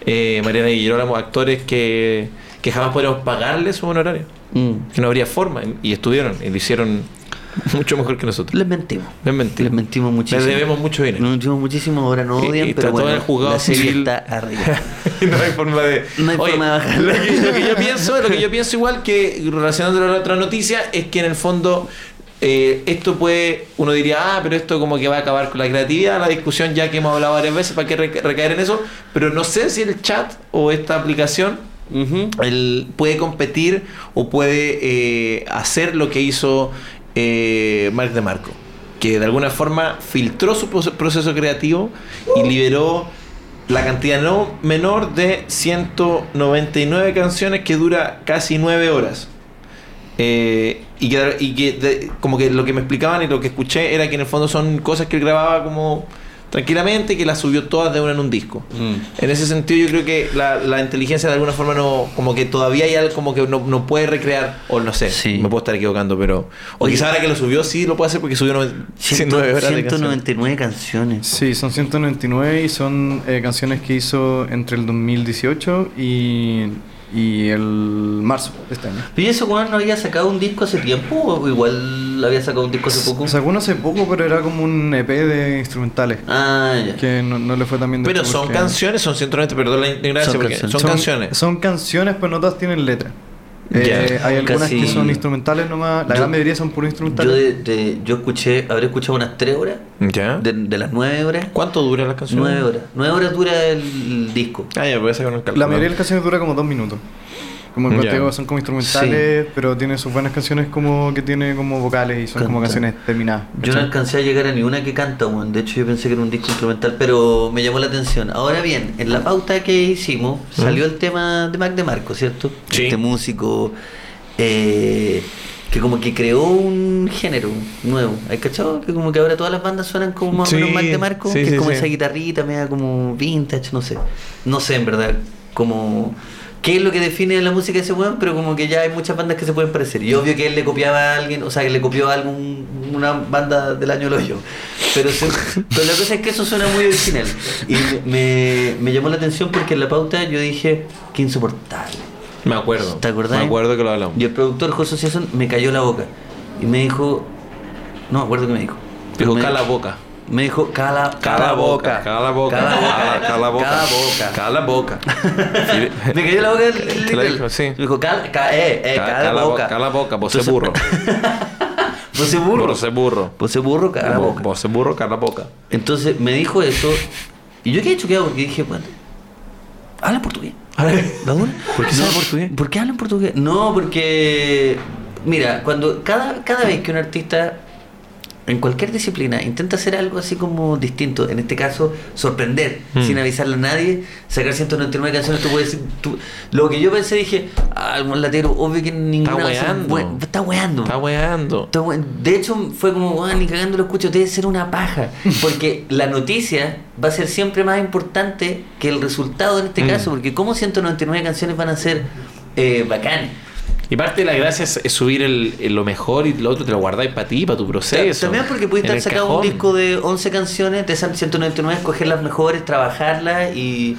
Speaker 3: eh, Mariana Guillermo, actores que, que jamás podríamos pagarles su honorario.
Speaker 1: Mm.
Speaker 3: Que no habría forma. Y estuvieron y lo hicieron mucho mejor que nosotros.
Speaker 1: Les mentimos.
Speaker 3: Les mentimos.
Speaker 1: Les mentimos muchísimo. Mm.
Speaker 3: Les debemos mucho dinero.
Speaker 1: Les mentimos muchísimo, ahora no
Speaker 3: Y-
Speaker 1: odian,
Speaker 3: y
Speaker 1: pero
Speaker 3: está todo
Speaker 1: bueno,
Speaker 3: en el juzgado
Speaker 1: la serie
Speaker 3: civil.
Speaker 1: está arriba.
Speaker 3: no hay forma de.
Speaker 1: No hay forma de bajar.
Speaker 3: Lo que, lo que yo pienso, lo que yo pienso igual que relacionándolo a la otra noticia, es que en el fondo eh, esto puede. Uno diría, ah, pero esto como que va a acabar con la creatividad, la discusión ya que hemos hablado varias veces, ¿para qué reca- recaer en eso? Pero no sé si el chat o esta aplicación. él puede competir o puede eh, hacer lo que hizo eh, Mark de Marco, que de alguna forma filtró su proce- proceso creativo y
Speaker 1: Uh.
Speaker 3: liberó la cantidad no menor de 199 canciones que dura casi 9 horas. Eh, y que, y que de- como que lo que me explicaban y lo que escuché era que en el fondo son cosas que él grababa como tranquilamente y que las subió todas de una en un disco. En ese sentido yo creo que la, la inteligencia de alguna forma no, como que todavía hay algo como que no, no puede recrear, o no sé,
Speaker 1: Sí.
Speaker 3: me puedo estar equivocando, pero... O
Speaker 1: Oye.
Speaker 3: quizá ahora que lo subió sí lo puede hacer porque subió 199 horas de canciones.
Speaker 1: 199 canciones.
Speaker 5: Sí, son 199 y son eh, canciones que hizo entre el 2018 y, y el marzo de este año.
Speaker 1: ¿Y eso, weón, no había sacado un disco hace tiempo? ¿O igual había sacado un disco hace poco?
Speaker 5: Sacó uno hace poco, pero era como un EP de instrumentales.
Speaker 1: Ah, ya.
Speaker 5: Que no, no le fue tan bien. de
Speaker 3: Pero
Speaker 5: hecho,
Speaker 3: son
Speaker 5: porque-
Speaker 3: canciones, son 190, perdón la ignorancia,
Speaker 1: Son
Speaker 3: porque
Speaker 1: canciones.
Speaker 3: son, canciones.
Speaker 5: Son canciones, pero no todas tienen letra.
Speaker 3: Ya.
Speaker 5: Eh, hay algunas
Speaker 1: Casi-
Speaker 5: que son instrumentales nomás. La
Speaker 1: Yo-
Speaker 5: gran mayoría son puros
Speaker 1: Yo,
Speaker 5: instrumentales.
Speaker 1: de- de- yo escuché, habré escuchado unas 3 horas,
Speaker 3: ¿Ya?
Speaker 1: de, de las 9 horas.
Speaker 3: ¿Cuánto dura la canción?
Speaker 1: 9 horas. 9 horas dura el, el disco.
Speaker 3: Ah, ya, voy a sacar un cálculo.
Speaker 5: La mayoría de las canciones dura como dos minutos. Como que
Speaker 3: Ya.
Speaker 5: te digo, son como instrumentales, pero tiene sus buenas canciones como que tiene como vocales y son como
Speaker 1: Canta.
Speaker 5: canciones terminadas.
Speaker 1: Yo no
Speaker 5: ¿cachai?
Speaker 1: alcancé a llegar a ninguna que canta, weón. De hecho, yo pensé que era un disco instrumental, pero me llamó la atención. Ahora bien, en la pauta que hicimos, salió el tema de Mac de Marco, ¿cierto?
Speaker 3: Sí.
Speaker 1: Este músico eh, que como que creó un género nuevo. ¿Hay cachado? Que como que ahora todas las bandas suenan como más o menos
Speaker 3: Sí,
Speaker 1: Mac de Marco,
Speaker 3: sí,
Speaker 1: que
Speaker 3: sí,
Speaker 1: es como
Speaker 3: sí.
Speaker 1: esa guitarrita, media como vintage, no sé. No sé, en verdad, como... ¿Qué es lo que define la música de ese weón? Pero como que ya hay muchas bandas que se pueden parecer. Y obvio que él le copiaba a alguien, o sea, que le copió a algún, una banda del año Loyo. Pero, se- pero la cosa es que eso suena muy original. Y me, me llamó la atención porque en la pauta yo dije, qué insoportable.
Speaker 3: Me acuerdo.
Speaker 1: ¿Te acordás?
Speaker 3: Me acuerdo que lo hablamos.
Speaker 1: Y el productor José Ciazón me cayó la boca. Y me dijo, no me acuerdo qué me dijo. Pero
Speaker 3: Dijo,
Speaker 1: me-
Speaker 3: cala boca.
Speaker 1: Me dijo, cala,
Speaker 3: Cala boca.
Speaker 1: Cala boca. Cala boca.
Speaker 3: Cala boca.
Speaker 1: Cala boca.
Speaker 3: Cala boca.
Speaker 1: Me cayó la boca el- el-
Speaker 3: Te lo
Speaker 1: el-
Speaker 3: dijo, sí.
Speaker 1: Me dijo, cala, ca- eh, eh,
Speaker 3: Ca-
Speaker 1: cala,
Speaker 3: Cala boca.
Speaker 1: boca.
Speaker 3: Cala boca. Vos se
Speaker 1: Entonces-
Speaker 3: burro.
Speaker 1: Vos se burro.
Speaker 3: Vos se burro.
Speaker 1: Vos se burro, cala boca.
Speaker 3: Vos se burro. Cala boca.
Speaker 1: Entonces me dijo eso. Y yo quedé choqueado porque dije, bueno, habla portugués. ¿Badul? ¿Por qué habla portugués? ¿Por qué hablan portugués? No, porque. Mira, cuando cada, cada vez que un artista en cualquier disciplina intenta hacer algo así como distinto, en este caso sorprender,
Speaker 3: Mm.
Speaker 1: sin avisarle a nadie, sacar 199 canciones, tú puedes decir, tú- lo que yo pensé dije, ah, algún latero, obvio que ninguna va a ser
Speaker 3: weando.
Speaker 1: buen- está weando.
Speaker 3: Está weando.
Speaker 1: Está buen- De hecho, fue como, "Weón, ni cagando lo escucho, debe ser una paja. Porque la noticia va a ser siempre más importante que el resultado en este
Speaker 3: Mm.
Speaker 1: caso. Porque, ¿cómo 199 canciones van a ser eh, bacán?
Speaker 3: Y parte de la gracia es, es subir el, el Eh, lo mejor y lo otro te lo guardáis para ti, para tu proceso.
Speaker 1: También porque pudiste
Speaker 3: En
Speaker 1: haber
Speaker 3: el
Speaker 1: sacado un
Speaker 3: cajón.
Speaker 1: disco de 11 canciones, de esas 199, escoger las mejores, trabajarlas y.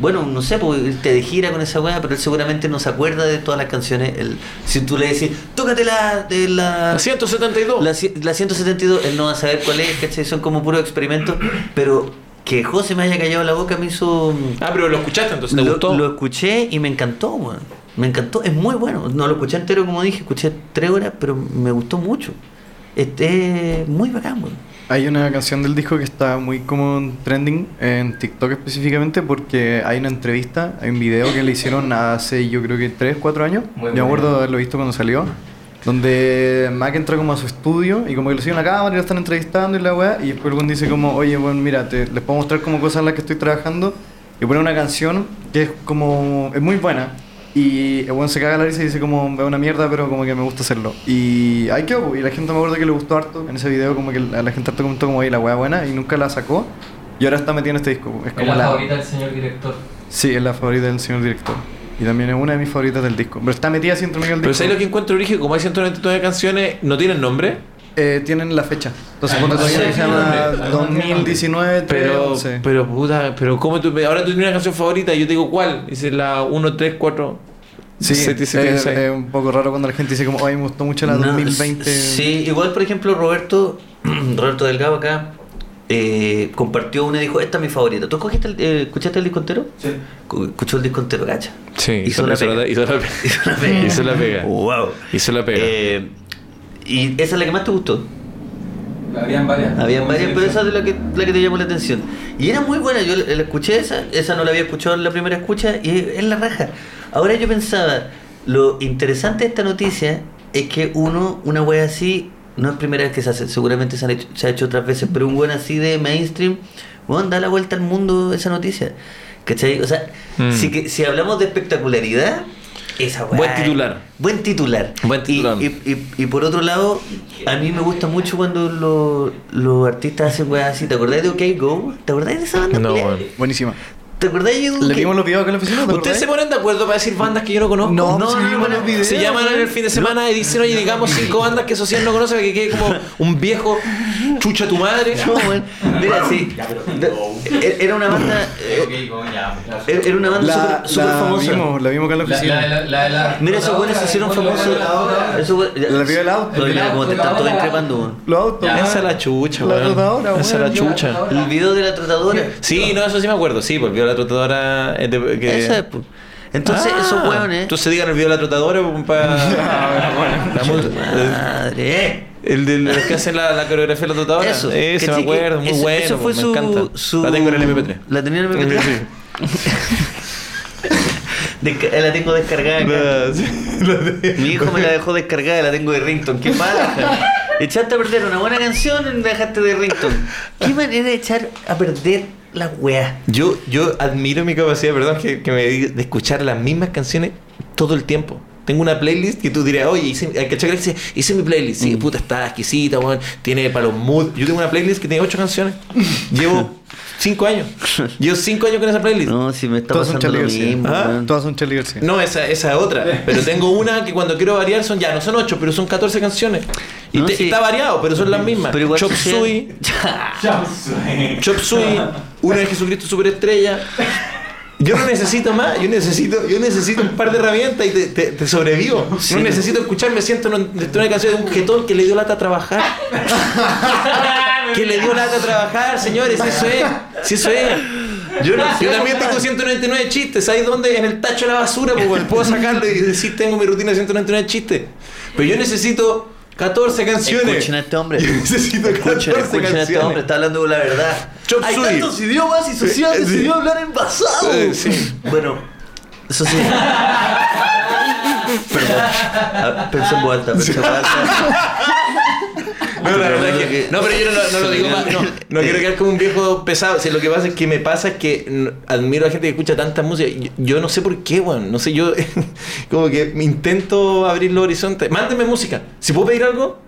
Speaker 1: Bueno, no sé, pues irte de gira con esa weá, pero él seguramente no se acuerda de todas las canciones. Él- si tú le decís, tócate la. De la
Speaker 3: La 172.
Speaker 1: La, ci- la 172, él no va a saber cuál es, ¿cachai? Son como puros experimentos, pero que José me haya callado la boca me hizo...
Speaker 3: Ah, pero lo escuchaste, entonces te
Speaker 1: lo,
Speaker 3: gustó.
Speaker 1: lo escuché y me encantó, weón. Me encantó, es muy bueno. No lo escuché entero, como dije, escuché tres horas, pero me gustó mucho. Este es muy bacán, weón.
Speaker 5: Hay una canción del disco que está muy como en trending en TikTok específicamente porque hay una entrevista, hay un video que le hicieron hace yo creo que 3, 4 años.
Speaker 6: Muy
Speaker 5: yo me acuerdo
Speaker 6: bueno.
Speaker 5: de haberlo visto cuando salió. Donde Mac entra como a su estudio y como que le siguen la cámara y lo están entrevistando y la weá. Y después el weón dice como, oye, bueno, mira, te, les puedo mostrar como cosas en las que estoy trabajando. Y pone una canción que es como, es muy buena. Y el weón se caga la risa y dice como, es una mierda, pero como que me gusta hacerlo. Y ahí quedó, y la gente me acuerdo que le gustó harto en ese video, como que a la gente harto comentó como, oye, la weá buena, y nunca la sacó. Y ahora está metida en este disco. Es
Speaker 6: Es
Speaker 5: como
Speaker 6: la
Speaker 5: la...
Speaker 6: favorita del señor director.
Speaker 5: Sí, es la favorita del señor director. Y también es una de mis favoritas del disco. Pero está metida así entre medio del
Speaker 3: Pero
Speaker 5: disco.
Speaker 3: ¿sabes lo que encuentro origen? Como hay 199 canciones, no tienen nombre.
Speaker 5: Eh, tienen la fecha. Entonces,
Speaker 6: Ah,
Speaker 5: cuando
Speaker 6: no
Speaker 5: todavía
Speaker 6: sé,
Speaker 5: se
Speaker 6: no
Speaker 5: llama
Speaker 6: sé, no sé.
Speaker 5: 2019,
Speaker 3: Pero,
Speaker 5: 3,
Speaker 3: pero puta, pero ¿cómo tú? Ahora tú tienes una canción favorita y yo te digo cuál. Dice la 1, 3, 4,
Speaker 5: Sí,
Speaker 3: 7,
Speaker 5: eh,
Speaker 3: 7, 6.
Speaker 5: es un poco raro cuando la gente dice como, ay, me gustó mucho la
Speaker 1: No,
Speaker 5: 2020.
Speaker 1: Sí, igual por ejemplo Roberto, Roberto Delgado acá, eh, compartió una y dijo, esta es mi favorita. ¿Tú escogiste el- eh, escuchaste el disco entero?
Speaker 2: Sí.
Speaker 1: Cu- Escuchó el disco entero, cacha.
Speaker 3: Sí,
Speaker 1: Hizo
Speaker 3: hizo
Speaker 1: la
Speaker 3: la pega.
Speaker 1: pega.
Speaker 3: Hizo la pega.
Speaker 1: Hizo la pega.
Speaker 3: Hizo la pega. Uh.
Speaker 1: Wow.
Speaker 3: Hizo la pega.
Speaker 1: Eh, y esa es la que más te gustó.
Speaker 6: Habían varias.
Speaker 1: Habían varias, pero esa es la que, la que te llamó la atención. Y era muy buena, yo la, la escuché esa, esa no la había escuchado en la primera escucha y es la raja. Ahora yo pensaba, lo interesante de esta noticia es que uno, una wea así, no es primera vez que se hace, seguramente se, han hecho- se ha hecho otras veces, pero un weón así de mainstream, weón, da la vuelta al mundo esa noticia. ¿Cachai? O sea,
Speaker 3: Mm.
Speaker 1: si, que, si hablamos de espectacularidad, esa wea.
Speaker 3: Buen
Speaker 1: es-
Speaker 3: titular.
Speaker 1: Buen titular.
Speaker 3: Buen
Speaker 1: Y-
Speaker 3: titular.
Speaker 1: y- y, y por otro lado, a mí me gusta mucho cuando lo- los artistas hacen weas así. ¿Te acordás de OK Go? ¿Te acordás de esa banda?
Speaker 3: No,
Speaker 1: culiá?
Speaker 3: weón.
Speaker 5: Buenísima.
Speaker 1: ¿Te acordás de
Speaker 5: Le
Speaker 1: OK?
Speaker 5: vimos los videos acá en la oficina, ¿te
Speaker 3: ¿Ustedes
Speaker 5: acordás?
Speaker 3: se ponen de acuerdo para decir bandas que yo no pues, conozco?
Speaker 1: No,
Speaker 5: No, no,
Speaker 1: no,
Speaker 5: no,
Speaker 1: no, no.
Speaker 3: Se llaman en el fin de semana y dicen, oye, digamos cinco bandas que Social no conoce, que quede como un viejo chucha tu madre.
Speaker 1: No, weón. Mira, sí. Era- Era una banda. eh, Era una banda
Speaker 5: La,
Speaker 1: súper súper
Speaker 5: la
Speaker 1: famosa.
Speaker 5: vimos, la vimos acá en la
Speaker 6: La,
Speaker 5: oficina.
Speaker 6: la, la, la, la,
Speaker 1: Mira, esos buenos se hicieron famosos. Esos güeyes- ya-
Speaker 5: La vio el auto.
Speaker 1: No, mira, como te están todos increpando, weón.
Speaker 5: Los autos. Ah,
Speaker 6: Ya,
Speaker 3: Esa es la chucha,
Speaker 5: La
Speaker 3: weón.
Speaker 5: trotadora, weón,
Speaker 3: Esa es la
Speaker 5: ya.
Speaker 3: chucha.
Speaker 1: El video de la tratadora.
Speaker 3: Sí, no, eso sí me acuerdo. Sí, pues viola trotadora. eh, de- que-
Speaker 1: Esa es, po. Entonces,
Speaker 3: Ah,
Speaker 1: esos Ah, hueones.
Speaker 3: Entonces digan el viola trotadora, pues, para. La mu-
Speaker 1: Madre. eh.
Speaker 3: El de los que hacen la, la coreografía de la trotadora.
Speaker 1: Eso,
Speaker 3: Ese me
Speaker 1: ¿cachai?
Speaker 3: acuerdo, muy
Speaker 1: Eso-
Speaker 3: bueno.
Speaker 1: eso fue
Speaker 3: me
Speaker 1: su-
Speaker 3: encanta.
Speaker 1: su-
Speaker 3: La tengo en el MP3.
Speaker 1: La tenía en el MP3. Desca- la tengo descargada. acá. Mi hijo me Ah, la dejó descargada, la tengo de Rington. Qué paja. Echaste a perder una buena canción y la dejaste de Rington. Qué manera de echar a perder la weá.
Speaker 3: Yo, yo admiro mi capacidad, perdón, que, que me dedico de escuchar las mismas canciones todo el tiempo. Tengo una playlist que tú dirás, oye, hice, hay que checar, dice, hice mi playlist. Sí, puta, está exquisita, weón. Tiene para los moods. Yo tengo una playlist que tiene ocho canciones. Llevo cinco años. Llevo cinco años con esa playlist.
Speaker 1: No, si me está
Speaker 5: Todas son
Speaker 1: pasando lo
Speaker 5: Charlie García.
Speaker 1: mismo.
Speaker 3: Ah,
Speaker 1: weón.
Speaker 5: Todas son Charlie García.
Speaker 3: No, esa, esa es otra. Pero tengo una que cuando quiero variar son ya, no son ocho, pero son 14 canciones. Y
Speaker 1: No,
Speaker 3: te-
Speaker 1: sí.
Speaker 3: está variado, pero son las mismas.
Speaker 1: Pero igual
Speaker 3: Chop
Speaker 1: sucede-
Speaker 3: Suey, Chop Suey, una de Jesucristo Superestrella. Yo no necesito más, yo necesito, yo necesito un par de herramientas y te, te- te sobrevivo. No necesito escucharme siento una, una canción de un jetón que le dio lata a trabajar. que le dio lata a trabajar, señores, eso es, si eso es. Yo, también tengo 199 chistes, ¿sabes dónde? En el tacho de la basura, pues, bueno, puedo sacarlo y decir tengo mi rutina de 199 chistes. Pero yo necesito 14 canciones.
Speaker 1: Escuchen a este hombre.
Speaker 3: Yo necesito
Speaker 1: Escuchen,
Speaker 3: 14
Speaker 1: escuchen a este
Speaker 3: canciones.
Speaker 1: hombre, está hablando con la verdad.
Speaker 3: Chop
Speaker 1: Hay
Speaker 3: suey.
Speaker 1: tantos idiomas y Social
Speaker 3: Eh, eh, sí.
Speaker 1: decidió hablar en pasado.
Speaker 3: Eh, sí.
Speaker 1: Bueno, eso sí. Perdón. Ah, Pensé en vuelta, pensé en vuelta.
Speaker 3: No, la verdad es que. No, pero yo no, no lo digo más. No, no quiero quedar como un viejo pesado. Si lo que pasa es que me pasa es que mm, admiro a gente que escucha tanta música. Yo, yo no sé por qué, weón. No sé, yo como que me intento abrir los horizontes. Mándenme música. Si puedo pedir algo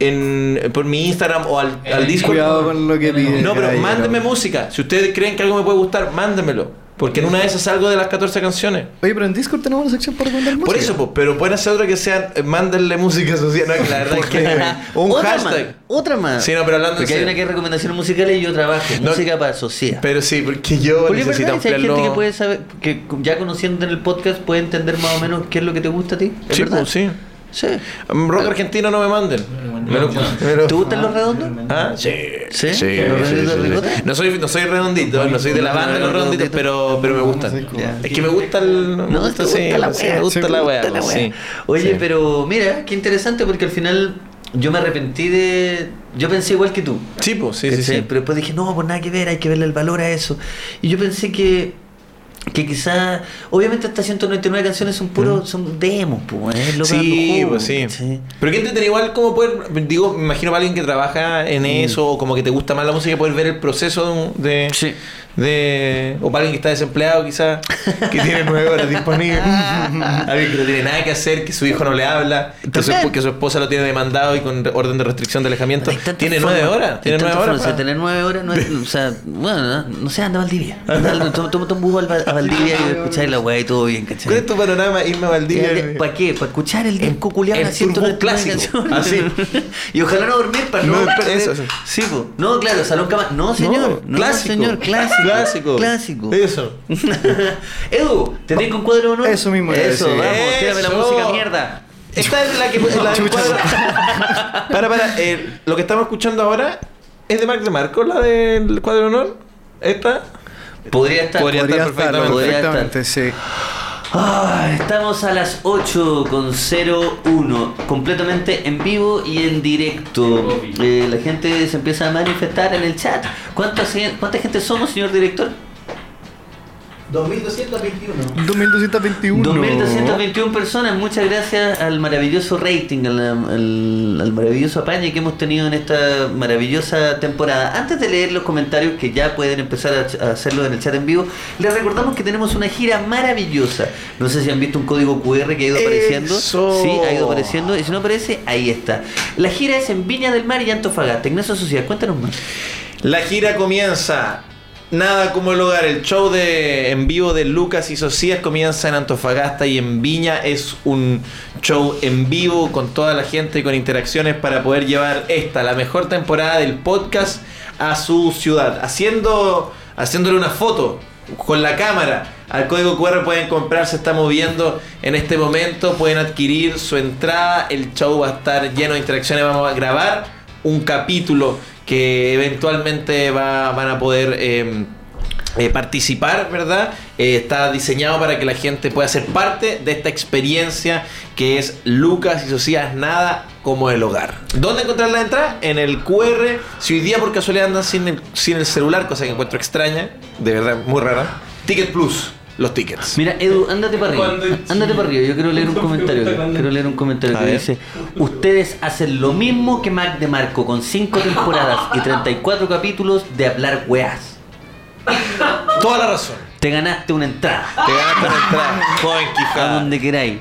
Speaker 3: en, por mi Instagram o al, al
Speaker 6: Eh,
Speaker 3: Discord.
Speaker 5: Cuidado con lo que piden.
Speaker 3: No, pero
Speaker 5: caballero.
Speaker 3: mándenme música. Si ustedes creen que algo me puede gustar, mándenmelo. Porque en una de esas salgo de las 14 canciones.
Speaker 5: Oye, pero en Discord tenemos una sección para recomendar música.
Speaker 3: Por eso, pues, pero pueden hacer otra que sean, eh, mándenle música social. No, que la verdad es que. Un
Speaker 1: otra
Speaker 3: hashtag.
Speaker 1: Más, otra más.
Speaker 3: Sí, no, pero hablando en
Speaker 1: Porque hay
Speaker 3: serio.
Speaker 1: una que es recomendaciones musicales y otra abajo.
Speaker 3: No.
Speaker 1: música para sociedad.
Speaker 3: Pero sí, porque yo
Speaker 1: Porque es
Speaker 3: necesito
Speaker 1: verdad, si hay
Speaker 3: ampliarlo.
Speaker 1: gente que puede saber, que ya conociendo en el podcast puede entender más o menos qué es lo que te gusta a ti. ¿Es
Speaker 3: Sí,
Speaker 1: verdad?
Speaker 3: pues, sí.
Speaker 1: Sí.
Speaker 3: Mm, Rock argentino no me manden. Me lo- me lo-
Speaker 1: ¿Te gustan los redondos?
Speaker 3: ¿Ah? Sí.
Speaker 1: ¿Sí?
Speaker 3: Sí, sí,
Speaker 1: ¿Los
Speaker 3: sí,
Speaker 1: redondos
Speaker 3: sí.
Speaker 1: ricotes?
Speaker 3: No soy, no soy redondito, no soy de la banda de los redonditos, pero, pero me gustan.
Speaker 5: Ya.
Speaker 3: Es que me gusta el. me
Speaker 1: No,
Speaker 3: gusta,
Speaker 1: te
Speaker 3: sí,
Speaker 1: gusta la
Speaker 3: sí,
Speaker 1: wea,
Speaker 3: me gusta
Speaker 5: sí,
Speaker 3: la
Speaker 5: me
Speaker 3: wea,
Speaker 5: gusta la
Speaker 3: pues,
Speaker 5: wea.
Speaker 3: sí.
Speaker 1: Oye,
Speaker 3: Sí.
Speaker 1: pero mira, qué interesante porque al final yo me arrepentí de... Yo pensé igual que tú.
Speaker 3: Sí, pues, sí, sí,
Speaker 1: ¿cachai?
Speaker 3: sí.
Speaker 1: Pero después dije, no, pues nada que ver, hay que verle el valor a eso. Y yo pensé que... Que quizás, obviamente estas 199 canciones son puros, son demos, pues, es lo que dando
Speaker 3: Mm. Sí,
Speaker 1: jugo,
Speaker 3: pues sí.
Speaker 1: ¿cachai?
Speaker 3: Pero que entretenía igual como poder, digo, me imagino para alguien que trabaja en eso o como que te gusta más la música, poder ver el proceso de un- de...
Speaker 1: Mm. Sí.
Speaker 3: de- o para alguien que está desempleado quizás, que tiene nueve horas disponibles, alguien que no tiene nada que hacer, que su hijo no le habla, que su,
Speaker 1: También.
Speaker 3: que su esposa lo tiene demandado y con orden de restricción de alejamiento,
Speaker 1: Hay tantas
Speaker 3: tiene
Speaker 1: formas,
Speaker 3: nueve horas,
Speaker 1: hay
Speaker 3: tiene nueve
Speaker 1: tantas formas,
Speaker 3: horas.
Speaker 1: o sea,
Speaker 3: pa-
Speaker 1: tener nueve horas no es, o sea, bueno, no, no sé, anda a Valdivia. Anda, Toma, toma un bus al- a Valdivia y escucháis la weá y todo bien,
Speaker 3: ¿Cuál es
Speaker 1: ¿cachai?
Speaker 3: tu panorama? Irme a Valdivia.
Speaker 1: ¿Para qué? Para escuchar el disco culiado
Speaker 3: el
Speaker 1: de 199
Speaker 3: turboclásico.
Speaker 1: canciones. y ojalá no dormir para no,
Speaker 3: No,
Speaker 1: perder-
Speaker 3: eso, eso.
Speaker 1: Sí, po. No, claro, salón cama. No, señor. No,
Speaker 3: clásico.
Speaker 1: señor, clásico.
Speaker 3: Clásico.
Speaker 1: Clásico.
Speaker 3: Eso.
Speaker 1: Edu, ¿te tengo un cuadro o no?
Speaker 5: Eso mismo iba a
Speaker 1: Eso,
Speaker 5: decir.
Speaker 1: vamos, tírame la
Speaker 3: Eso.
Speaker 1: música, mierda.
Speaker 3: Esta es la que la del
Speaker 5: Chucha.
Speaker 3: cuadro- Para, para. eh, lo que estamos escuchando ahora es de Mac de Marco, la del cuadro de honor. Esta.
Speaker 1: Podría estar.
Speaker 3: Podría
Speaker 5: Podría
Speaker 3: estar
Speaker 5: estarlo,
Speaker 3: perfectamente.
Speaker 5: perfectamente, sí.
Speaker 1: Ah, estamos a las 8 con 01, completamente en vivo y en directo. Eh, la gente se empieza a manifestar en el chat. ¿Cuánta, se- cuánta gente somos, señor director?
Speaker 6: 2221.
Speaker 5: 2221.
Speaker 1: 2.321 personas. Muchas gracias al maravilloso rating, al, al- al maravilloso apañe que hemos tenido en esta maravillosa temporada. Antes de leer los comentarios que ya pueden empezar a ch- a, hacerlo en el chat en vivo, les recordamos que tenemos una gira maravillosa. No sé si han visto un código QR que ha ido apareciendo.
Speaker 3: Eso.
Speaker 1: Sí, ha ido apareciendo. Y si no aparece, ahí está. La gira es en Viña del Mar y Antofagasta. Ignacio Sociedad, cuéntanos más.
Speaker 3: La gira comienza. Nada como el hogar. El show de en vivo de Lucas y Socias comienza en Antofagasta y en Viña. Es un show en vivo con toda la gente y con interacciones para poder llevar esta, la mejor temporada del podcast, a su ciudad. Haciendo, haciéndole una foto con la cámara. Al código QR pueden comprar, se está moviendo en este momento, pueden adquirir su entrada, el show va a estar lleno de interacciones, vamos a grabar un capítulo que eventualmente va- van a poder eh, eh, participar, ¿verdad? Eh, está diseñado para que la gente pueda ser parte de esta experiencia que es Lucas y Socias Nada como el hogar. ¿Dónde encontrar la entrada? En el QR. Si hoy día por casualidad andan sin el, sin el celular, cosa que encuentro extraña, de verdad, muy rara. Ticket Plus, los tickets.
Speaker 1: Mira, Edu, ándate para arriba.
Speaker 6: Cuando-
Speaker 1: Ándate para arriba. Yo quiero leer un comentario. Quiero leer un comentario
Speaker 3: A
Speaker 1: que
Speaker 3: ver.
Speaker 1: dice: Ustedes hacen lo mismo que Mac de Marco con 5 temporadas y 34 capítulos de hablar weas.
Speaker 3: Toda la razón.
Speaker 1: Te ganaste una entrada.
Speaker 3: Te ganas con la entrada, joven
Speaker 1: A
Speaker 3: Quijada.
Speaker 1: donde queráis.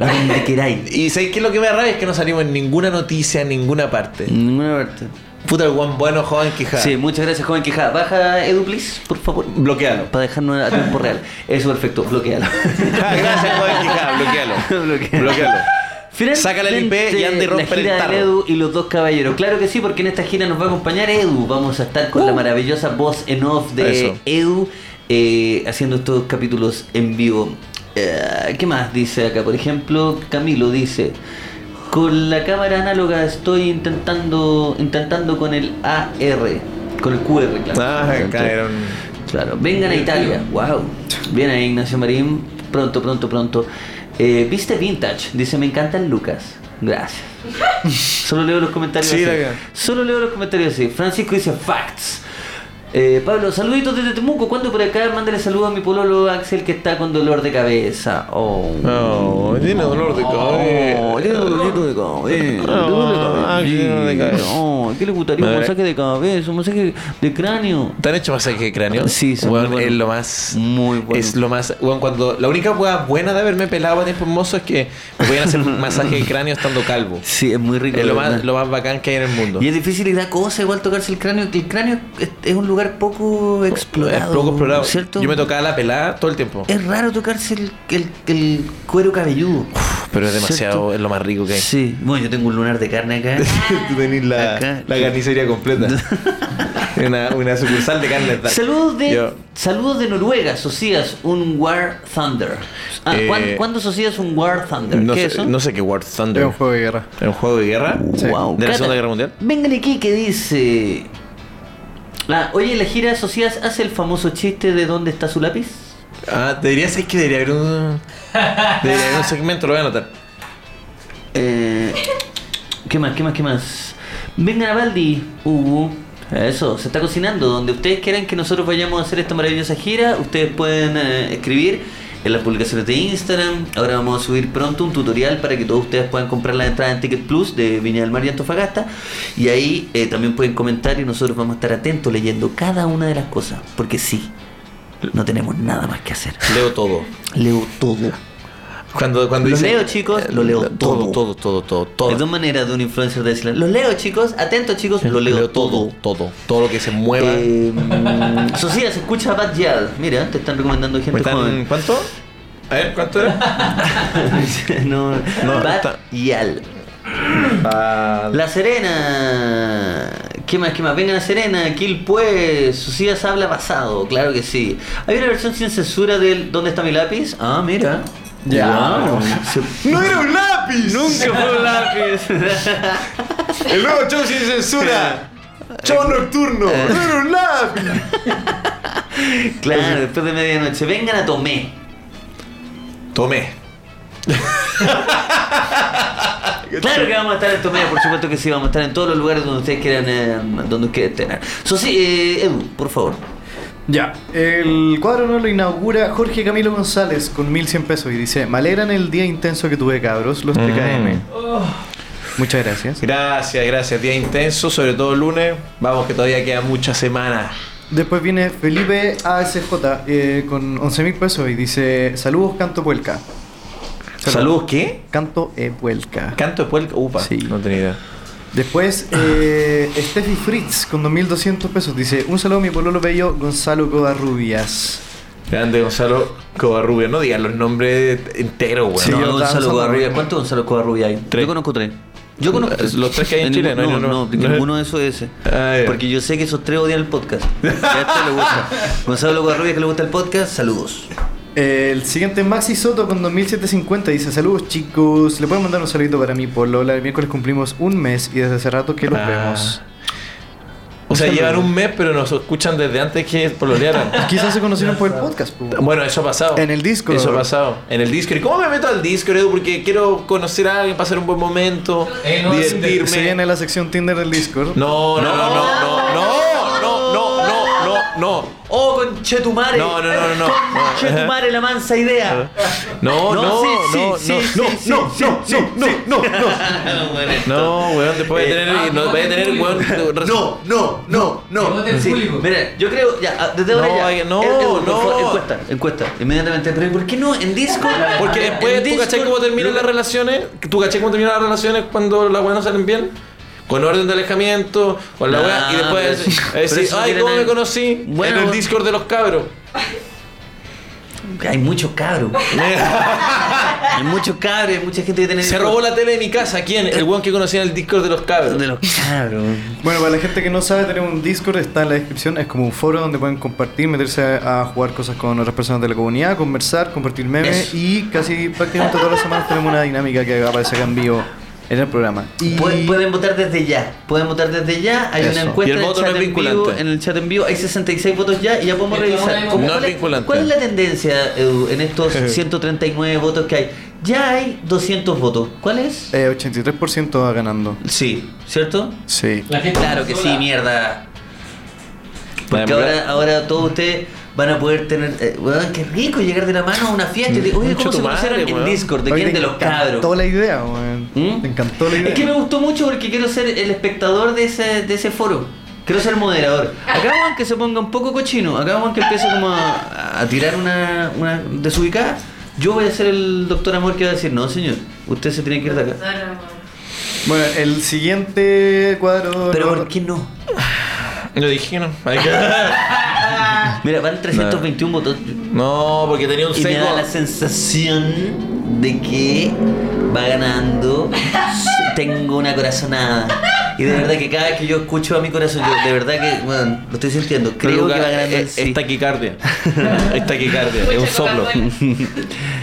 Speaker 1: A donde queráis.
Speaker 3: Y ¿sabéis qué es lo que me da rabia? Es que no salimos en ninguna noticia, en ninguna parte.
Speaker 1: En Ninguna parte.
Speaker 3: Puta, el buen bueno, joven Quijada.
Speaker 1: Sí, muchas gracias, joven Quijada. Baja Edu, please, por favor.
Speaker 3: Bloquealo.
Speaker 1: Para dejarnos a tiempo real. Eso perfecto, bloquealo.
Speaker 3: Ah, Gracias, joven Quijada, bloquealo.
Speaker 1: bloquealo.
Speaker 3: bloquealo.
Speaker 1: Finalmente,
Speaker 3: Sácale el IP y ande y rompe
Speaker 1: la
Speaker 3: el
Speaker 1: gira
Speaker 3: tarro.
Speaker 1: del Edu y los dos caballeros. Claro que sí, porque en esta gira nos va a acompañar Edu. Vamos a estar con la maravillosa voz en off de
Speaker 3: Uh. Eso.
Speaker 1: Edu eh, haciendo estos capítulos en vivo. Eh, ¿Qué más dice acá? Por ejemplo, Camilo dice. Con la cámara análoga estoy intentando intentando con el AR, con el QR, claro.
Speaker 3: Ah, cayeron.
Speaker 1: Claro, vengan a Italia. Wow. Bien ahí, Ignacio Marín. Pronto, pronto, pronto. Eh, Viste Vintage. Dice, me encanta el Lucas. Gracias. Solo leo los comentarios
Speaker 3: Sí,
Speaker 1: así.
Speaker 3: la que-
Speaker 1: Solo leo los comentarios así. Francisco dice, facts. Eh, Pablo, saluditos desde Temuco. ¿Cuándo por acá? Mándale saludos a mi pololo Axel que está con dolor de cabeza. Oh.
Speaker 3: No, tiene dolor de
Speaker 1: Oh, tiene dolor de cabeza. dolor de cabeza.
Speaker 3: Ah, tiene dolor de cabeza.
Speaker 1: Oh, ¿Qué le gustaría? Un
Speaker 3: Madre.
Speaker 1: masaje de cabeza, un masaje de cráneo.
Speaker 3: ¿Te han hecho masaje de cráneo?
Speaker 1: Sí, son
Speaker 3: Weón,
Speaker 1: muy buenos.
Speaker 3: es lo más.
Speaker 1: Muy bueno.
Speaker 3: Es lo más. Weón, cuando. La única weá buena de haberme pelado a tiempo hermoso es que me podían hacer un masaje de cráneo estando calvo.
Speaker 1: Sí, es muy rico.
Speaker 3: Es lo
Speaker 1: la
Speaker 3: más,
Speaker 1: verdad.
Speaker 3: lo más bacán que hay en el mundo.
Speaker 1: Y es difícil y da cosa igual tocarse el cráneo, que el cráneo es, es un lugar poco explorado.
Speaker 3: Es poco explorado.
Speaker 1: ¿Cierto?
Speaker 3: Yo me tocaba la pelada todo el tiempo.
Speaker 1: Es raro tocarse el, el- el cuero cabelludo.
Speaker 3: Pero es demasiado,
Speaker 1: ¿Cierto?
Speaker 3: es lo más rico que hay.
Speaker 1: Sí, bueno, yo tengo un lunar de carne acá.
Speaker 3: Tú tenés
Speaker 1: Acá. eh,
Speaker 3: carnicería completa. una, una sucursal de carne. tal.
Speaker 1: saludos de
Speaker 3: Yo-
Speaker 1: saludos de Noruega, Socias, un War Thunder. Ah,
Speaker 3: Eh,
Speaker 1: ¿cuán- ¿cuándo Socias un War Thunder?
Speaker 3: no,
Speaker 1: ¿Qué
Speaker 3: sé,
Speaker 1: es eso?
Speaker 3: no sé qué War Thunder.
Speaker 5: Es un juego de guerra.
Speaker 3: ¿Es un juego de guerra?
Speaker 5: Sí.
Speaker 1: Guau,
Speaker 3: ¿De la
Speaker 1: Cata,
Speaker 3: Segunda Guerra Mundial?
Speaker 1: Vengan aquí que dice. Ah, oye, la gira Socias hace el famoso chiste de dónde está su lápiz.
Speaker 3: Ah, debería ser que debería haber un. Debería haber un segmento, lo voy a anotar.
Speaker 1: Eh, ¿Qué más? ¿Qué más? ¿Qué más? Vengan a Baldi, Hugo. Eso, se está cocinando. Donde ustedes quieran que nosotros vayamos a hacer esta maravillosa gira, ustedes pueden eh, escribir en las publicaciones de Instagram. Ahora vamos a subir pronto un tutorial para que todos ustedes puedan comprar la entrada en Ticket Plus de Viña del Mar y Antofagasta. Y ahí eh, también pueden comentar y nosotros vamos a estar atentos leyendo cada una de las cosas. Porque sí, no tenemos nada más que hacer.
Speaker 3: Leo todo.
Speaker 1: Leo todo.
Speaker 3: Cuando, cuando
Speaker 1: Lo
Speaker 3: dice-
Speaker 1: leo, chicos, lo leo todo.
Speaker 3: Todo, todo, todo, todo. todo.
Speaker 1: Hay dos maneras de un influencer de decirlo. Los leo, chicos. Atentos, chicos. Los leo, todo.
Speaker 3: todo. Todo, lo que se mueva.
Speaker 1: Eh, mm, Socia, se escucha a Bad Yal. Mira, te Pues están recomendando gente
Speaker 3: Me están-
Speaker 1: joven.
Speaker 3: ¿Cuánto? A ver, ¿cuánto era?
Speaker 1: no,
Speaker 3: No,
Speaker 1: Bad
Speaker 3: está-
Speaker 1: Yal.
Speaker 3: Ah,
Speaker 1: La Serena. ¿Qué más? ¿Qué más? Vengan a Serena, Kill pues. Socias habla pasado, claro que sí. Hay una versión sin censura del ¿Dónde está mi lápiz? Ah, mira.
Speaker 5: Ya.
Speaker 1: Guau. Se-
Speaker 2: ¡No era un lápiz!
Speaker 1: Nunca fue un lápiz.
Speaker 2: ¡El nuevo show sin censura! ¡Show nocturno!
Speaker 5: Eh.
Speaker 2: ¡No era un lápiz!
Speaker 1: claro, después de medianoche. Vengan a Tomé.
Speaker 3: Tomé.
Speaker 1: Claro que vamos a estar en Tomé, por supuesto que sí, vamos a estar en todos los lugares donde ustedes quieran, eh, donde quieran tener. So, sí, eh, Edu, por favor.
Speaker 5: Ya, el cuadro no lo inaugura Jorge Camilo González con 1100 pesos y dice: Me alegran el día intenso que tuve, cabros, los TKM. Muchas gracias.
Speaker 3: Gracias, gracias. Día intenso, sobre todo el lunes. Vamos que todavía queda mucha semana.
Speaker 5: Después viene Felipe ASJ eh, con 11 mil pesos y dice: Saludos, canto puelca.
Speaker 3: ¿Saludos qué?
Speaker 5: Canto e puelca.
Speaker 3: Canto de puelca. Upa,
Speaker 5: Sí.
Speaker 3: no tenía idea.
Speaker 5: Después, eh, Steffi Fritz con 2200 pesos dice: Un saludo a mi pololo bello Gonzalo Covarrubias.
Speaker 3: Grande Gonzalo Covarrubia. No digan los nombres enteros, weón.
Speaker 5: Sí,
Speaker 1: no,
Speaker 5: yo estaba
Speaker 1: Gonzalo
Speaker 5: pensando-
Speaker 1: Covarrubia. ¿Cuántos Gonzalo Covarrubia hay?
Speaker 3: Tres.
Speaker 1: Yo conozco tres. Yo conozco tres.
Speaker 3: Los tres que hay en Chile, no hay
Speaker 1: ninguno- no,
Speaker 3: ninguno.
Speaker 1: no, de ninguno de esos es ese.
Speaker 3: Ah, ya.
Speaker 1: Porque yo sé que esos tres odian el podcast. Y a este le gusta. Gonzalo Covarrubia que le gusta el podcast, saludos.
Speaker 5: El siguiente es Maxi Soto con 2750 dice saludos chicos, le pueden mandar un saludito para mi polola, el miércoles cumplimos un mes y desde hace rato que los
Speaker 3: Ah.
Speaker 5: vemos.
Speaker 3: O sea,
Speaker 5: Saludos.
Speaker 3: llevan un mes, pero nos escuchan desde antes que pololearan.
Speaker 5: Quizás se conocieron por el podcast. pues. po.
Speaker 3: Bueno, eso ha pasado.
Speaker 5: En el Discord.
Speaker 3: Eso ha pasado. En el Discord. ¿Y cómo me meto al Discord, Edu? Porque quiero conocer a alguien, pasar un buen momento,
Speaker 6: Eh, no,
Speaker 3: divertirme.
Speaker 5: Se viene la sección Tinder del Discord.
Speaker 3: No, no, no, no, no, no, no, no, no, no, no.
Speaker 1: Oh, conchetumare.
Speaker 3: No, no, no, no, no.
Speaker 1: Conchetumare, la mansa idea.
Speaker 3: No, no, no,
Speaker 1: sí,
Speaker 3: no,
Speaker 1: sí,
Speaker 3: no,
Speaker 1: sí,
Speaker 3: no,
Speaker 1: sí,
Speaker 3: no,
Speaker 1: sí, sí,
Speaker 3: no, no, no, no, no. No, weón, después de tener, Eh, ah, no, voy a tener, weón, res-
Speaker 1: No, no, no,
Speaker 6: Que vote el público.
Speaker 1: Mira, yo creo, ya, ah, desde ahora
Speaker 3: No,
Speaker 1: ya.
Speaker 3: hay- no,
Speaker 1: Eh, eh, por
Speaker 3: no.
Speaker 1: favor, Encuesta, encuesta, inmediatamente. Pero ¿por qué no? En Discord.
Speaker 3: Porque
Speaker 1: en-
Speaker 3: después,
Speaker 1: en
Speaker 3: ¿tú
Speaker 1: Discord-
Speaker 3: cachai cómo terminan las relaciones? ¿Tú cachai cómo terminan las relaciones cuando las weas no salen bien? Con orden de alejamiento, con la
Speaker 1: Nah,
Speaker 3: wea, y después
Speaker 1: pero-
Speaker 3: eh, decís,
Speaker 1: pero eso no
Speaker 3: ay,
Speaker 1: tiene
Speaker 3: ¿cómo
Speaker 1: nada-
Speaker 3: me conocí?
Speaker 1: Bueno,
Speaker 3: en el
Speaker 1: weón.
Speaker 3: Discord de los cabros.
Speaker 1: Hay muchos cabros. hay muchos cabros, hay mucha gente que tiene.
Speaker 3: Se robó la tele de mi casa. ¿Quién? El weón que conocía en el Discord de los cabros.
Speaker 1: De los cabros.
Speaker 5: Bueno, para la gente que no sabe, tenemos un Discord, está en la descripción, es como un foro donde pueden compartir, meterse a, a jugar cosas con otras personas de la comunidad, conversar, compartir memes
Speaker 1: Eso.
Speaker 5: y casi prácticamente todas las semanas tenemos una dinámica que aparece acá en vivo en el programa. Y
Speaker 1: Pueden, pueden votar desde ya. Pueden votar desde ya. Hay una
Speaker 5: Eso.
Speaker 1: encuesta
Speaker 3: Y el
Speaker 1: en,
Speaker 3: voto no
Speaker 1: chat
Speaker 3: es
Speaker 1: en, vivo,
Speaker 3: vinculante.
Speaker 1: en el chat en vivo. Hay 66 votos ya y ya podemos
Speaker 6: Esto no
Speaker 1: revisar.
Speaker 6: es-
Speaker 1: ¿Cómo-
Speaker 3: no es
Speaker 1: cuál,
Speaker 3: vinculante.
Speaker 1: ¿Cuál es la tendencia, Edu, en estos 139 votos que hay? Ya hay 200 votos. ¿Cuál es?
Speaker 5: eh, 83% va ganando.
Speaker 1: Sí, ¿cierto?
Speaker 5: Sí.
Speaker 6: La gente
Speaker 1: Claro que
Speaker 6: sola.
Speaker 1: sí, mierda. Porque
Speaker 3: La democra-
Speaker 1: ahora, ahora todos ustedes van a poder tener. eh, weón, qué rico llegar de la mano a una fiesta. y te- Oye,
Speaker 3: Mm, Concha
Speaker 1: ¿cómo se
Speaker 3: tu madre,
Speaker 1: conocieron en
Speaker 3: weón.
Speaker 1: Discord? ¿De
Speaker 5: Oye,
Speaker 1: quién?
Speaker 5: te
Speaker 1: De los
Speaker 5: encantó
Speaker 1: cabros.
Speaker 5: la idea, weón.
Speaker 1: ¿Mm?
Speaker 5: Te encantó la idea.
Speaker 1: Es que me gustó mucho porque quiero ser el espectador de ese, de ese foro. Quiero ser moderador. Acá weón que se ponga un poco cochino. Acá weón que empiece como a, a tirar una, una desubicada. Yo voy a ser el doctor amor que va a decir, no señor, usted se tiene que ir de acá.
Speaker 5: Bueno, el siguiente cuadro.
Speaker 1: Pero
Speaker 5: no-
Speaker 1: ¿por qué no?
Speaker 3: Lo dijeron. Hay que-
Speaker 1: Mira, van 321 votos.
Speaker 3: No, porque tenía un
Speaker 1: Y me
Speaker 3: seco.
Speaker 1: da la sensación de que va ganando. Tengo una corazonada. Y de verdad que cada vez que yo escucho a mi corazón, yo de verdad que, bueno, lo estoy sintiendo. Creo
Speaker 3: Creo
Speaker 1: que va ganando. el
Speaker 3: es,
Speaker 1: sí.
Speaker 3: eh, es taquicardia. es taquicardia, es un
Speaker 7: Mucha
Speaker 3: soplo. Ah,
Speaker 7: Coca-Cola.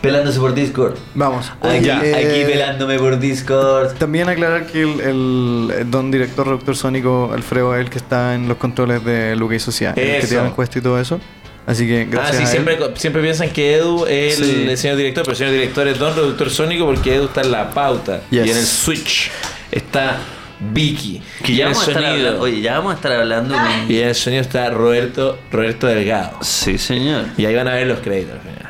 Speaker 1: Pelándose por Discord.
Speaker 5: Vamos.
Speaker 1: Aquí,
Speaker 5: Ya.
Speaker 1: Ah, aquí
Speaker 5: Eh,
Speaker 1: pelándome por Discord.
Speaker 5: También aclarar que el, el don director, doctor Sónico Alfredo, es el que está en los controles de Luca y Sociedad. El que
Speaker 3: Eso.
Speaker 5: tiene la encuesta y todo eso. Así que
Speaker 3: Ah,
Speaker 5: gracias.
Speaker 3: sí,
Speaker 5: a él.
Speaker 1: eh.
Speaker 3: siempre, siempre piensan que Edu es
Speaker 5: Sí.
Speaker 3: el señor director, pero el señor director es Don Reductor Sónico porque Edu está en la pauta.
Speaker 5: Yes.
Speaker 3: Y en el Switch está Vicky.
Speaker 1: Que
Speaker 3: y
Speaker 1: ya
Speaker 3: en el
Speaker 1: vamos a estar hablando.
Speaker 3: sonido.
Speaker 1: Oye, ya vamos a estar hablando. con-
Speaker 3: Y en el sonido está Roberto, Roberto Delgado.
Speaker 1: Sí, señor.
Speaker 3: Y ahí van a ver los créditos. al final.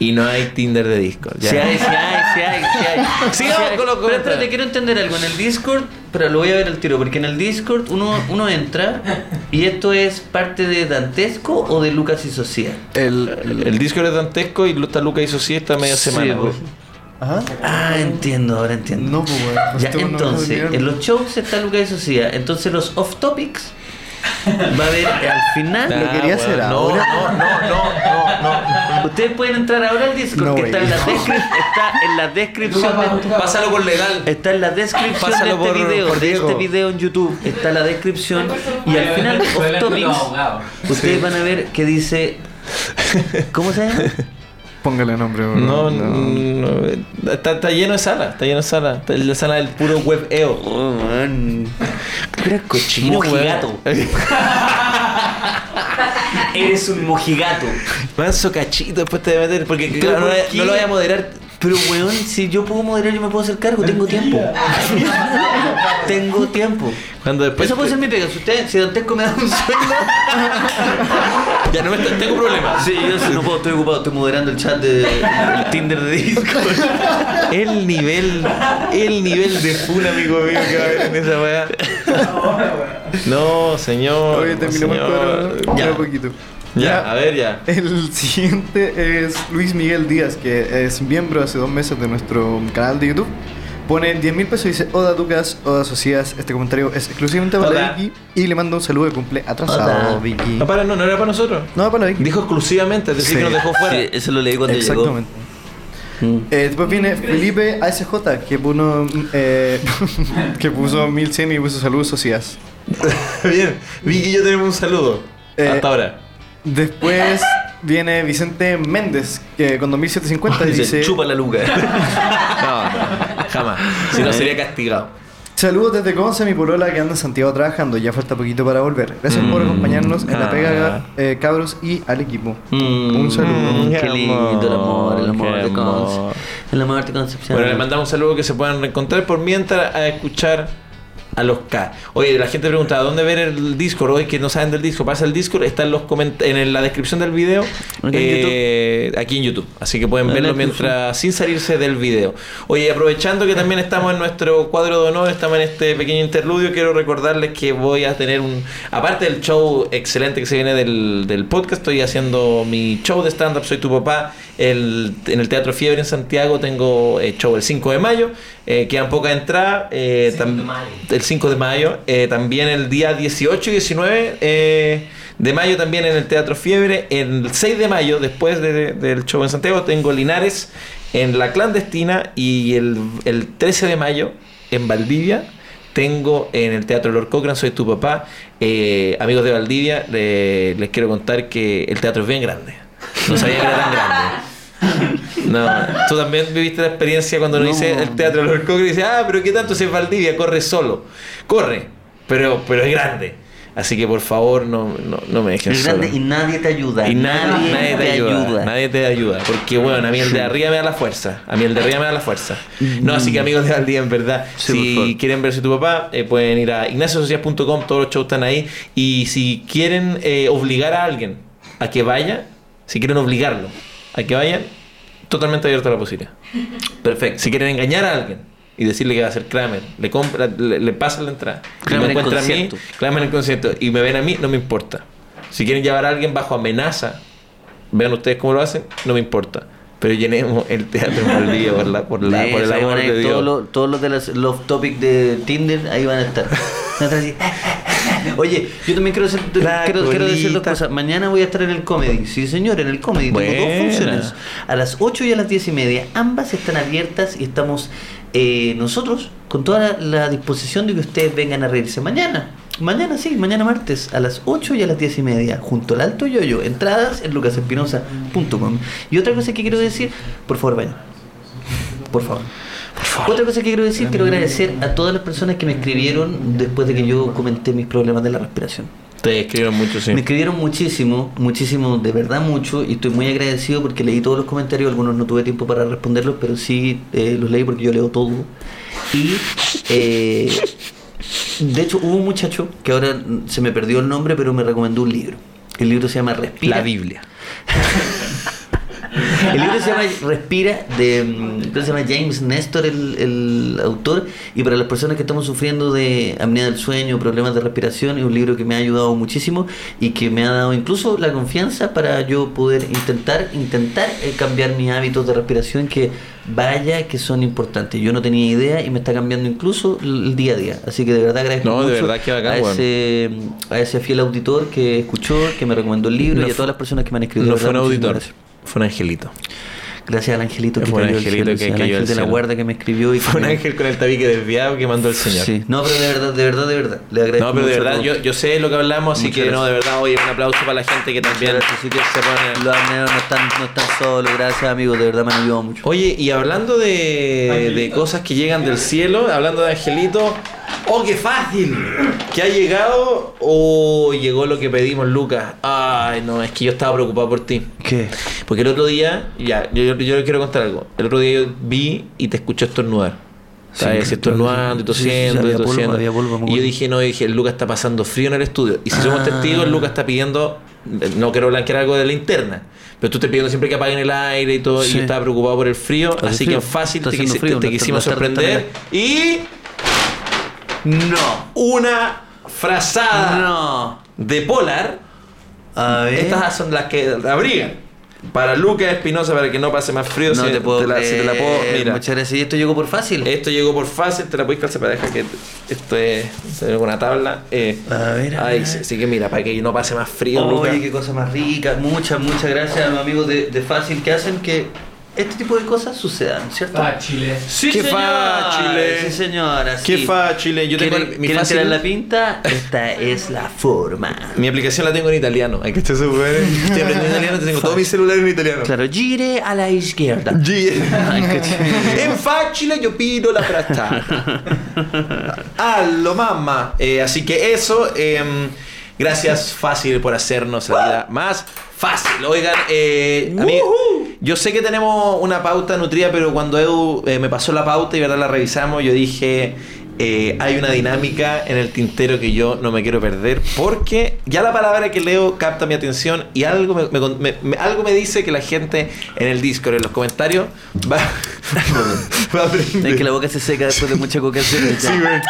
Speaker 3: Y no hay Tinder de Discord. ya.
Speaker 1: Sí hay, sí hay, sí hay, sí hay.
Speaker 3: Sigamos
Speaker 1: Sí hay.
Speaker 3: con
Speaker 1: Pero
Speaker 3: los
Speaker 1: espérate,
Speaker 3: comentarios.
Speaker 1: quiero entender algo. En el Discord, pero lo voy a ver al tiro, porque en el Discord uno, uno entra y esto es parte de Dantesco o de Lucas y Socia.
Speaker 3: El, el Discord es dantesco y Luta Luca hizo sí esta media
Speaker 1: Sí,
Speaker 3: semana.
Speaker 1: pues.
Speaker 5: Ajá.
Speaker 1: Ah, entiendo, ahora entiendo.
Speaker 5: No, pues, weón.
Speaker 1: Ya,
Speaker 5: Este weón no
Speaker 1: entonces,
Speaker 5: me va a
Speaker 1: en
Speaker 5: olvidar.
Speaker 1: los shows está Lucas y Socia. Entonces, los off topics va a haber al final.
Speaker 5: Lo quería hacer
Speaker 3: no,
Speaker 5: ahora.
Speaker 3: No, no, no, no, no.
Speaker 1: Ustedes pueden entrar ahora al Discord,
Speaker 5: No,
Speaker 1: que está en, la
Speaker 5: güey.
Speaker 1: descri- está en la descripción. de-
Speaker 3: Pásalo con legal.
Speaker 1: Está en la descripción
Speaker 3: Pásalo
Speaker 1: de este
Speaker 3: por-
Speaker 1: video,
Speaker 3: por
Speaker 1: de este
Speaker 3: Diego.
Speaker 1: video en YouTube. Está la descripción y al final de Off Topics ustedes van a ver que dice ¿Cómo se llama?
Speaker 5: Póngale nombre, weón.
Speaker 3: No, no, no. Está, está lleno de sala, está lleno de sala. Está la sala del puro web EO.
Speaker 1: Oh, man. Eres cochino, mojigato. Eres un mojigato.
Speaker 3: Manso cachito después te debe meter, porque claro, no,
Speaker 1: ¿por
Speaker 3: le-
Speaker 1: qué?
Speaker 3: no lo voy a moderar.
Speaker 1: Pero weón, si yo puedo moderar, yo me puedo hacer cargo, tengo tiempo. tengo tiempo.
Speaker 3: Cuando después.
Speaker 1: Eso puede ser mi pega. Si usted, si Dantesco me da un sueldo.
Speaker 3: Ya no me está- tengo problemas.
Speaker 1: Sí, yo sí no puedo, estoy ocupado, estoy moderando el chat de el Tinder de Discord.
Speaker 3: El nivel, el nivel de fun, amigo mío, que va a haber en esa weá. No, señor.
Speaker 5: Oye,
Speaker 3: no,
Speaker 5: terminamos el
Speaker 3: señor.
Speaker 5: cuadro.
Speaker 3: Ya,
Speaker 5: Ya, poquito.
Speaker 3: ya, a ver, ya.
Speaker 5: El siguiente es Luis Miguel Díaz, que es miembro hace dos meses de nuestro canal de YouTube. Pone 10 mil pesos y dice, Oda Ducas, Oda Socias, este comentario es exclusivamente para
Speaker 3: Hola.
Speaker 5: Vicky y le mando un saludo de cumple atrasado,
Speaker 1: Hola.
Speaker 5: Vicky.
Speaker 3: No, para, no, no era para nosotros.
Speaker 5: No, para Vicky.
Speaker 3: Dijo exclusivamente, es decir,
Speaker 5: Sí.
Speaker 3: que nos dejó fuera.
Speaker 1: Sí, eso lo leí cuando
Speaker 5: Exactamente.
Speaker 1: llegó.
Speaker 5: Eh, después viene Felipe ASJ, que puso, eh, que puso 1100 y puso saludos Socias.
Speaker 3: Bien, Vicky y yo tenemos un saludo.
Speaker 5: Eh,
Speaker 3: Hasta ahora.
Speaker 5: Después viene Vicente Méndez, que con 2750
Speaker 1: Dice,
Speaker 5: dice...
Speaker 1: chupa la luca.
Speaker 3: No, no, jamás. Si
Speaker 1: Eh.
Speaker 3: no, sería castigado.
Speaker 5: Saludos desde Conce, mi polola que anda en Santiago trabajando. Ya falta poquito para volver. Gracias por
Speaker 3: Mm,
Speaker 5: acompañarnos en la
Speaker 3: ah.
Speaker 5: pega, eh, cabros, y al equipo.
Speaker 1: Mm,
Speaker 5: Un saludo.
Speaker 1: Qué lindo el amor, el amor
Speaker 3: Qué
Speaker 1: de Conce.
Speaker 3: amor.
Speaker 1: El amor de Concepción.
Speaker 3: Bueno, le mandamos un saludo que se puedan reencontrar por mientras a escuchar a los K. Oye, la gente pregunta, ¿a dónde ver el Discord? Oye, que no saben del Discord, pasa el Discord, está en, los coment- en el- la descripción del video,
Speaker 1: en
Speaker 3: eh, aquí en YouTube. Así que pueden
Speaker 1: En la
Speaker 3: verlo
Speaker 1: descripción.
Speaker 3: mientras, sin salirse del video. Oye, aprovechando que también estamos en nuestro cuadro de honor, estamos en este pequeño interludio, quiero recordarles que voy a tener un, aparte del show excelente que se viene del, del podcast, estoy haciendo mi show de stand-up, soy tu papá, el- en el Teatro Fiebre en Santiago tengo eh, show el 5 de mayo, eh, quedan pocas entradas, eh,
Speaker 6: Cinco
Speaker 3: tam-
Speaker 6: de mayo.
Speaker 3: el 5 de mayo, eh, también el día 18 y 19 eh, de mayo también en el Teatro Fiebre, el 6 de mayo después de- del show en Santiago tengo Linares en La Clandestina y el, el 13 de mayo en Valdivia. Tengo en el Teatro Lord Cochran, soy tu papá. Eh, amigos de Valdivia, le- les quiero contar que el teatro es bien grande. No sabía que era tan grande. No, tú también viviste la experiencia cuando nos
Speaker 5: No.
Speaker 3: dice el teatro de los Cocker y dice, ah, pero qué tanto si es Valdivia, corre solo. Corre, pero, pero es grande. Así que por favor, no, no, no me dejen
Speaker 1: Es grande
Speaker 3: solo.
Speaker 1: y nadie te ayuda.
Speaker 3: Y nadie, nadie te ayuda, Nadie te ayuda. Porque, bueno, a mí el de arriba me da la fuerza. A mí el de arriba me da la fuerza. No, así que amigos de Valdivia, en verdad,
Speaker 1: Mm. Sí, por
Speaker 3: si
Speaker 1: favor.
Speaker 3: quieren verse tu papá, eh, pueden ir a ignaciosocias.com, todos los shows están ahí. Y si quieren eh, obligar a alguien a que vaya, si quieren obligarlo a que vaya, totalmente abierta la posibilidad.
Speaker 1: Perfecto.
Speaker 3: Si quieren engañar a alguien y decirle que va a ser Kramer, le, compra, le, le pasan la entrada. Si
Speaker 1: Kramer
Speaker 3: me
Speaker 1: en
Speaker 3: encuentra a mí,
Speaker 1: concierto.
Speaker 3: Kramer en concierto y me ven a mí, no me importa. Si quieren llevar a alguien bajo amenaza, vean ustedes cómo lo hacen, no me importa. Pero llenemos el teatro en Valdivia por, la, por, la-
Speaker 1: Sí,
Speaker 3: por el
Speaker 1: ahí
Speaker 3: amor
Speaker 1: van a ir
Speaker 3: de Dios.
Speaker 1: Todos los, todos los de las Love Topic de Tinder, ahí van a estar. Van a estar así. Oye, yo también quiero, hacer-
Speaker 3: La
Speaker 1: quiero, quiero decir dos
Speaker 3: colita.
Speaker 1: cosas. Mañana voy a estar en el comedy. Sí, señor, en el comedy. Tengo
Speaker 3: Buena.
Speaker 1: dos funciones. A las 8 y a las 10 y media. Ambas están abiertas y estamos eh, nosotros con toda la, la disposición de que ustedes vengan a reírse mañana. Mañana sí, mañana martes a las 8 y a las 10 y media, junto al Alto Yoyo. Entradas en lucasespinosa.com. Y otra cosa que quiero decir, por favor, vayan. Por favor. Otra cosa que quiero decir, quiero agradecer a todas las personas que me escribieron después de que yo comenté mis problemas de la respiración.
Speaker 3: Te escriben mucho, sí.
Speaker 1: Me escribieron muchísimo, muchísimo, de verdad mucho, y estoy muy agradecido porque leí todos los comentarios, algunos no tuve tiempo para responderlos, pero sí eh, los leí porque yo leo todo. Y eh, de hecho hubo un muchacho que ahora mm, se me perdió el nombre, pero me recomendó un libro. El libro se llama Respira.
Speaker 3: La Biblia.
Speaker 1: El libro se llama Respira, de, mm, creo que se llama James Nestor, el, el autor, y para las personas que estamos sufriendo de apnea del sueño, problemas de respiración, es un libro que me ha ayudado muchísimo y que me ha dado incluso la confianza para yo poder intentar, intentar eh, cambiar mis hábitos de respiración que vaya que son importantes. Yo no tenía idea y me está cambiando incluso el día a día. Así que de verdad agradezco
Speaker 3: No, de
Speaker 1: mucho
Speaker 3: verdad que bacán,
Speaker 1: a,
Speaker 3: weón.
Speaker 1: ese, a ese fiel auditor que escuchó, que me recomendó el libro
Speaker 3: No
Speaker 1: y a
Speaker 3: fu-
Speaker 1: todas las personas que me han escrito.
Speaker 3: No
Speaker 1: De
Speaker 3: fue un
Speaker 1: verdad, muchísimas
Speaker 3: auditor,
Speaker 1: gracias.
Speaker 3: fue un angelito.
Speaker 1: Gracias al angelito que
Speaker 3: Fue un
Speaker 1: cayó del
Speaker 3: angelito
Speaker 1: cielo, sí,
Speaker 3: que
Speaker 1: al
Speaker 3: cayó del
Speaker 1: ángel de la
Speaker 3: cielo.
Speaker 1: guarda que me escribió y que
Speaker 3: Fue un
Speaker 1: me-
Speaker 3: ángel con el tabique desviado que mandó el Señor.
Speaker 1: Sí. No, pero de verdad, de verdad, de verdad. Le agradezco.
Speaker 3: No, pero de
Speaker 1: mucho a
Speaker 3: verdad, yo,
Speaker 1: todos.
Speaker 3: yo sé lo que hablamos, así
Speaker 1: Muchas
Speaker 3: que no,
Speaker 1: gracias.
Speaker 3: de verdad, oye, un aplauso para la gente que también
Speaker 1: gracias, sí que
Speaker 3: se pone...
Speaker 1: Los amneros no están, no están solos, gracias amigos, de verdad me han ayudado mucho.
Speaker 3: Oye, y hablando de, de cosas que llegan del cielo, hablando de Angelito, ¡oh, qué fácil! Que ha llegado o llegó lo que pedimos, Lucas. Ay, no, es que yo estaba preocupado por ti.
Speaker 1: ¿Qué?
Speaker 3: Porque el otro día, ya, yo, yo, yo le quiero contar algo. El otro día yo vi y te escuché estornudar.
Speaker 1: Sí,
Speaker 3: Estaba estornudando y
Speaker 1: claro que sí. Sí, sí, sí,
Speaker 3: tosiendo y
Speaker 1: había polvo,
Speaker 3: tosiendo.
Speaker 1: había polvo, me
Speaker 3: y yo
Speaker 1: acuerdo.
Speaker 3: dije, no, yo dije, Lucas está pasando frío en el estudio. Y si somos
Speaker 1: Ah.
Speaker 3: testigos, Lucas está pidiendo, no quiero blanquear algo de la interna. Pero tú estás pidiendo siempre que apaguen el aire y todo, y
Speaker 1: Sí.
Speaker 3: yo estaba preocupado por el frío,
Speaker 1: Hace
Speaker 3: así
Speaker 1: frío.
Speaker 3: que fácil
Speaker 1: Está
Speaker 3: te,
Speaker 1: haciendo
Speaker 3: quisi-
Speaker 1: frío,
Speaker 3: te
Speaker 1: la-
Speaker 3: quisimos
Speaker 1: la tarde está
Speaker 3: sorprender. Y
Speaker 1: No.
Speaker 3: una
Speaker 1: Ah.
Speaker 3: frazada
Speaker 1: No.
Speaker 3: de Polar Ah,
Speaker 1: A ver.
Speaker 3: Estas son las que abrigan. Para Lucas Espinosa, para que no pase más frío,
Speaker 1: no
Speaker 3: si
Speaker 1: te puedo
Speaker 3: la, si te la puedo.
Speaker 1: creer,
Speaker 3: Mira, Eh,
Speaker 1: Muchas gracias. Y esto llegó por fácil.
Speaker 3: esto llegó por fácil, te la podéis calzar para dejar que esto es se ve con una tabla. eh.
Speaker 1: A ver, a
Speaker 3: Ay,
Speaker 1: ver.
Speaker 3: sí, así que mira, para que no pase más frío,
Speaker 1: Oye,
Speaker 3: Lucas.
Speaker 1: qué cosa más rica. Muchas, muchas gracias a los amigos de, de Fácil que hacen que este tipo de cosas sucedan, ¿cierto?
Speaker 6: Ah, Chile.
Speaker 1: Sí,
Speaker 3: Qué
Speaker 1: señor.
Speaker 3: fácil, eh.
Speaker 1: Sí, señora.
Speaker 3: Qué
Speaker 1: sí.
Speaker 3: fácil, eh. yo tengo
Speaker 1: ¿Quieren,
Speaker 3: el- mi,
Speaker 1: quieren
Speaker 3: fácil-
Speaker 1: tirar la pinta? Esta es la forma.
Speaker 3: mi aplicación la tengo en italiano. Hay que estar seguro, eh. Estoy aprendiendo italiano, tengo todo mi celular en italiano.
Speaker 1: Claro, gire a la izquierda.
Speaker 3: G-
Speaker 1: Ay, qué ch-
Speaker 3: En facile yo pido la prasta. Allo, mamma. Ah, Eh, así que eso. em, gracias, fácil, por hacernos la vida más fácil. Oigan, eh, a mí- yo sé que tenemos una pauta nutrida, pero cuando Edu eh, me pasó la pauta y verdad la revisamos, yo dije. eh, hay una dinámica en el tintero que yo no me quiero perder porque ya la palabra que leo capta mi atención y algo me, me con- me- me- algo me dice que la gente en el Discord, en los comentarios, va, va a aprender.
Speaker 1: Es que la boca se seca después de mucha coca seca.
Speaker 3: Sí, güey.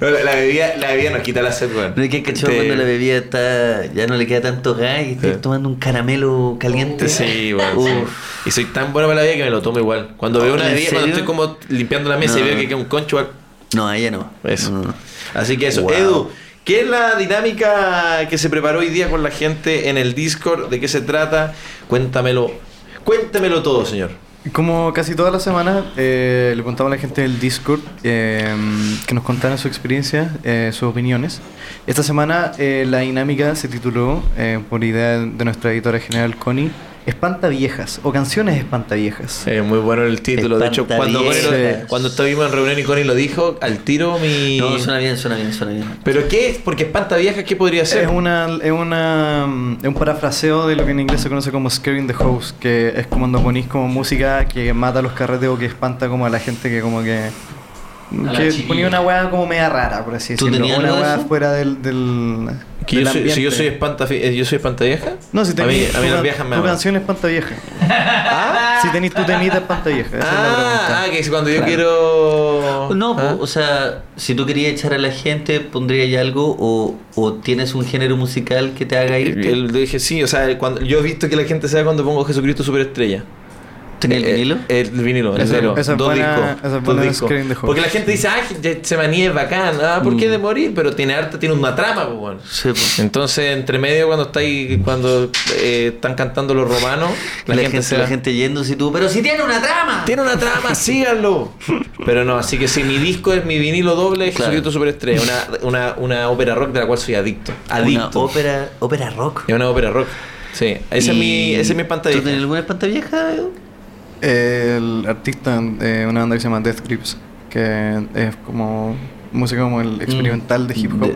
Speaker 3: No, la, la bebida, la bebida nos quita la sed, güey.
Speaker 1: No es que el cachorro
Speaker 3: Te-
Speaker 1: cuando la bebida está, ya no le queda tanto gas y estoy
Speaker 3: Sí.
Speaker 1: tomando un caramelo caliente.
Speaker 3: Sí, güey.
Speaker 1: Uf. Oh,
Speaker 3: sí. Y soy tan bueno para la bebida que me lo tomo igual. Cuando veo una
Speaker 1: ¿En
Speaker 3: bebida, cuando
Speaker 1: serio?
Speaker 3: estoy como limpiando la mesa y
Speaker 1: No.
Speaker 3: veo que queda un concho, igual.
Speaker 1: No, a ella no.
Speaker 3: Eso.
Speaker 1: No, no, no.
Speaker 3: Así que eso.
Speaker 1: Wow.
Speaker 3: Edu, ¿qué es la dinámica que se preparó hoy día con la gente en el Discord? ¿De qué se trata? Cuéntamelo. Cuéntamelo todo, señor.
Speaker 5: Como casi toda la semana, eh, le contamos a la gente del Discord eh, que nos contaran su experiencia, eh, sus opiniones. Esta semana eh, la dinámica se tituló, eh, por idea de nuestra editora general Connie, Espanta Viejas o Canciones Espanta Viejas.
Speaker 3: Eh, muy bueno el título. De hecho, cuando, Connie lo-
Speaker 1: Espantaviejas.
Speaker 3: cuando estuvimos en reunión y Connie lo dijo, al tiro mi.
Speaker 1: No, suena bien, suena bien, suena bien.
Speaker 3: ¿Pero qué es? Porque espanta vieja, ¿qué podría ser?
Speaker 5: Es una, es una mm, es un parafraseo de lo que en inglés se conoce como scaring the house, que es como cuando ponís como música que mata a los carretes o que espanta como a la gente que como que
Speaker 6: A la
Speaker 5: que
Speaker 6: chiquilla.
Speaker 5: ponía una weá como media rara, por así
Speaker 1: ¿Tú
Speaker 5: decirlo.
Speaker 1: tenías
Speaker 5: Una
Speaker 1: algo de
Speaker 5: weá
Speaker 1: eso?
Speaker 5: fuera del, del,
Speaker 3: Que
Speaker 5: del
Speaker 3: yo soy, si yo
Speaker 5: ambiente.
Speaker 3: soy espanta, eh, yo soy espanta vieja.
Speaker 5: No, si
Speaker 3: a mí,
Speaker 5: tenéis
Speaker 3: a mí
Speaker 5: tu,
Speaker 3: las
Speaker 5: can-
Speaker 3: viejas me
Speaker 5: tu
Speaker 3: aman.
Speaker 5: canción espanta vieja.
Speaker 3: Ah,
Speaker 5: Si tenéis tu temita espanta vieja, esa es la pregunta. pues,
Speaker 3: ah, ah, que es cuando yo quiero.
Speaker 1: No,
Speaker 3: Ah.
Speaker 1: po, o sea, si tú querías echar a la gente, ¿pondrías ahí algo o, o tienes un género musical que te haga
Speaker 3: El-
Speaker 1: irte?
Speaker 3: el- le dije sí, o sea, el- cuando, yo he visto que la gente sabe cuando pongo Jesucristo Superestrella.
Speaker 1: ¿Tenías el
Speaker 3: Eh,
Speaker 1: vinilo?
Speaker 3: eh, El, vinilo,
Speaker 5: Esa-
Speaker 3: entero.
Speaker 5: esa es
Speaker 3: dos
Speaker 5: buena-
Speaker 3: discos.
Speaker 5: esa es
Speaker 3: dos
Speaker 5: buena
Speaker 3: discos.
Speaker 5: Screen de Mm. Hope.
Speaker 3: Porque la gente dice, ah, ya- se manía es bacán, ah, ¿por qué de morir? Pero tiene harta, tiene una trama, pues bueno.
Speaker 1: Sí, po.
Speaker 3: Entonces, entre medio, cuando está ahí, cuando eh, están cantando los romanos,
Speaker 1: la, gente,
Speaker 3: se
Speaker 1: la
Speaker 3: va.
Speaker 1: gente yéndose y tú, pero si tiene una trama.
Speaker 3: Tiene una trama, síganlo. Pero no, así que si mi disco es mi vinilo doble, es
Speaker 1: Claro.
Speaker 3: Jesucristo Superestrella, una, una, una ópera rock de la cual soy adicto.
Speaker 1: una
Speaker 3: Adicto.
Speaker 1: ópera, ópera rock.
Speaker 3: Es una ópera rock. Sí, ese es
Speaker 1: Y-
Speaker 3: mi, ese es mi pantalla.
Speaker 1: ¿Tú tenés alguna espantavieja?
Speaker 5: El artista, eh, una banda que se llama Death Grips, que es como música como el experimental de hip hop.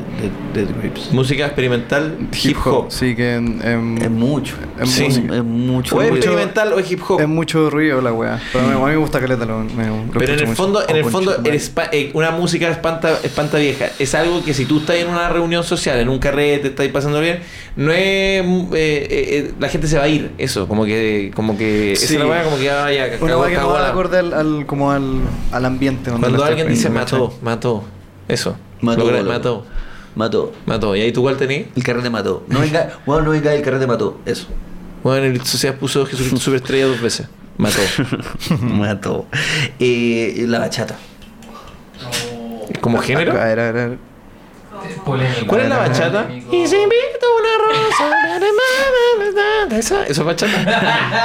Speaker 1: De, de- de Grips.
Speaker 3: Música experimental, hip hop.
Speaker 5: Sí, que em,
Speaker 1: Es mucho.
Speaker 5: Es
Speaker 1: Sí.
Speaker 5: música.
Speaker 1: Es mucho.
Speaker 3: O es
Speaker 1: mucho.
Speaker 3: experimental o es hip hop.
Speaker 5: es mucho ruido la weá. Pero a mí- a mí me gusta caleta. Lo, me- lo
Speaker 3: Pero
Speaker 5: escucho
Speaker 3: en el
Speaker 5: mucho.
Speaker 3: fondo, en
Speaker 5: Oh,
Speaker 3: el fondo,
Speaker 5: conchetumare.
Speaker 3: el espa- eh, una música espanta, espanta vieja. Es algo que si tú estás en una reunión social, en un carrete, estás pasando bien, no es mm, eh, eh, eh, la gente se va a ir. Eso, como que, como que esa
Speaker 5: Sí.
Speaker 3: es la weá, como que ah, ya,
Speaker 5: Una
Speaker 3: cagó-
Speaker 5: weá que no
Speaker 3: cagó
Speaker 5: va
Speaker 3: la-
Speaker 5: acorde al, al- como al, al ambiente. donde
Speaker 3: Cuando
Speaker 5: la
Speaker 3: alguien
Speaker 5: estás
Speaker 3: dice
Speaker 5: viendo,
Speaker 3: mató,
Speaker 5: ¿cachai?
Speaker 3: mató. Eso.
Speaker 1: Mató,
Speaker 3: Logra-
Speaker 1: loco.
Speaker 3: mató.
Speaker 1: Mató.
Speaker 3: Mató. ¿Y ahí tú cuál tenías?
Speaker 1: El carrete mató. No venga, bueno, no venga, el carrete mató. Eso.
Speaker 3: Bueno, el Sociedad puso Jesucristo Superestrella dos veces. Mató.
Speaker 1: mató. Eh, la bachata.
Speaker 3: ¿Como género?
Speaker 5: A ver, a ver, a ver.
Speaker 6: Es polémico.
Speaker 3: ¿Cuál es la bachata? Y si invito una rosa, de remada, ¿Esa? ¿Eso es bachata?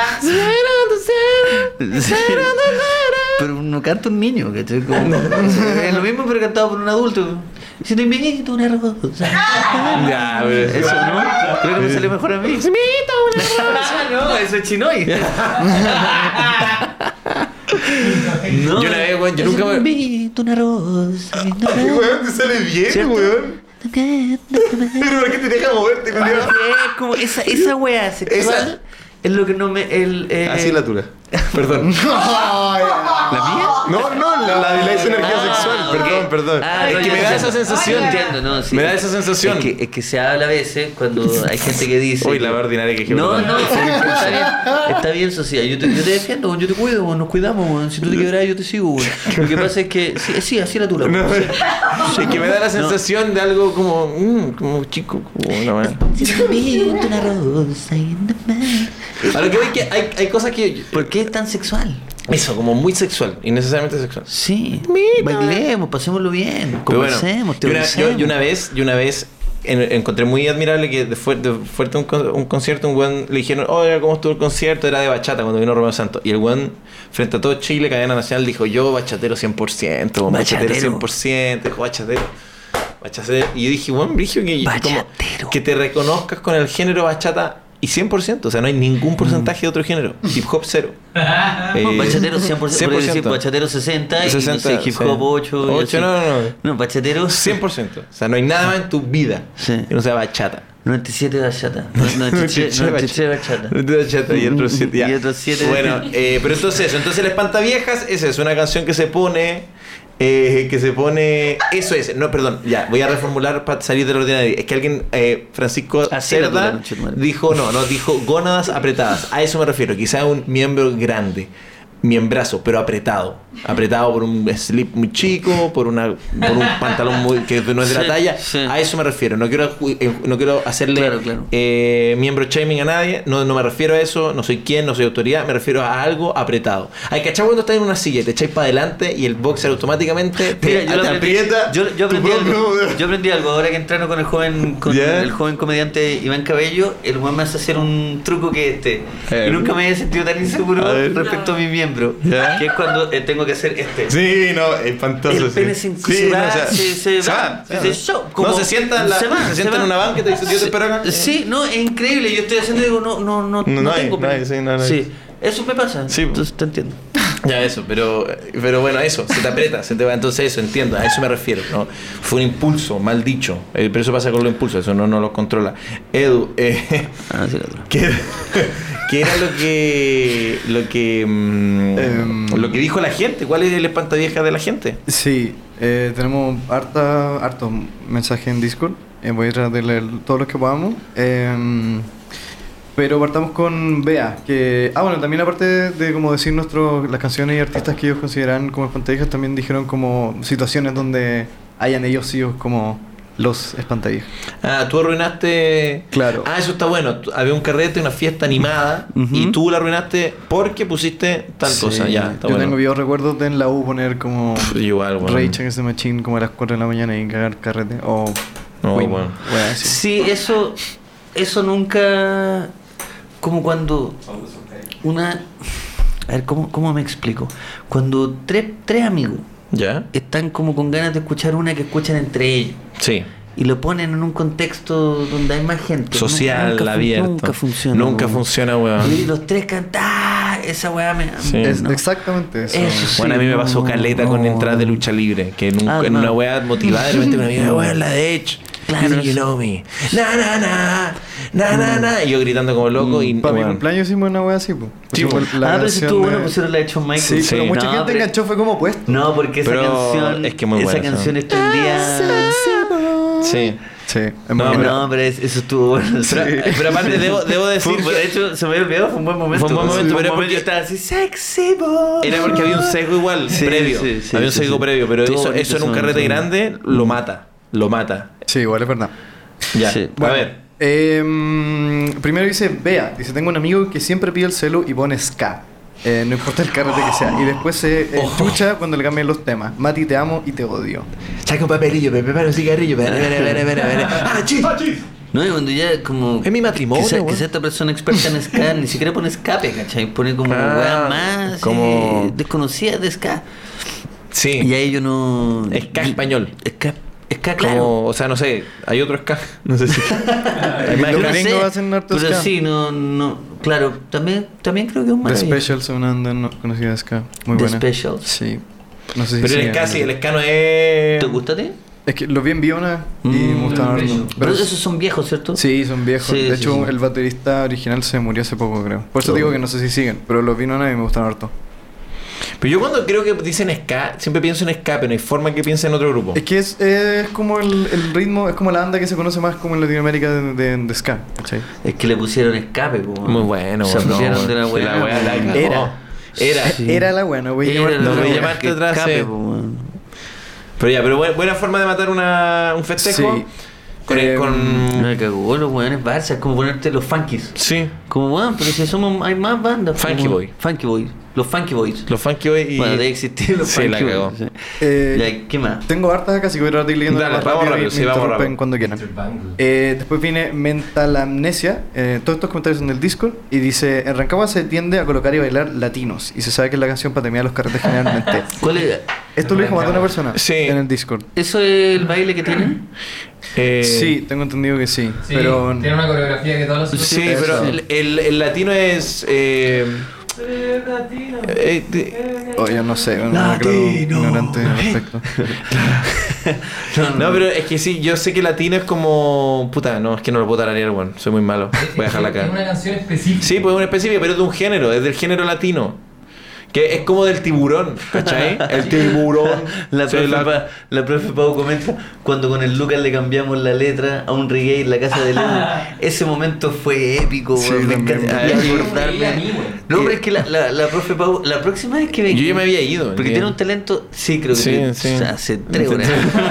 Speaker 1: Pero no canta un niño, ¿cachai? Como- es lo mismo, pero cantado por un adulto. Si te invito una rosa.
Speaker 3: Ya, pero-
Speaker 1: Eso, ¿no? Creo que me sale mejor a mí. no, eso es chinoy. no.
Speaker 3: Yo una vez, weón, yo nunca me-
Speaker 1: Invito una rosa.
Speaker 2: te sale bien,
Speaker 1: ¿Cierto?
Speaker 2: weón. Pero ¿por qué te deja moverte,
Speaker 1: Es como esa, esa wea sexual
Speaker 2: Esa-
Speaker 1: es lo que no me. El, eh,
Speaker 2: Así es la tuya.
Speaker 3: Perdón.
Speaker 1: ¿La mía?
Speaker 2: No, no, la, la de
Speaker 3: Ah,
Speaker 2: la es energía sexual.
Speaker 1: Ah, ok.
Speaker 2: Perdón, perdón.
Speaker 1: Ah,
Speaker 3: Es
Speaker 1: no,
Speaker 3: que
Speaker 1: ya
Speaker 3: me da
Speaker 1: entiendo.
Speaker 3: esa sensación.
Speaker 1: Ah, entiendo, no, sí.
Speaker 3: Me da esa sensación.
Speaker 1: Es que, es que se habla a veces cuando hay gente que dice.
Speaker 3: Uy, la verdad ordinaria que dije,
Speaker 1: No,
Speaker 3: perdón.
Speaker 1: no, está bien, está bien, sociedad. Yo te, yo te defiendo, weón, yo te cuido, weón, nos cuidamos, weón. Si tú te quebras, yo te sigo, weón. Lo que pasa es que. Sí, sí así era tú la weón.
Speaker 3: Es que me da la sensación de algo como. mm, como chico. Como una weá.
Speaker 1: Si te invento una rosa y no me-
Speaker 3: A lo que voy que hay, hay cosas que.
Speaker 1: ¿Por qué es tan sexual?
Speaker 3: Eso, como muy sexual. Innecesariamente sexual.
Speaker 1: Sí. Bailemos, pasémoslo bien,
Speaker 3: Pero bueno,
Speaker 1: conversemos,
Speaker 3: yo una, yo-
Speaker 1: teoricemos.
Speaker 3: yo una vez, yo una vez en- encontré muy admirable que de fuerte, de fuerte un, con- un concierto, un weón le dijeron, oiga, ¿cómo estuvo el concierto? Era de bachata cuando vino Romeo Santos. Y el weón, frente a todo Chile, cadena nacional, dijo, yo bachatero 100%, weón, bachatero
Speaker 1: Bachatero.
Speaker 3: 100%, dijo, bachatero. bachatero". Y yo dije, weón, brillo que, como,
Speaker 1: Bachatero.
Speaker 3: que te reconozcas con el género bachata y 100%, o sea, no hay
Speaker 1: Mm.
Speaker 3: ningún porcentaje de otro género. Hip hop cero. Eh,
Speaker 1: Bachatero 100%, podría decir bachatero 60 y no
Speaker 3: 60,
Speaker 1: sé, hip hop
Speaker 3: sí.
Speaker 1: 8. y
Speaker 3: Ocho,
Speaker 1: así.
Speaker 3: no, no, no.
Speaker 1: No, bachatero
Speaker 3: 100%. O sea, no hay nada más en tu vida
Speaker 1: Sí.
Speaker 3: que no sea bachata.
Speaker 1: 97 bachata. No, 93 93 bachata.
Speaker 3: bachata y otros 7
Speaker 1: Y otros siete.
Speaker 3: Bueno, eh, pero entonces eso. Entonces el Espantaviejas esa es una canción que se pone... eh, que se pone... Eso es. No, perdón. Ya, voy a reformular para salir del ordinario. Es que alguien... eh, Francisco
Speaker 1: Así era tu
Speaker 3: Cerda
Speaker 1: noche, madre.
Speaker 3: dijo... No, no. Dijo gónadas apretadas. A eso me refiero. Quizá un miembro grande. Miembrazo, pero apretado. Apretado por un slip muy chico, por, una, por un pantalón muy, que no es de la
Speaker 1: Sí,
Speaker 3: talla.
Speaker 1: sí.
Speaker 3: A eso me refiero. No quiero, ju- eh, no quiero hacerle
Speaker 1: Claro, claro.
Speaker 3: eh, miembro shaming a nadie. No, no me refiero a eso. No soy quien, no soy autoridad. Me refiero a algo apretado. Hay cachar cuando estás en una silla, y te echáis para adelante y el boxer automáticamente te,
Speaker 1: Mira, yo,
Speaker 3: te
Speaker 1: lo aprendí,
Speaker 3: aprieta.
Speaker 1: yo, yo
Speaker 3: tu
Speaker 1: aprendí algo,
Speaker 3: propio-
Speaker 1: yo aprendí algo. Ahora que entreno con el joven con
Speaker 3: Ya.
Speaker 1: el joven comediante Iván Cabello, el weón me hace hacer un truco que este.
Speaker 3: A ver.
Speaker 1: Y nunca me había sentido tan inseguro
Speaker 3: A ver.
Speaker 1: respecto a mi miembro,
Speaker 2: ¿Ya?
Speaker 1: que es cuando eh, tengo que hacer este.
Speaker 2: Sí, no, espantoso.
Speaker 1: El
Speaker 2: sí.
Speaker 1: pene se,
Speaker 2: Sí,
Speaker 1: se
Speaker 2: no,
Speaker 1: va,
Speaker 2: o sea,
Speaker 1: se, se va,
Speaker 2: va,
Speaker 1: se-
Speaker 2: va.
Speaker 1: se- yo, como-
Speaker 2: no, se sienta, en la-
Speaker 1: se va,
Speaker 2: se sienta
Speaker 1: va.
Speaker 2: en una banca y te dice, yo te
Speaker 1: Sí,
Speaker 2: espero acá.
Speaker 1: Sí, no, es increíble. Yo estoy haciendo y digo, no, no, no, no,
Speaker 2: no hay,
Speaker 1: tengo
Speaker 2: no hay,
Speaker 1: pene.
Speaker 2: sí, no, no hay.
Speaker 1: Sí, eso me pasa.
Speaker 2: Sí.
Speaker 1: Entonces te entiendo.
Speaker 3: Ya, eso, pero, pero bueno, eso, se te aprieta, se te va. Entonces, eso, entiendo, a eso me refiero. ¿no? Fue un impulso, mal dicho. Eh, pero eso pasa con los impulsos, eso no, no lo controla. Edu, eh,
Speaker 1: Ah, sí, la otra.
Speaker 3: ¿qué, qué era lo que. lo que. mm,
Speaker 5: Em.
Speaker 3: lo que dijo la gente? ¿Cuál es el espantavieja de la gente?
Speaker 5: Sí, eh, tenemos harta, harto mensaje en Discord. Eh, voy a tratar de leer todos los que podamos. Em, pero partamos con Bea, que... Ah, bueno, también aparte de, de como decir nuestros las canciones y artistas que ellos consideran como espantaviejas, también dijeron como situaciones donde hayan ellos sido como los espantaviejas.
Speaker 3: Ah, tú arruinaste.
Speaker 5: Claro.
Speaker 3: Ah, eso está bueno. Tú- Había un carrete, una fiesta animada,
Speaker 5: Ujú.
Speaker 3: y tú la arruinaste porque pusiste tal
Speaker 5: Sí,
Speaker 3: cosa. Ya,
Speaker 5: Yo
Speaker 3: está bueno.
Speaker 5: tengo videos recuerdos de en la U poner como...
Speaker 3: Pff, igual, bueno.
Speaker 5: Rage Against the Machine como a las 4 de la mañana y cagar carrete. O...
Speaker 3: No,
Speaker 5: Queen,
Speaker 3: bueno.
Speaker 5: weas así.
Speaker 1: Sí, eso, eso nunca, como cuando una, a ver, ¿cómo, cómo me explico? Cuando tres, tres amigos
Speaker 3: ¿Ya?
Speaker 1: están como con ganas de escuchar una que escuchan entre ellos
Speaker 3: Sí.
Speaker 1: y lo ponen en un contexto donde hay más gente.
Speaker 3: Social,
Speaker 1: Nunca fun-
Speaker 3: abierto.
Speaker 1: Nunca funciona.
Speaker 3: Nunca
Speaker 1: weón.
Speaker 3: funciona, weón.
Speaker 1: Y los tres cantan, "Ah, esa weá me...
Speaker 3: Sí.
Speaker 5: Es
Speaker 1: no.
Speaker 5: exactamente eso.
Speaker 1: Eso sí.
Speaker 3: Bueno, a mí me pasó
Speaker 1: no,
Speaker 3: caleta con
Speaker 1: no.
Speaker 3: entradas de lucha libre, que nunca,
Speaker 1: Ah,
Speaker 3: en
Speaker 1: no.
Speaker 3: una wea motivada, de repente una amiga, weón, la de Edge.
Speaker 1: Claro, Mm.
Speaker 3: Claro, you
Speaker 1: sí.
Speaker 3: know me. Na, na, na, na, na, na. Y yo gritando como loco y.
Speaker 5: Para mi
Speaker 3: weón.
Speaker 5: cumpleaños hicimos una wea así, po.
Speaker 3: Sí, po.
Speaker 5: Pusimos la
Speaker 1: Mm. ah, pero si
Speaker 5: canción
Speaker 1: estuvo
Speaker 5: de-
Speaker 1: bueno, pusieron la de Shawn Michaels.
Speaker 5: Sí, pero
Speaker 3: Sí.
Speaker 5: mucha
Speaker 1: No,
Speaker 5: gente
Speaker 1: pero-
Speaker 5: enganchó, fue como puesto.
Speaker 1: No, porque esa
Speaker 3: Pero
Speaker 1: canción.
Speaker 3: es que muy
Speaker 1: esa
Speaker 3: buena esa.
Speaker 1: canción está un día.
Speaker 3: Sí.
Speaker 5: Sí, es muy
Speaker 3: No,
Speaker 5: bueno.
Speaker 1: No, pero es- eso estuvo bueno.
Speaker 3: Pero, pero aparte, debo, debo decir.
Speaker 1: Fue- de
Speaker 3: que-
Speaker 1: hecho, se me había olvidado, fue un buen momento.
Speaker 3: Fue un buen momento, pero
Speaker 1: pero
Speaker 3: era porque-
Speaker 1: yo estaba así, sexy boy.
Speaker 3: Era porque había un sesgo igual,
Speaker 1: Sí,
Speaker 3: previo.
Speaker 1: sí, sí,
Speaker 3: había un
Speaker 1: sí,
Speaker 3: sesgo
Speaker 1: sí.
Speaker 3: previo, pero
Speaker 1: Estuvo
Speaker 3: eso,
Speaker 1: bonito
Speaker 3: eso en un
Speaker 1: ese
Speaker 3: carrete
Speaker 1: momento.
Speaker 3: grande lo mata. Lo mata.
Speaker 5: Sí, igual es verdad.
Speaker 3: Ya.
Speaker 1: Sí.
Speaker 3: A ver.
Speaker 5: Em, primero dice Bea, dice, tengo un amigo que siempre pide el celu y pone ska. Eh, no importa el carrete que sea. Y después se eh,
Speaker 3: Oh.
Speaker 5: chucha cuando le cambian los temas. Mati, te amo y te odio.
Speaker 3: Saca un papelillo, me prepara un cigarrillo. Ven, ven, ven, ven, ven. ¡Ah, chis!
Speaker 1: No, y cuando ya como.
Speaker 3: Es mi matrimonio,
Speaker 1: Quizá,
Speaker 3: weón.
Speaker 1: quizá esta persona experta en ska ni siquiera pone escape, ¿cachai? Pone como
Speaker 3: Ah,
Speaker 1: weá más.
Speaker 3: como-
Speaker 1: eh, desconocida de ska.
Speaker 3: Sí.
Speaker 1: Y ahí yo no.
Speaker 3: Ska español.
Speaker 1: Ska, ska
Speaker 3: Como,
Speaker 1: claro.
Speaker 3: o sea, no sé, hay otro ska. No sé si. hay más
Speaker 5: Los
Speaker 1: Yo
Speaker 3: ska.
Speaker 1: no
Speaker 5: gringos
Speaker 1: sé,
Speaker 5: hacen harto
Speaker 1: Pero
Speaker 5: ska.
Speaker 1: sí, no, no. Claro, también, también creo que es un
Speaker 5: The
Speaker 1: maravilla.
Speaker 5: Special son una banda no conocida de ska. Muy
Speaker 1: The
Speaker 5: buena.
Speaker 1: Specials.
Speaker 5: Sí. No sé si
Speaker 3: Pero el
Speaker 5: siguen.
Speaker 3: ska, sí, el ska no es.
Speaker 1: ¿Te gusta a ti?
Speaker 5: Es que los vi en vivo una vez y
Speaker 1: Mm.
Speaker 5: me gustaron. harto.
Speaker 6: Pero
Speaker 1: Pero esos son viejos, ¿cierto?
Speaker 5: Sí, son viejos.
Speaker 1: Sí,
Speaker 5: de
Speaker 1: sí,
Speaker 5: hecho,
Speaker 1: sí.
Speaker 5: el baterista original se murió hace poco, creo. Por eso digo que no sé si siguen, pero los vino a y me gustaron harto.
Speaker 3: Pero yo cuando creo que dicen ska, siempre pienso en ska, pero no hay forma que piense en otro grupo.
Speaker 5: Es que es, es como el, el ritmo, es como la banda que se conoce más como en Latinoamérica de, de, de ska. ¿cachai?
Speaker 1: Es que le pusieron escape, po.
Speaker 3: Muy bueno,
Speaker 1: Se
Speaker 3: weón, no,
Speaker 1: apropiaron
Speaker 3: weón.
Speaker 1: de la weá.
Speaker 3: La weá la cagó.
Speaker 1: Era.
Speaker 3: Era.
Speaker 1: Sí.
Speaker 5: Era la buena, voy a
Speaker 1: Era
Speaker 5: llamar-
Speaker 1: la
Speaker 3: no, voy a
Speaker 1: weá,
Speaker 3: llamarte
Speaker 1: que
Speaker 3: otra
Speaker 1: escape,
Speaker 3: vez.
Speaker 1: po, weón.
Speaker 3: Pero ya, pero buena, buena forma de matar una, un festejo.
Speaker 5: Sí.
Speaker 3: Con, el-
Speaker 5: Em,
Speaker 3: con-
Speaker 1: Me cagó los weones Barça, es como ponerte los funkies.
Speaker 3: Sí,
Speaker 1: Como weón, pero si somos, hay más bandas. po,
Speaker 3: Funky
Speaker 1: weón.
Speaker 3: Boy.
Speaker 1: Funky Boy. Los Funky Boys.
Speaker 3: los funky hoy y.
Speaker 1: Bueno, debe existir los
Speaker 3: Sí,
Speaker 1: Funky
Speaker 3: la cagó.
Speaker 1: Boys. sí.
Speaker 5: Eh,
Speaker 1: Ya, ¿Qué más?
Speaker 5: Tengo hartas acá, así que voy a tratar de ir leyendo
Speaker 3: Dale,
Speaker 5: más
Speaker 3: vamos
Speaker 5: rápido,
Speaker 3: rápido,
Speaker 5: y
Speaker 3: sí,
Speaker 5: me
Speaker 3: vamos
Speaker 5: interrumpen
Speaker 3: rápido.
Speaker 5: cuando quieran. Eh, después viene Mentalamnesia. Eh, todos estos comentarios son del Discord. Y dice: En Rancagua se tiende a colocar y bailar latinos. Y se sabe que es la canción para terminar los carretes generalmente.
Speaker 1: ¿Cuál es?
Speaker 5: Esto lo dijo más de una persona
Speaker 3: Sí.
Speaker 5: en el Discord.
Speaker 1: ¿Eso es el baile que tienen?
Speaker 3: Eh,
Speaker 5: Sí, tengo entendido que sí.
Speaker 6: Sí,
Speaker 5: pero
Speaker 6: tiene una coreografía que todos los
Speaker 3: Sí, pero
Speaker 5: Eso.
Speaker 3: el, el- el latino es. Eh, eh, de-
Speaker 5: Oye, no sé, no, no creo
Speaker 3: Latino.
Speaker 5: ignorante al respecto.
Speaker 3: No, pero es que sí, yo sé que latino es como. Puta, no, es que no lo puedo tararear, weón. Soy muy malo. Voy a dejarla
Speaker 6: Es una
Speaker 3: acá.
Speaker 6: canción específica.
Speaker 3: Sí, pues es una especie, pero es de un género, es del género latino. Que es como del tiburón, ¿cachai? El tiburón.
Speaker 1: La
Speaker 3: Sí,
Speaker 1: profe, Pa- la profe Pau comenta cuando con el Lucas le cambiamos la letra a un reggae en la casa de Leo. Ese momento fue épico,
Speaker 5: Sí,
Speaker 1: weón, me
Speaker 5: también.
Speaker 1: encantaría
Speaker 3: Ay,
Speaker 6: yo me
Speaker 1: acordarme.
Speaker 6: reí a mí, weón.
Speaker 1: No, pero es que la, la, la profe Pau, la próxima vez que venga.
Speaker 3: Yo ya me había ido.
Speaker 1: Porque
Speaker 3: sí.
Speaker 1: tiene un talento, sí, creo que
Speaker 3: Sí,
Speaker 1: tiene-
Speaker 3: sí.
Speaker 1: o sea, hace tres horas.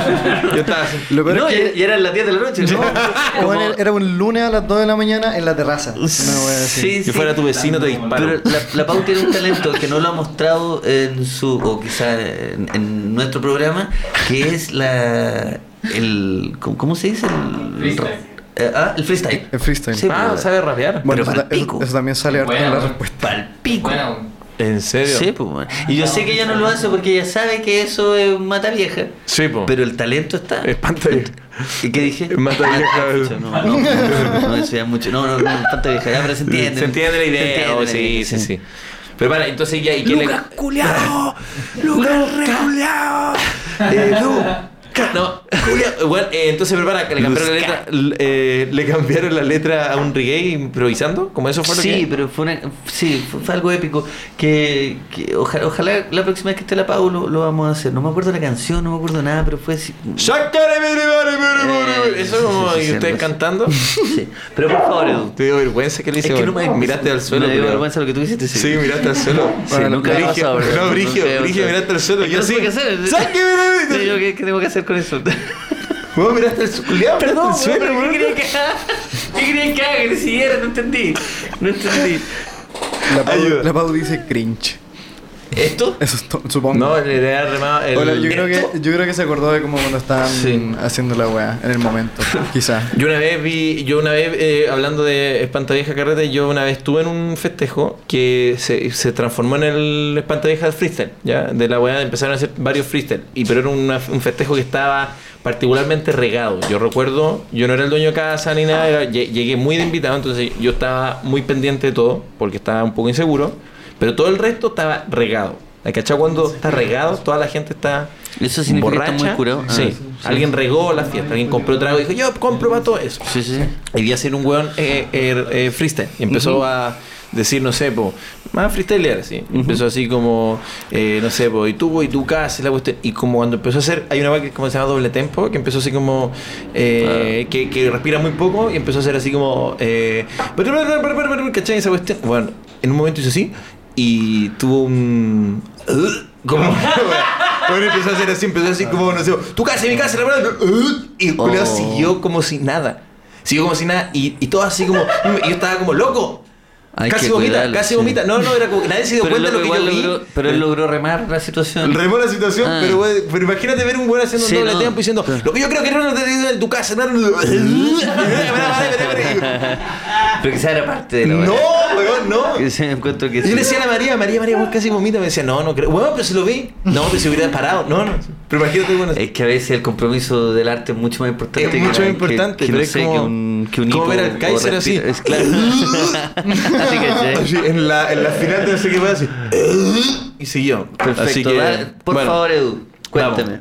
Speaker 3: Yo estaba así.
Speaker 5: Lo peor
Speaker 1: no,
Speaker 5: es que
Speaker 1: y, y eran las 10 de la noche, ¿no? Como-
Speaker 5: bueno, era un lunes a las 2 de la mañana en la terraza. Una wea así.
Speaker 1: Sí,
Speaker 3: Si fuera tu vecino, te disparo.
Speaker 1: Pero la, la Pau tiene un talento que no lo ha mostrado en su, o quizá en, en nuestro programa, que es la. El, ¿Cómo cómo se dice? El
Speaker 6: Freestyle.
Speaker 1: Eh, ah, el freestyle.
Speaker 5: El freestyle.
Speaker 1: Sí,
Speaker 3: ah,
Speaker 1: pero-
Speaker 3: sabe rapear.
Speaker 1: Pero
Speaker 5: Bueno, eso, ta-
Speaker 1: pa'l pico.
Speaker 5: eso- eso también sale harto en
Speaker 6: Bueno.
Speaker 5: la respuesta.
Speaker 1: Pal pico.
Speaker 6: Bueno,
Speaker 3: ¿En serio?
Speaker 1: Sí, pues, bueno. Y yo sé que ella no lo hace porque ella sabe que eso es mata vieja.
Speaker 3: Sí, po.
Speaker 1: Pero el talento está.
Speaker 3: Espanta bien.
Speaker 1: ¿Y qué dije?
Speaker 3: Es más talento,
Speaker 1: Ah,
Speaker 3: claro.
Speaker 1: pucha, No, no, no, no, eso ya mucho. No, no, no, espanta vieja, ya, pero se entiende.
Speaker 3: Se entiende la idea.
Speaker 1: Se entiende
Speaker 3: oh,
Speaker 1: la
Speaker 3: sí,
Speaker 1: idea,
Speaker 3: sí, sí. Pero para, entonces ya, ¿y qué le-
Speaker 2: culiao! ¡Lucas reculeado! Eh, Lucas.
Speaker 3: No, Julio, bueno, eh, entonces prepara que le cambiaron la letra, l- eh, le cambiaron la letra a un reggae improvisando, como eso fue lo
Speaker 1: Sí,
Speaker 3: que.
Speaker 1: pero fue, una, sí, fue, fue algo épico. Que, que ojalá, ojalá la próxima vez que esté la Pau lo, lo vamos a hacer. No me acuerdo la canción, no me acuerdo nada, pero fue así.
Speaker 3: Shakara, mire, mire, mire, mire, mire.
Speaker 1: Eh,
Speaker 3: Eso
Speaker 1: sí,
Speaker 3: como
Speaker 1: sí, sí,
Speaker 3: y
Speaker 1: sí,
Speaker 3: ustedes
Speaker 1: algo así.
Speaker 3: cantando.
Speaker 1: Sí. Pero por favor, Edu.
Speaker 3: Te dio vergüenza que le hice.
Speaker 1: Es que no me
Speaker 3: miraste al suelo.
Speaker 1: Me dio
Speaker 3: culiao.
Speaker 1: vergüenza lo que tú hiciste.
Speaker 3: Sí, miraste al suelo.
Speaker 1: Sí, nunca me ha
Speaker 3: Brigio,
Speaker 1: pasado, bro.
Speaker 3: No, Brigio,
Speaker 1: Nunca me ha
Speaker 3: Brigio,
Speaker 1: pasado.
Speaker 3: miraste al suelo.
Speaker 1: Es que
Speaker 3: Yo
Speaker 1: no
Speaker 3: sí.
Speaker 1: supe qué hacer.
Speaker 3: Sáqueme,
Speaker 1: Sí, yo,
Speaker 3: mire, mire.
Speaker 1: ¿qué, qué tengo que hacer con eso?
Speaker 3: Vos miraste al suelo. culiao, miraste
Speaker 1: Perdón,
Speaker 3: al suelo,
Speaker 1: pero
Speaker 3: bro.
Speaker 1: ¿qué quería que haga? ¿Qué quería que haga? Que le siguiera, no entendí. No entendí.
Speaker 5: La Pau,
Speaker 3: Ayuda.
Speaker 5: la Pau dice cringe.
Speaker 3: ¿Esto?
Speaker 5: Eso es to- supongo.
Speaker 3: No, le le da remado. el-
Speaker 5: Hola, yo, creo
Speaker 3: ¿Esto?
Speaker 5: que, yo creo que se acordó de como cuando estaban
Speaker 1: Sí.
Speaker 5: haciendo la weá en el momento, quizás.
Speaker 3: Yo una vez vi, yo una vez, eh, hablando de Espantavieja Carrete, yo una vez estuve en un festejo que se, se transformó en el Espantavieja Freestyle, ¿ya? De la weá empezaron a hacer varios freestyle, y, pero era una- un festejo que estaba particularmente regado. Yo recuerdo, yo no era el dueño de casa ni nada, era- lle- llegué muy de invitado, entonces yo estaba muy pendiente de todo, porque estaba un poco inseguro, pero todo el resto estaba regado. ¿Hay cachado cuando está regado? Toda la gente está
Speaker 1: Eso significa que está
Speaker 3: borracha.
Speaker 1: muy curado.
Speaker 3: Sí.
Speaker 1: Ah, sí.
Speaker 3: Alguien regó la fiesta, alguien compró trago y dijo, yo compro para todo eso.
Speaker 1: Sí, sí.
Speaker 3: Y vi hacer un weón eh, eh, eh, freestyle. Y empezó a decir, no sé, po, más freestylear, así. Empezó así como, eh, no sé, po, y tú, y tú, casi la cuestión. Y como cuando empezó a hacer, hay una vaca que como se llama doble tempo, que empezó así como, eh, que, que respira muy poco, y empezó a hacer así como, eh, ¿cachai? Esa cuestión. Bueno, en un momento hizo así, y tuvo un. uh, Como. Bueno, empezó a hacer así, empezó así como, no sé, tu casa, mi casa, la verdad. uh, Y el culiao
Speaker 1: Oh.
Speaker 3: siguió como si nada. Siguió como si nada. Y, y todo así como. Y yo estaba como loco.
Speaker 1: Hay
Speaker 3: casi
Speaker 1: que
Speaker 3: vomita,
Speaker 1: cuidarlo,
Speaker 3: casi
Speaker 1: sí.
Speaker 3: vomita. No, no, era como que nadie se dio
Speaker 1: Pero él,
Speaker 3: cuenta de lo que yo
Speaker 1: igual
Speaker 3: vi.
Speaker 1: logró, pero él logró remar la situación.
Speaker 3: Remó la situación,
Speaker 1: Ah.
Speaker 3: pero, güey, pero imagínate ver un güey haciendo
Speaker 1: Sí,
Speaker 3: un doble
Speaker 1: no.
Speaker 3: tiempo diciendo,
Speaker 1: Claro.
Speaker 3: lo que yo creo que no lo tenía en tu casa, no, no, no".
Speaker 1: Pero que sea era parte de la
Speaker 3: No, weón, no.
Speaker 1: Que se encuentro que
Speaker 3: Y yo
Speaker 1: sí.
Speaker 3: le decía a la María, María, María, vos casi vomita. Me decía, no, no creo. Bueno, pero si lo vi. No, pero si hubiera parado. No, Eh. no. Pero imagínate, bueno.
Speaker 1: Es que a veces el compromiso del arte es mucho más importante
Speaker 3: Es
Speaker 1: que-
Speaker 3: mucho
Speaker 1: que,
Speaker 3: más importante,
Speaker 1: que,
Speaker 3: pero
Speaker 1: no
Speaker 3: es
Speaker 1: sé, que
Speaker 3: como-
Speaker 1: un, que un
Speaker 3: como
Speaker 1: hipo
Speaker 3: ver al
Speaker 1: o
Speaker 3: Kaiser así.
Speaker 1: respira- Es claro. así que,
Speaker 3: Así,
Speaker 1: ¿sí?
Speaker 3: en, la, en la final de no sé qué fue así. Y siguió.
Speaker 1: Perfecto.
Speaker 3: Así que,
Speaker 1: da- por
Speaker 3: bueno.
Speaker 1: favor, Edu, cuéntame.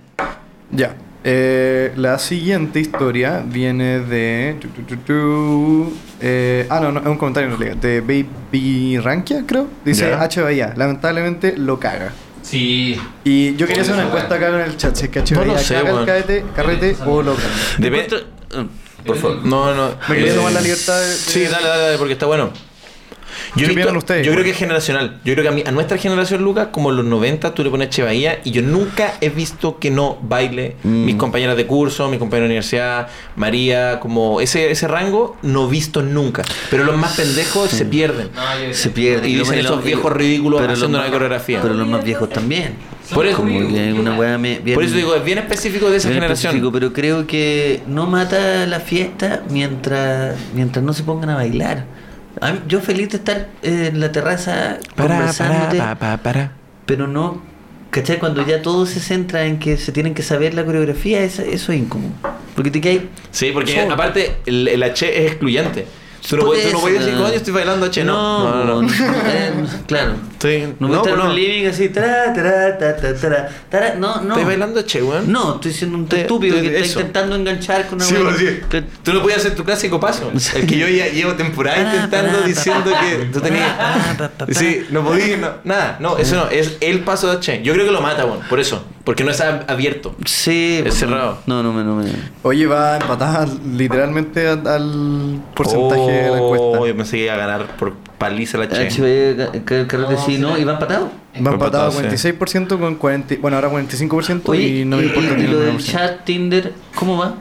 Speaker 5: Ya. Eh, la siguiente historia viene de. tu, tu, tu, tu, eh, ah, no, no, es un comentario en realidad. De Baby Rankia, creo. Dice
Speaker 3: Ya.
Speaker 5: HBIA. Lamentablemente lo caga.
Speaker 6: Sí.
Speaker 5: Y yo quería hacer una
Speaker 6: Pobre
Speaker 5: encuesta acá en el chat. Si es que HBIA
Speaker 3: No lo sé,
Speaker 5: caga el
Speaker 3: weón.
Speaker 5: carrete, carrete o lo caga.
Speaker 3: Depende- Mm.
Speaker 1: Encuentro-
Speaker 3: Por favor. No, no. Eh,
Speaker 5: Me quería tomar la libertad de- de-
Speaker 3: Sí, dale, dale, dale, porque está bueno.
Speaker 5: ¿Qué
Speaker 3: he visto-
Speaker 5: opinan ustedes?
Speaker 3: yo creo que es generacional. Yo creo que a, mí- a nuestra generación, Lucas, como en los 90, tú le pones Che Bahía y yo nunca he visto que no baile
Speaker 1: Mm.
Speaker 3: mis compañeras de curso, mis compañeros de universidad, María, como ese, ese rango, no he visto nunca. Pero los más pendejos
Speaker 1: Mm.
Speaker 3: se pierden.
Speaker 6: No, yo-
Speaker 1: Se pierde.
Speaker 3: Y
Speaker 1: lo-
Speaker 3: dicen
Speaker 1: lo-
Speaker 3: esos viejos ridículos
Speaker 1: pero los
Speaker 3: haciendo
Speaker 1: más-
Speaker 3: una coreografía.
Speaker 1: Pero los más viejos también.
Speaker 3: Por eso-
Speaker 1: Como que hay una weá me- bien-
Speaker 3: Por eso digo, es bien específico de esa
Speaker 1: bien
Speaker 3: generación.
Speaker 1: específico, pero creo que no mata la fiesta mientras mientras no se pongan a bailar. A mí- yo feliz de estar eh, en la terraza
Speaker 3: Para, para,
Speaker 1: conversándote,
Speaker 3: pa, pa, para.
Speaker 1: pero no, ¿cachai? Cuando ya todo se centra en que se tienen que saber la coreografía, esa- eso es incómodo. Porque te caes
Speaker 3: Sí, porque
Speaker 1: Solo.
Speaker 3: aparte el, el H es excluyente. Tú no
Speaker 1: Por
Speaker 3: puedes, tú no
Speaker 1: eso,
Speaker 3: puedes decir,
Speaker 1: no.
Speaker 3: coño, estoy bailando H. No,
Speaker 1: No, eh, claro.
Speaker 3: Estoy-
Speaker 1: No, voy a
Speaker 3: no,
Speaker 1: estar en
Speaker 3: no.
Speaker 1: un living así, tra, tra, ta, ta, tra, tra, no, no.
Speaker 3: Estoy bailando H, weón.
Speaker 1: No, estoy siendo un
Speaker 3: Te-
Speaker 1: estúpido
Speaker 3: te-
Speaker 1: que está
Speaker 3: eso.
Speaker 1: intentando enganchar con una
Speaker 3: Sí,
Speaker 1: wea-
Speaker 3: pues, sí.
Speaker 1: Te-
Speaker 3: Tú no podías hacer tu clásico paso. El que yo ya llevo temporada
Speaker 5: Ah,
Speaker 1: Pará,
Speaker 3: intentando
Speaker 1: pará,
Speaker 3: diciendo
Speaker 1: pará.
Speaker 3: que tú tenías.
Speaker 1: Pará, pa, pa, pa.
Speaker 3: Sí, no podías. no, nada, no, eso no. Es el paso de H. Yo creo que lo mata, weón. Por eso. Porque no es ab- abierto.
Speaker 1: Sí,
Speaker 3: Es
Speaker 1: pues,
Speaker 3: cerrado.
Speaker 1: No, no, me, no me.
Speaker 5: Oye, va empatada literalmente al- al porcentaje de la
Speaker 3: Oh,
Speaker 5: encuesta.
Speaker 3: yo pensé que iba a ganar por paliza la
Speaker 1: Ah,
Speaker 3: H.
Speaker 1: chive, ca- ca- carrete,
Speaker 6: No,
Speaker 1: sí,
Speaker 6: sí.
Speaker 1: no, y va empatado.
Speaker 5: Va
Speaker 3: Fue
Speaker 5: empatado
Speaker 3: empatado,
Speaker 5: 46% con 40, bueno, ahora 45%
Speaker 1: Oye,
Speaker 5: y no me
Speaker 1: y-
Speaker 5: importa
Speaker 1: y
Speaker 5: ni el
Speaker 1: lo del
Speaker 5: 1%.
Speaker 1: chat Tinder, ¿cómo va?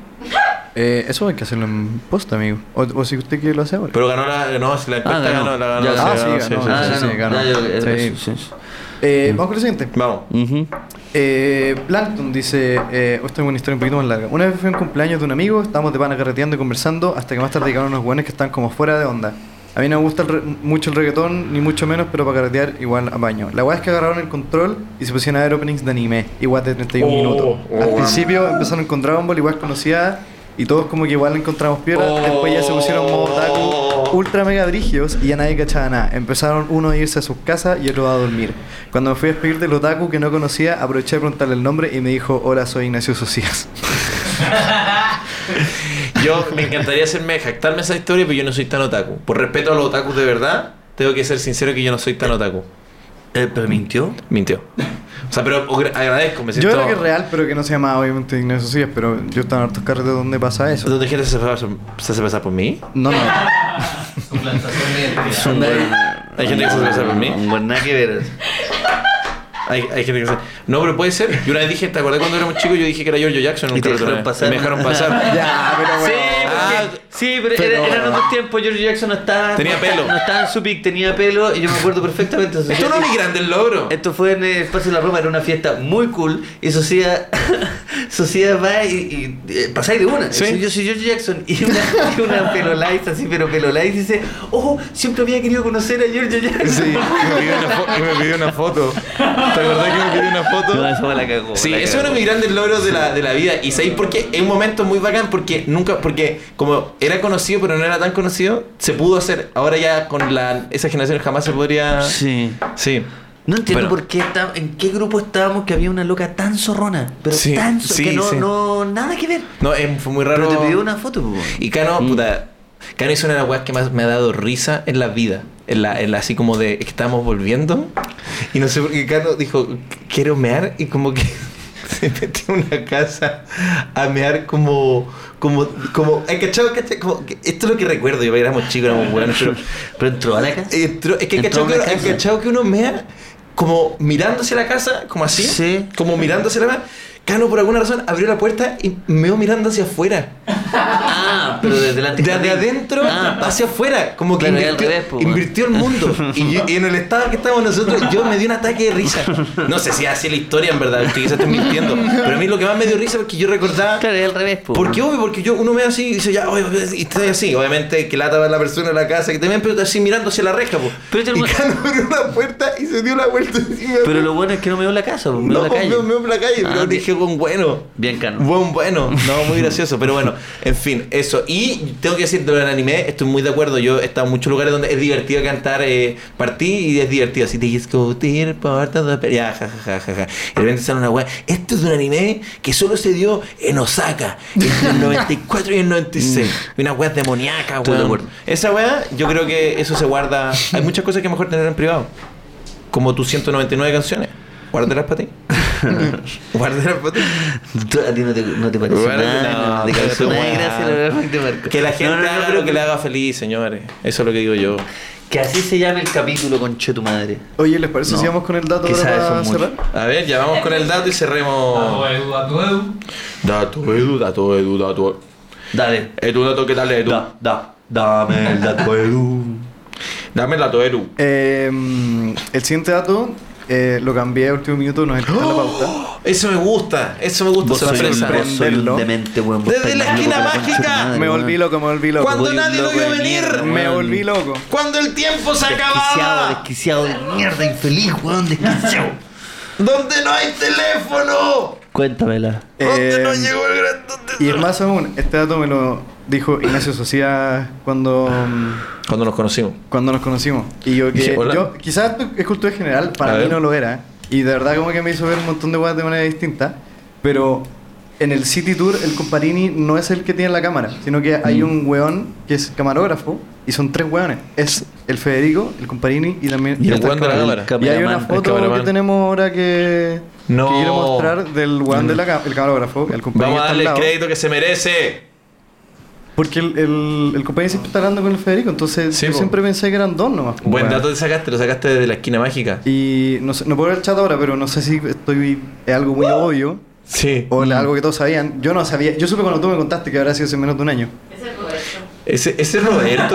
Speaker 5: Eh, eso hay que hacerlo en post, amigo. O, o si usted quiere lo hace ahora.
Speaker 3: Pero ganó la. No, si la encuesta
Speaker 1: Ah, ganó.
Speaker 3: ganó. la ganó.
Speaker 1: Ya
Speaker 5: ganó. Ah, sí,
Speaker 3: sí,
Speaker 5: ganó,
Speaker 3: sí,
Speaker 1: ah,
Speaker 3: sí,
Speaker 1: ganó.
Speaker 5: sí, ganó.
Speaker 1: Ya, yo- eh,
Speaker 5: Sí.
Speaker 1: eso, eso.
Speaker 5: Eh, vamos con el siguiente.
Speaker 3: sí. Vamos.
Speaker 1: Ujú.
Speaker 5: Eh, Plankton dice, eh, esta es una historia un poquito más larga. Una vez fue un cumpleaños de un amigo, estábamos de pana carreteando y conversando hasta que más tarde llegaron unos buenos que están como fuera de onda. A mí no me gusta el re- mucho el reggaetón, ni mucho menos, pero para carretear igual apaño. La weá es que agarraron el control y se pusieron a ver openings de anime, igual de 31
Speaker 3: Oh,
Speaker 5: minutos.
Speaker 3: oh,
Speaker 5: Al
Speaker 3: weón.
Speaker 5: principio empezaron con Dragon Ball, igual conocida, y todos como que igual le encontramos piedras. Después ya se pusieron modo otaku, ultra mega brígidos y ya nadie cachaba nada. Empezaron uno a irse a sus casas y otro a dormir. Cuando me fui a despedir del otaku que no conocía, aproveché de preguntarle el nombre y me dijo, hola, soy Ignacio Socias.
Speaker 3: Yo me encantaría hacerme jactarme esa historia, pero yo no soy tan otaku. Por respeto a los otakus de verdad, tengo que ser sincero que yo no soy tan otaku.
Speaker 1: Eh, ¿Pero mintió?
Speaker 3: Mintió. O sea, pero gra- agradezco, me
Speaker 5: Yo
Speaker 3: siento.
Speaker 5: creo que es real, pero que no se llamaba obviamente Ignacio Socias, pero yo estaba en hartos carretes donde pasa eso.
Speaker 3: ¿Dónde gente se hace pasar, se hace pasar por mí?
Speaker 5: No, no.
Speaker 6: Suplantación de identidad.
Speaker 3: Hay gente que se hace pasar por mí.
Speaker 1: Un buen nada que ver.
Speaker 3: Hay, hay gente que se... No, pero puede ser. Yo una vez dije, ¿te acordás cuando éramos chicos? Yo dije que era Giorgio Jackson. en un
Speaker 1: Y te
Speaker 3: carrete
Speaker 1: dejaron
Speaker 3: una vez.
Speaker 1: pasar.
Speaker 3: Y Me dejaron pasar.
Speaker 5: Ya, pero
Speaker 1: Sí,
Speaker 5: bueno.
Speaker 1: porque-
Speaker 3: Ah,
Speaker 1: sí, pero,
Speaker 5: pero
Speaker 1: era- eran
Speaker 5: bueno.
Speaker 1: otros tiempos. George Jackson no estaba.
Speaker 3: Tenía
Speaker 1: no estaba-
Speaker 3: pelo.
Speaker 1: No estaba en su pick, tenía pelo. Y yo me acuerdo perfectamente. de
Speaker 3: Esto
Speaker 1: Sociedad.
Speaker 3: no es mi grande logro.
Speaker 1: Esto fue en el Espacio de la Roma, era una fiesta muy cool. Y Sociedad, Sociedad va y, y, eh, pasáis de una.
Speaker 3: Sí.
Speaker 1: Yo soy George Jackson. Y una, y una pelo light, así, pero pelo light, dice: Oh, siempre había querido conocer a George Jackson.
Speaker 5: Sí.
Speaker 3: me pidió una, foto. ¿Te acordás que me pidió una foto?
Speaker 1: No, eso me la cagó.
Speaker 3: Sí,
Speaker 1: la
Speaker 3: eso es uno
Speaker 1: cagó.
Speaker 3: de mis grandes logros de la, de la vida. Y sabéis por qué? Es un momento muy bacán porque nunca, porque como era conocido pero no era tan conocido, se pudo hacer. Ahora ya con la, esa generación jamás se podría.
Speaker 1: Sí.
Speaker 3: Sí.
Speaker 1: No entiendo
Speaker 3: Bueno.
Speaker 1: por qué está, en qué grupo estábamos que había una loca tan zorrona, pero
Speaker 3: Sí,
Speaker 1: tan zorrona
Speaker 3: sí,
Speaker 1: que no,
Speaker 3: sí.
Speaker 1: no nada que ver.
Speaker 3: No, es- fue muy raro.
Speaker 1: Pero te pidió una foto, po.
Speaker 3: Y Cano,
Speaker 1: Mm.
Speaker 3: puta. Cano es una de las weas que más me ha dado risa en la vida. En la, en la- así como de estamos volviendo. Y no sé por qué Cano dijo, quiero mear. Y como que se metió a una casa a mear como. Como, como, ¿hay cachado? cachai? Como que- esto es lo que recuerdo, yo éramos chicos, éramos buenos, pero
Speaker 1: Pero entró a la casa.
Speaker 3: entró- es que hay
Speaker 1: Entró
Speaker 3: cachado,
Speaker 1: a
Speaker 3: que,
Speaker 1: una
Speaker 3: uno- hay
Speaker 1: casa.
Speaker 3: cachado que uno mea como mirándose la casa, como así,
Speaker 1: Sí.
Speaker 3: como mirándose la casa. Cano, por alguna razón, abrió la puerta y meó mirando hacia afuera.
Speaker 1: Ah, pero desde delante.
Speaker 3: De, de adentro
Speaker 1: Ah, pa-
Speaker 3: hacia afuera, como que
Speaker 1: Claro, era al
Speaker 3: invirtió,
Speaker 1: revés, po, weón.
Speaker 3: invirtió el mundo. Y, yo- y en el estado que estábamos nosotros, yo me di un ataque de risa. No sé si así la historia, en verdad, que quizás estoy mintiendo. Pero a mí lo que más me dio risa porque yo recordaba.
Speaker 1: claro, es al revés, po.
Speaker 3: Porque obvio, porque yo uno me así y dice ya, oye, oye, y estoy así. Obviamente que lata va la persona en la casa que también, pero está así mirando hacia la reja, po.
Speaker 1: Pero te-
Speaker 3: y Cano abrió una puerta y se dio la vuelta encima.
Speaker 1: Pero lo bueno es que no me dio la casa, po, me dio
Speaker 3: no,
Speaker 1: la calle.
Speaker 3: me- me en la calle,
Speaker 1: Ah,
Speaker 3: pero
Speaker 1: bien.
Speaker 3: dije, con bueno.
Speaker 1: Bien, Cano.
Speaker 3: Buen, bueno, no, muy gracioso, pero bueno, en fin, eso. Y tengo que decir, de lo del anime, estoy muy de acuerdo. Yo he estado en muchos lugares donde es divertido cantar eh, partí y es divertido. Así te discutir por todo, pero ya, ja, ja, ja, ja, ja. Y de repente sale una weá. Esto es de un anime que solo se dio en Osaka, entre el 94 y el 96. Una weá demoníaca,
Speaker 1: Estoy de
Speaker 3: weón.
Speaker 1: acuerdo.
Speaker 3: Esa weá, yo creo que eso se guarda. Hay muchas cosas que es mejor tener en privado, como tus 199 canciones. Guárdalas para ti. Guárdalas para ti.
Speaker 1: Tú- A ti no te, no te parece
Speaker 3: Bueno,
Speaker 1: nada, no,
Speaker 3: no,
Speaker 1: te
Speaker 3: pero
Speaker 1: causó
Speaker 3: tú,
Speaker 1: nada de
Speaker 3: weón.
Speaker 1: gracia, la verdad, te marco.
Speaker 3: Que la gente
Speaker 1: No, no, no,
Speaker 3: haga
Speaker 1: pero
Speaker 3: lo que le haga feliz, señores. Eso es lo que digo yo.
Speaker 1: Que así se llame el capítulo, conche tu madre.
Speaker 5: Oye, ¿les parece
Speaker 1: No.
Speaker 5: si vamos con el dato
Speaker 1: Quizá
Speaker 5: ahora
Speaker 1: eso
Speaker 5: para
Speaker 1: es mucho.
Speaker 5: cerrar?
Speaker 3: A ver, ya vamos con el dato y cerremos.
Speaker 6: Atueu, atueu.
Speaker 3: Dato, Edu, dato, Edu, dato.
Speaker 1: Dale.
Speaker 3: Edu, dato, ¿qué tal, Edu?
Speaker 1: Da, da, dame el dato, Edu.
Speaker 3: Dame el dato, Edu.
Speaker 5: Eh, mm, el siguiente dato eh, lo cambié a último minuto, no es el que está en la
Speaker 1: ¡Oh!
Speaker 5: pauta.
Speaker 3: Eso me gusta, eso me gusta,
Speaker 1: Vos
Speaker 3: se la
Speaker 1: soy,
Speaker 3: fresa.
Speaker 1: un, vos soy un
Speaker 5: Prenderlo.
Speaker 1: demente, weón.
Speaker 3: Desde la esquina mágica.
Speaker 5: Me volví loco, me volví loco.
Speaker 3: ¿Cuándo
Speaker 1: Voy un
Speaker 3: nadie lo
Speaker 1: loco
Speaker 3: vio
Speaker 1: de
Speaker 3: venir? Oh,
Speaker 1: mierda,
Speaker 5: Me
Speaker 1: weón.
Speaker 5: volví loco.
Speaker 3: Cuando el tiempo se
Speaker 1: Desquiciado,
Speaker 3: acababa.
Speaker 1: desquiciado de mierda, infeliz, weón, desquiciado.
Speaker 3: Donde no hay teléfono.
Speaker 1: Cuéntamela.
Speaker 3: Donde no
Speaker 5: Eh,
Speaker 3: llegó el gran... donde-
Speaker 5: y es más aún, este dato me lo dijo Ignacio Socias cuando, mm,
Speaker 3: Cuando nos conocimos.
Speaker 5: cuando nos conocimos. Y yo
Speaker 3: Dije,
Speaker 5: que.
Speaker 3: "Hola".
Speaker 5: Yo, quizás esto es cultura general,
Speaker 3: A
Speaker 5: para mí
Speaker 3: ver.
Speaker 5: no lo era. Y de verdad, como que me hizo ver un montón de cosas de manera distinta. Pero en el City Tour, el Comparini no es el que tiene la cámara, sino que
Speaker 3: Mm.
Speaker 5: hay un weón que es camarógrafo y son tres weones. Es el Federico, el Comparini y también.
Speaker 3: Y el
Speaker 5: está
Speaker 3: weón de la cámara.
Speaker 5: Y hay una foto que
Speaker 3: cameraman.
Speaker 5: tenemos ahora que,
Speaker 3: No.
Speaker 5: que quiero mostrar del weón del camarógrafo, el compañero
Speaker 3: Vamos a
Speaker 5: está al
Speaker 3: darle el
Speaker 5: lado.
Speaker 3: crédito que se merece.
Speaker 5: Porque el, el, el compañero siempre está hablando con el Federico, entonces
Speaker 3: Sí,
Speaker 5: yo
Speaker 3: po.
Speaker 5: siempre pensé que eran dos nomás. po,
Speaker 3: Buen
Speaker 5: weón.
Speaker 3: dato te sacaste, lo sacaste desde la esquina mágica.
Speaker 5: Y no, sé- no puedo ver el chat ahora, pero no sé si estoy es algo muy obvio
Speaker 3: Sí.
Speaker 5: o es algo que todos sabían. Yo no sabía, yo supe cuando tú me contaste que habrá sido hace menos de un año.
Speaker 7: Es el Roberto.
Speaker 3: Ese, ese Roberto,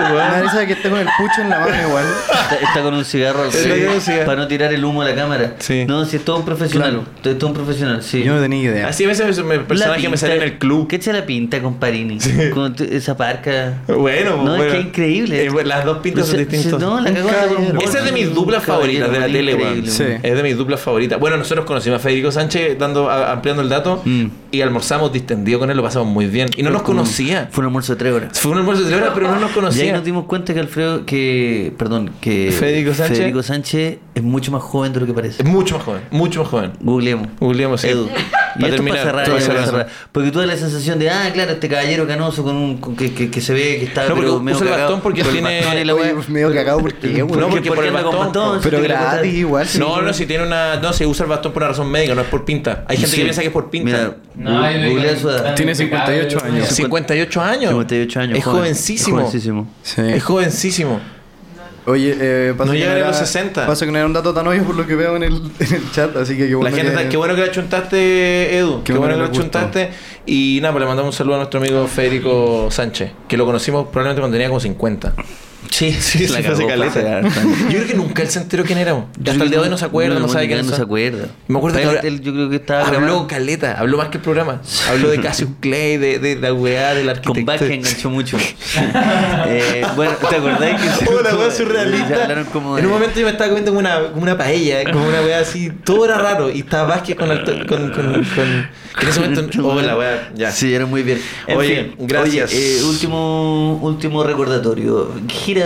Speaker 5: Me da
Speaker 3: weón.
Speaker 5: risa que esté con el pucho en la mano igual.
Speaker 1: Está, está con un cigarro al
Speaker 3: Está
Speaker 1: revés,
Speaker 3: con un cigarro.
Speaker 1: para no tirar el humo a la cámara.
Speaker 3: Sí.
Speaker 1: No, si es todo un profesional. Es todo un profesional, sí.
Speaker 5: Yo no tenía idea.
Speaker 3: Así a veces me, personaje
Speaker 1: La
Speaker 3: me sale en
Speaker 1: pinta-
Speaker 3: el club.
Speaker 1: ¿Qué echa la pinta con Parini? Con tu- esa parca.
Speaker 3: Bueno,
Speaker 1: No, es
Speaker 3: bueno.
Speaker 1: que es increíble.
Speaker 3: Eh, bueno, las dos pintas
Speaker 1: No
Speaker 3: son
Speaker 1: sé-
Speaker 3: distintas.
Speaker 1: No, la cagó
Speaker 5: Un
Speaker 1: hasta con un
Speaker 5: caballero.
Speaker 1: bol.
Speaker 3: Esa es de mis
Speaker 1: Un
Speaker 3: duplas
Speaker 1: caballero,
Speaker 3: favoritas de la
Speaker 1: un
Speaker 3: tele, weón.
Speaker 1: increíble,
Speaker 5: Sí.
Speaker 3: Es de mis duplas favoritas. Bueno, nosotros conocimos a Federico Sánchez, dando, a- ampliando el dato,
Speaker 5: Mm.
Speaker 3: y almorzamos distendido con él, lo pasamos muy bien. Y no nos conocía.
Speaker 1: Fue un almuerzo de tres horas.
Speaker 3: Fue un almuerzo de tres horas, pero no nos
Speaker 1: Y ahí
Speaker 3: conocía.
Speaker 1: nos dimos cuenta que Alfredo, que, perdón, que
Speaker 3: Federico Sánchez.
Speaker 1: Federico Sánchez es mucho más joven de lo que parece.
Speaker 3: Es mucho más joven, mucho más joven.
Speaker 1: Googleemos.
Speaker 3: Googleemos, sí.
Speaker 1: Edu.
Speaker 3: Para
Speaker 1: Y esto es
Speaker 3: terminar,
Speaker 1: para cerrar,
Speaker 3: todo
Speaker 1: ya,
Speaker 3: cerrar.
Speaker 1: para cerrar. Porque tú das la sensación de, ah, claro, este caballero canoso con un, con que, que, que se ve que está
Speaker 3: No, porque
Speaker 1: pero medio
Speaker 3: usa el
Speaker 1: cagado.
Speaker 3: bastón porque
Speaker 1: Con el
Speaker 3: tiene-
Speaker 1: bastón y la
Speaker 5: Oye,
Speaker 1: weá.
Speaker 5: pues, medio cagado porque,
Speaker 1: Porque-
Speaker 3: No,
Speaker 5: weón.
Speaker 3: porque por el
Speaker 1: anda con
Speaker 3: bastón,
Speaker 1: bastón,
Speaker 5: Pero
Speaker 1: si te
Speaker 5: gratis
Speaker 1: cuesta-
Speaker 5: igual. sí.
Speaker 3: No, no, si tiene una. No, se usa el bastón por una razón médica, no es por pinta. Hay gente
Speaker 1: Sí.
Speaker 3: que piensa que es por
Speaker 1: Mira,
Speaker 3: pinta.
Speaker 6: No,
Speaker 1: gu-
Speaker 6: yo digo
Speaker 1: googlea
Speaker 6: que-
Speaker 1: su edad.
Speaker 5: Tiene 58 años.
Speaker 3: 58 años.
Speaker 1: 58 años.
Speaker 3: Es
Speaker 1: joven.
Speaker 3: jovencísimo.
Speaker 1: Es jovencísimo.
Speaker 5: Sí.
Speaker 3: Es jovencísimo.
Speaker 5: Oye, eh, pasa
Speaker 3: No
Speaker 5: que
Speaker 3: llegan
Speaker 5: era-
Speaker 3: a los 60.
Speaker 5: Pasa que no era un dato tan obvio por lo que veo en el, en el chat, así que qué
Speaker 3: La
Speaker 5: bueno
Speaker 3: gente
Speaker 5: que-
Speaker 3: está, qué bueno que la chuntaste, Edu. Qué,
Speaker 5: Qué
Speaker 3: bueno
Speaker 5: bueno
Speaker 3: que la
Speaker 5: que le gustó.
Speaker 3: chuntaste. Y nada, pues le mandamos un saludo a nuestro amigo Federico Sánchez, que lo conocimos probablemente cuando tenía como 50.
Speaker 1: Sí, sí,
Speaker 3: se fue hace caleta. Yo creo que nunca él se enteró quién era. bo. Hasta el día de hoy no se acuerda, no, sabe quién
Speaker 1: No se
Speaker 3: son.
Speaker 1: acuerda.
Speaker 3: Me acuerdo que
Speaker 1: Pero
Speaker 3: ahora-
Speaker 1: él, yo creo que estaba
Speaker 3: Habló
Speaker 1: grabando.
Speaker 3: caleta, habló más que el programa. Habló de Cassius Clay, de, de la weá, del
Speaker 1: Con
Speaker 3: arquitecto.
Speaker 1: Vázquez enganchó mucho. eh, bueno, ¿te acordás que se-
Speaker 3: Oh, la weá
Speaker 1: Ya
Speaker 3: surrealista.
Speaker 1: hablaron como de-
Speaker 3: En un momento yo me estaba comiendo como una, como una paella, como una weá así, todo era raro. Y estaba Vázquez con alto- con, con, con, que en ese momento. Oh, la weá, ya.
Speaker 1: Sí, era muy bien.
Speaker 3: Oye, gracias.
Speaker 1: oye, eh, último, último recordatorio. Gira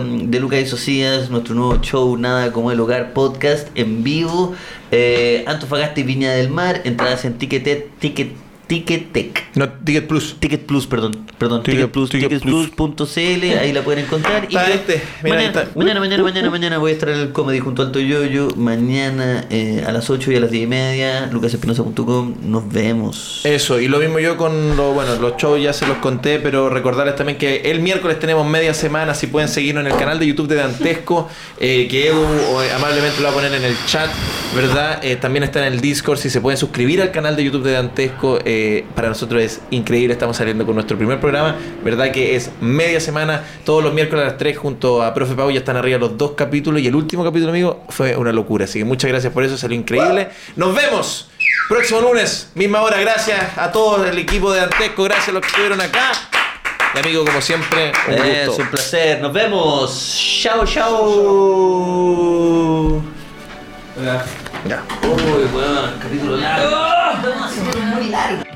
Speaker 1: mm, de Lucas y Socias, nuestro nuevo show, Nada como el Hogar Podcast en vivo. Eh, Antofagasta y Viña del Mar, entradas en Ticketet, Ticket, Ticketek.
Speaker 3: No, Ticket Plus.
Speaker 1: Ticket Plus, perdón, perdón,
Speaker 3: Ticket-
Speaker 1: Ticket Plus,
Speaker 3: Ticket
Speaker 1: ticketplus.cl, ahí la pueden encontrar.
Speaker 3: Está
Speaker 1: yo-
Speaker 3: este, mira,
Speaker 1: mañana,
Speaker 3: ahí está. Uh,
Speaker 1: mañana, mañana, mañana, mañana voy a estar en el comedy junto al Toyoyo, mañana eh, a las 8 y a las 10 y media, lucasespinosa.com, nos vemos.
Speaker 3: Eso, y lo mismo yo con lo, bueno, los shows ya se los conté, pero recordarles también que el miércoles tenemos media semana, si pueden seguirnos en el canal de YouTube de Dantesco, eh, que Edu o, eh, amablemente lo va a poner en el chat, ¿verdad? Eh, también está en el Discord, si se pueden suscribir al canal de YouTube de Dantesco, eh, para nosotros es increíble, estamos saliendo con nuestro primer programa, ¿verdad? Que es media semana, todos los miércoles a las 3 junto a Profe Pau, ya están arriba los dos capítulos, y el último capítulo, amigo, fue una locura, así que muchas gracias por eso, salió increíble. ¡Nos vemos! Próximo lunes, misma hora. Gracias a todo el equipo de Antesco. Gracias a los que estuvieron acá. Y amigo, como siempre, un
Speaker 1: Eh, Es
Speaker 3: gusto.
Speaker 1: un placer, nos vemos. Chao, chao.
Speaker 6: Hola.
Speaker 1: Uy, weón, capítulo largo. Vamos a hacer muy largo.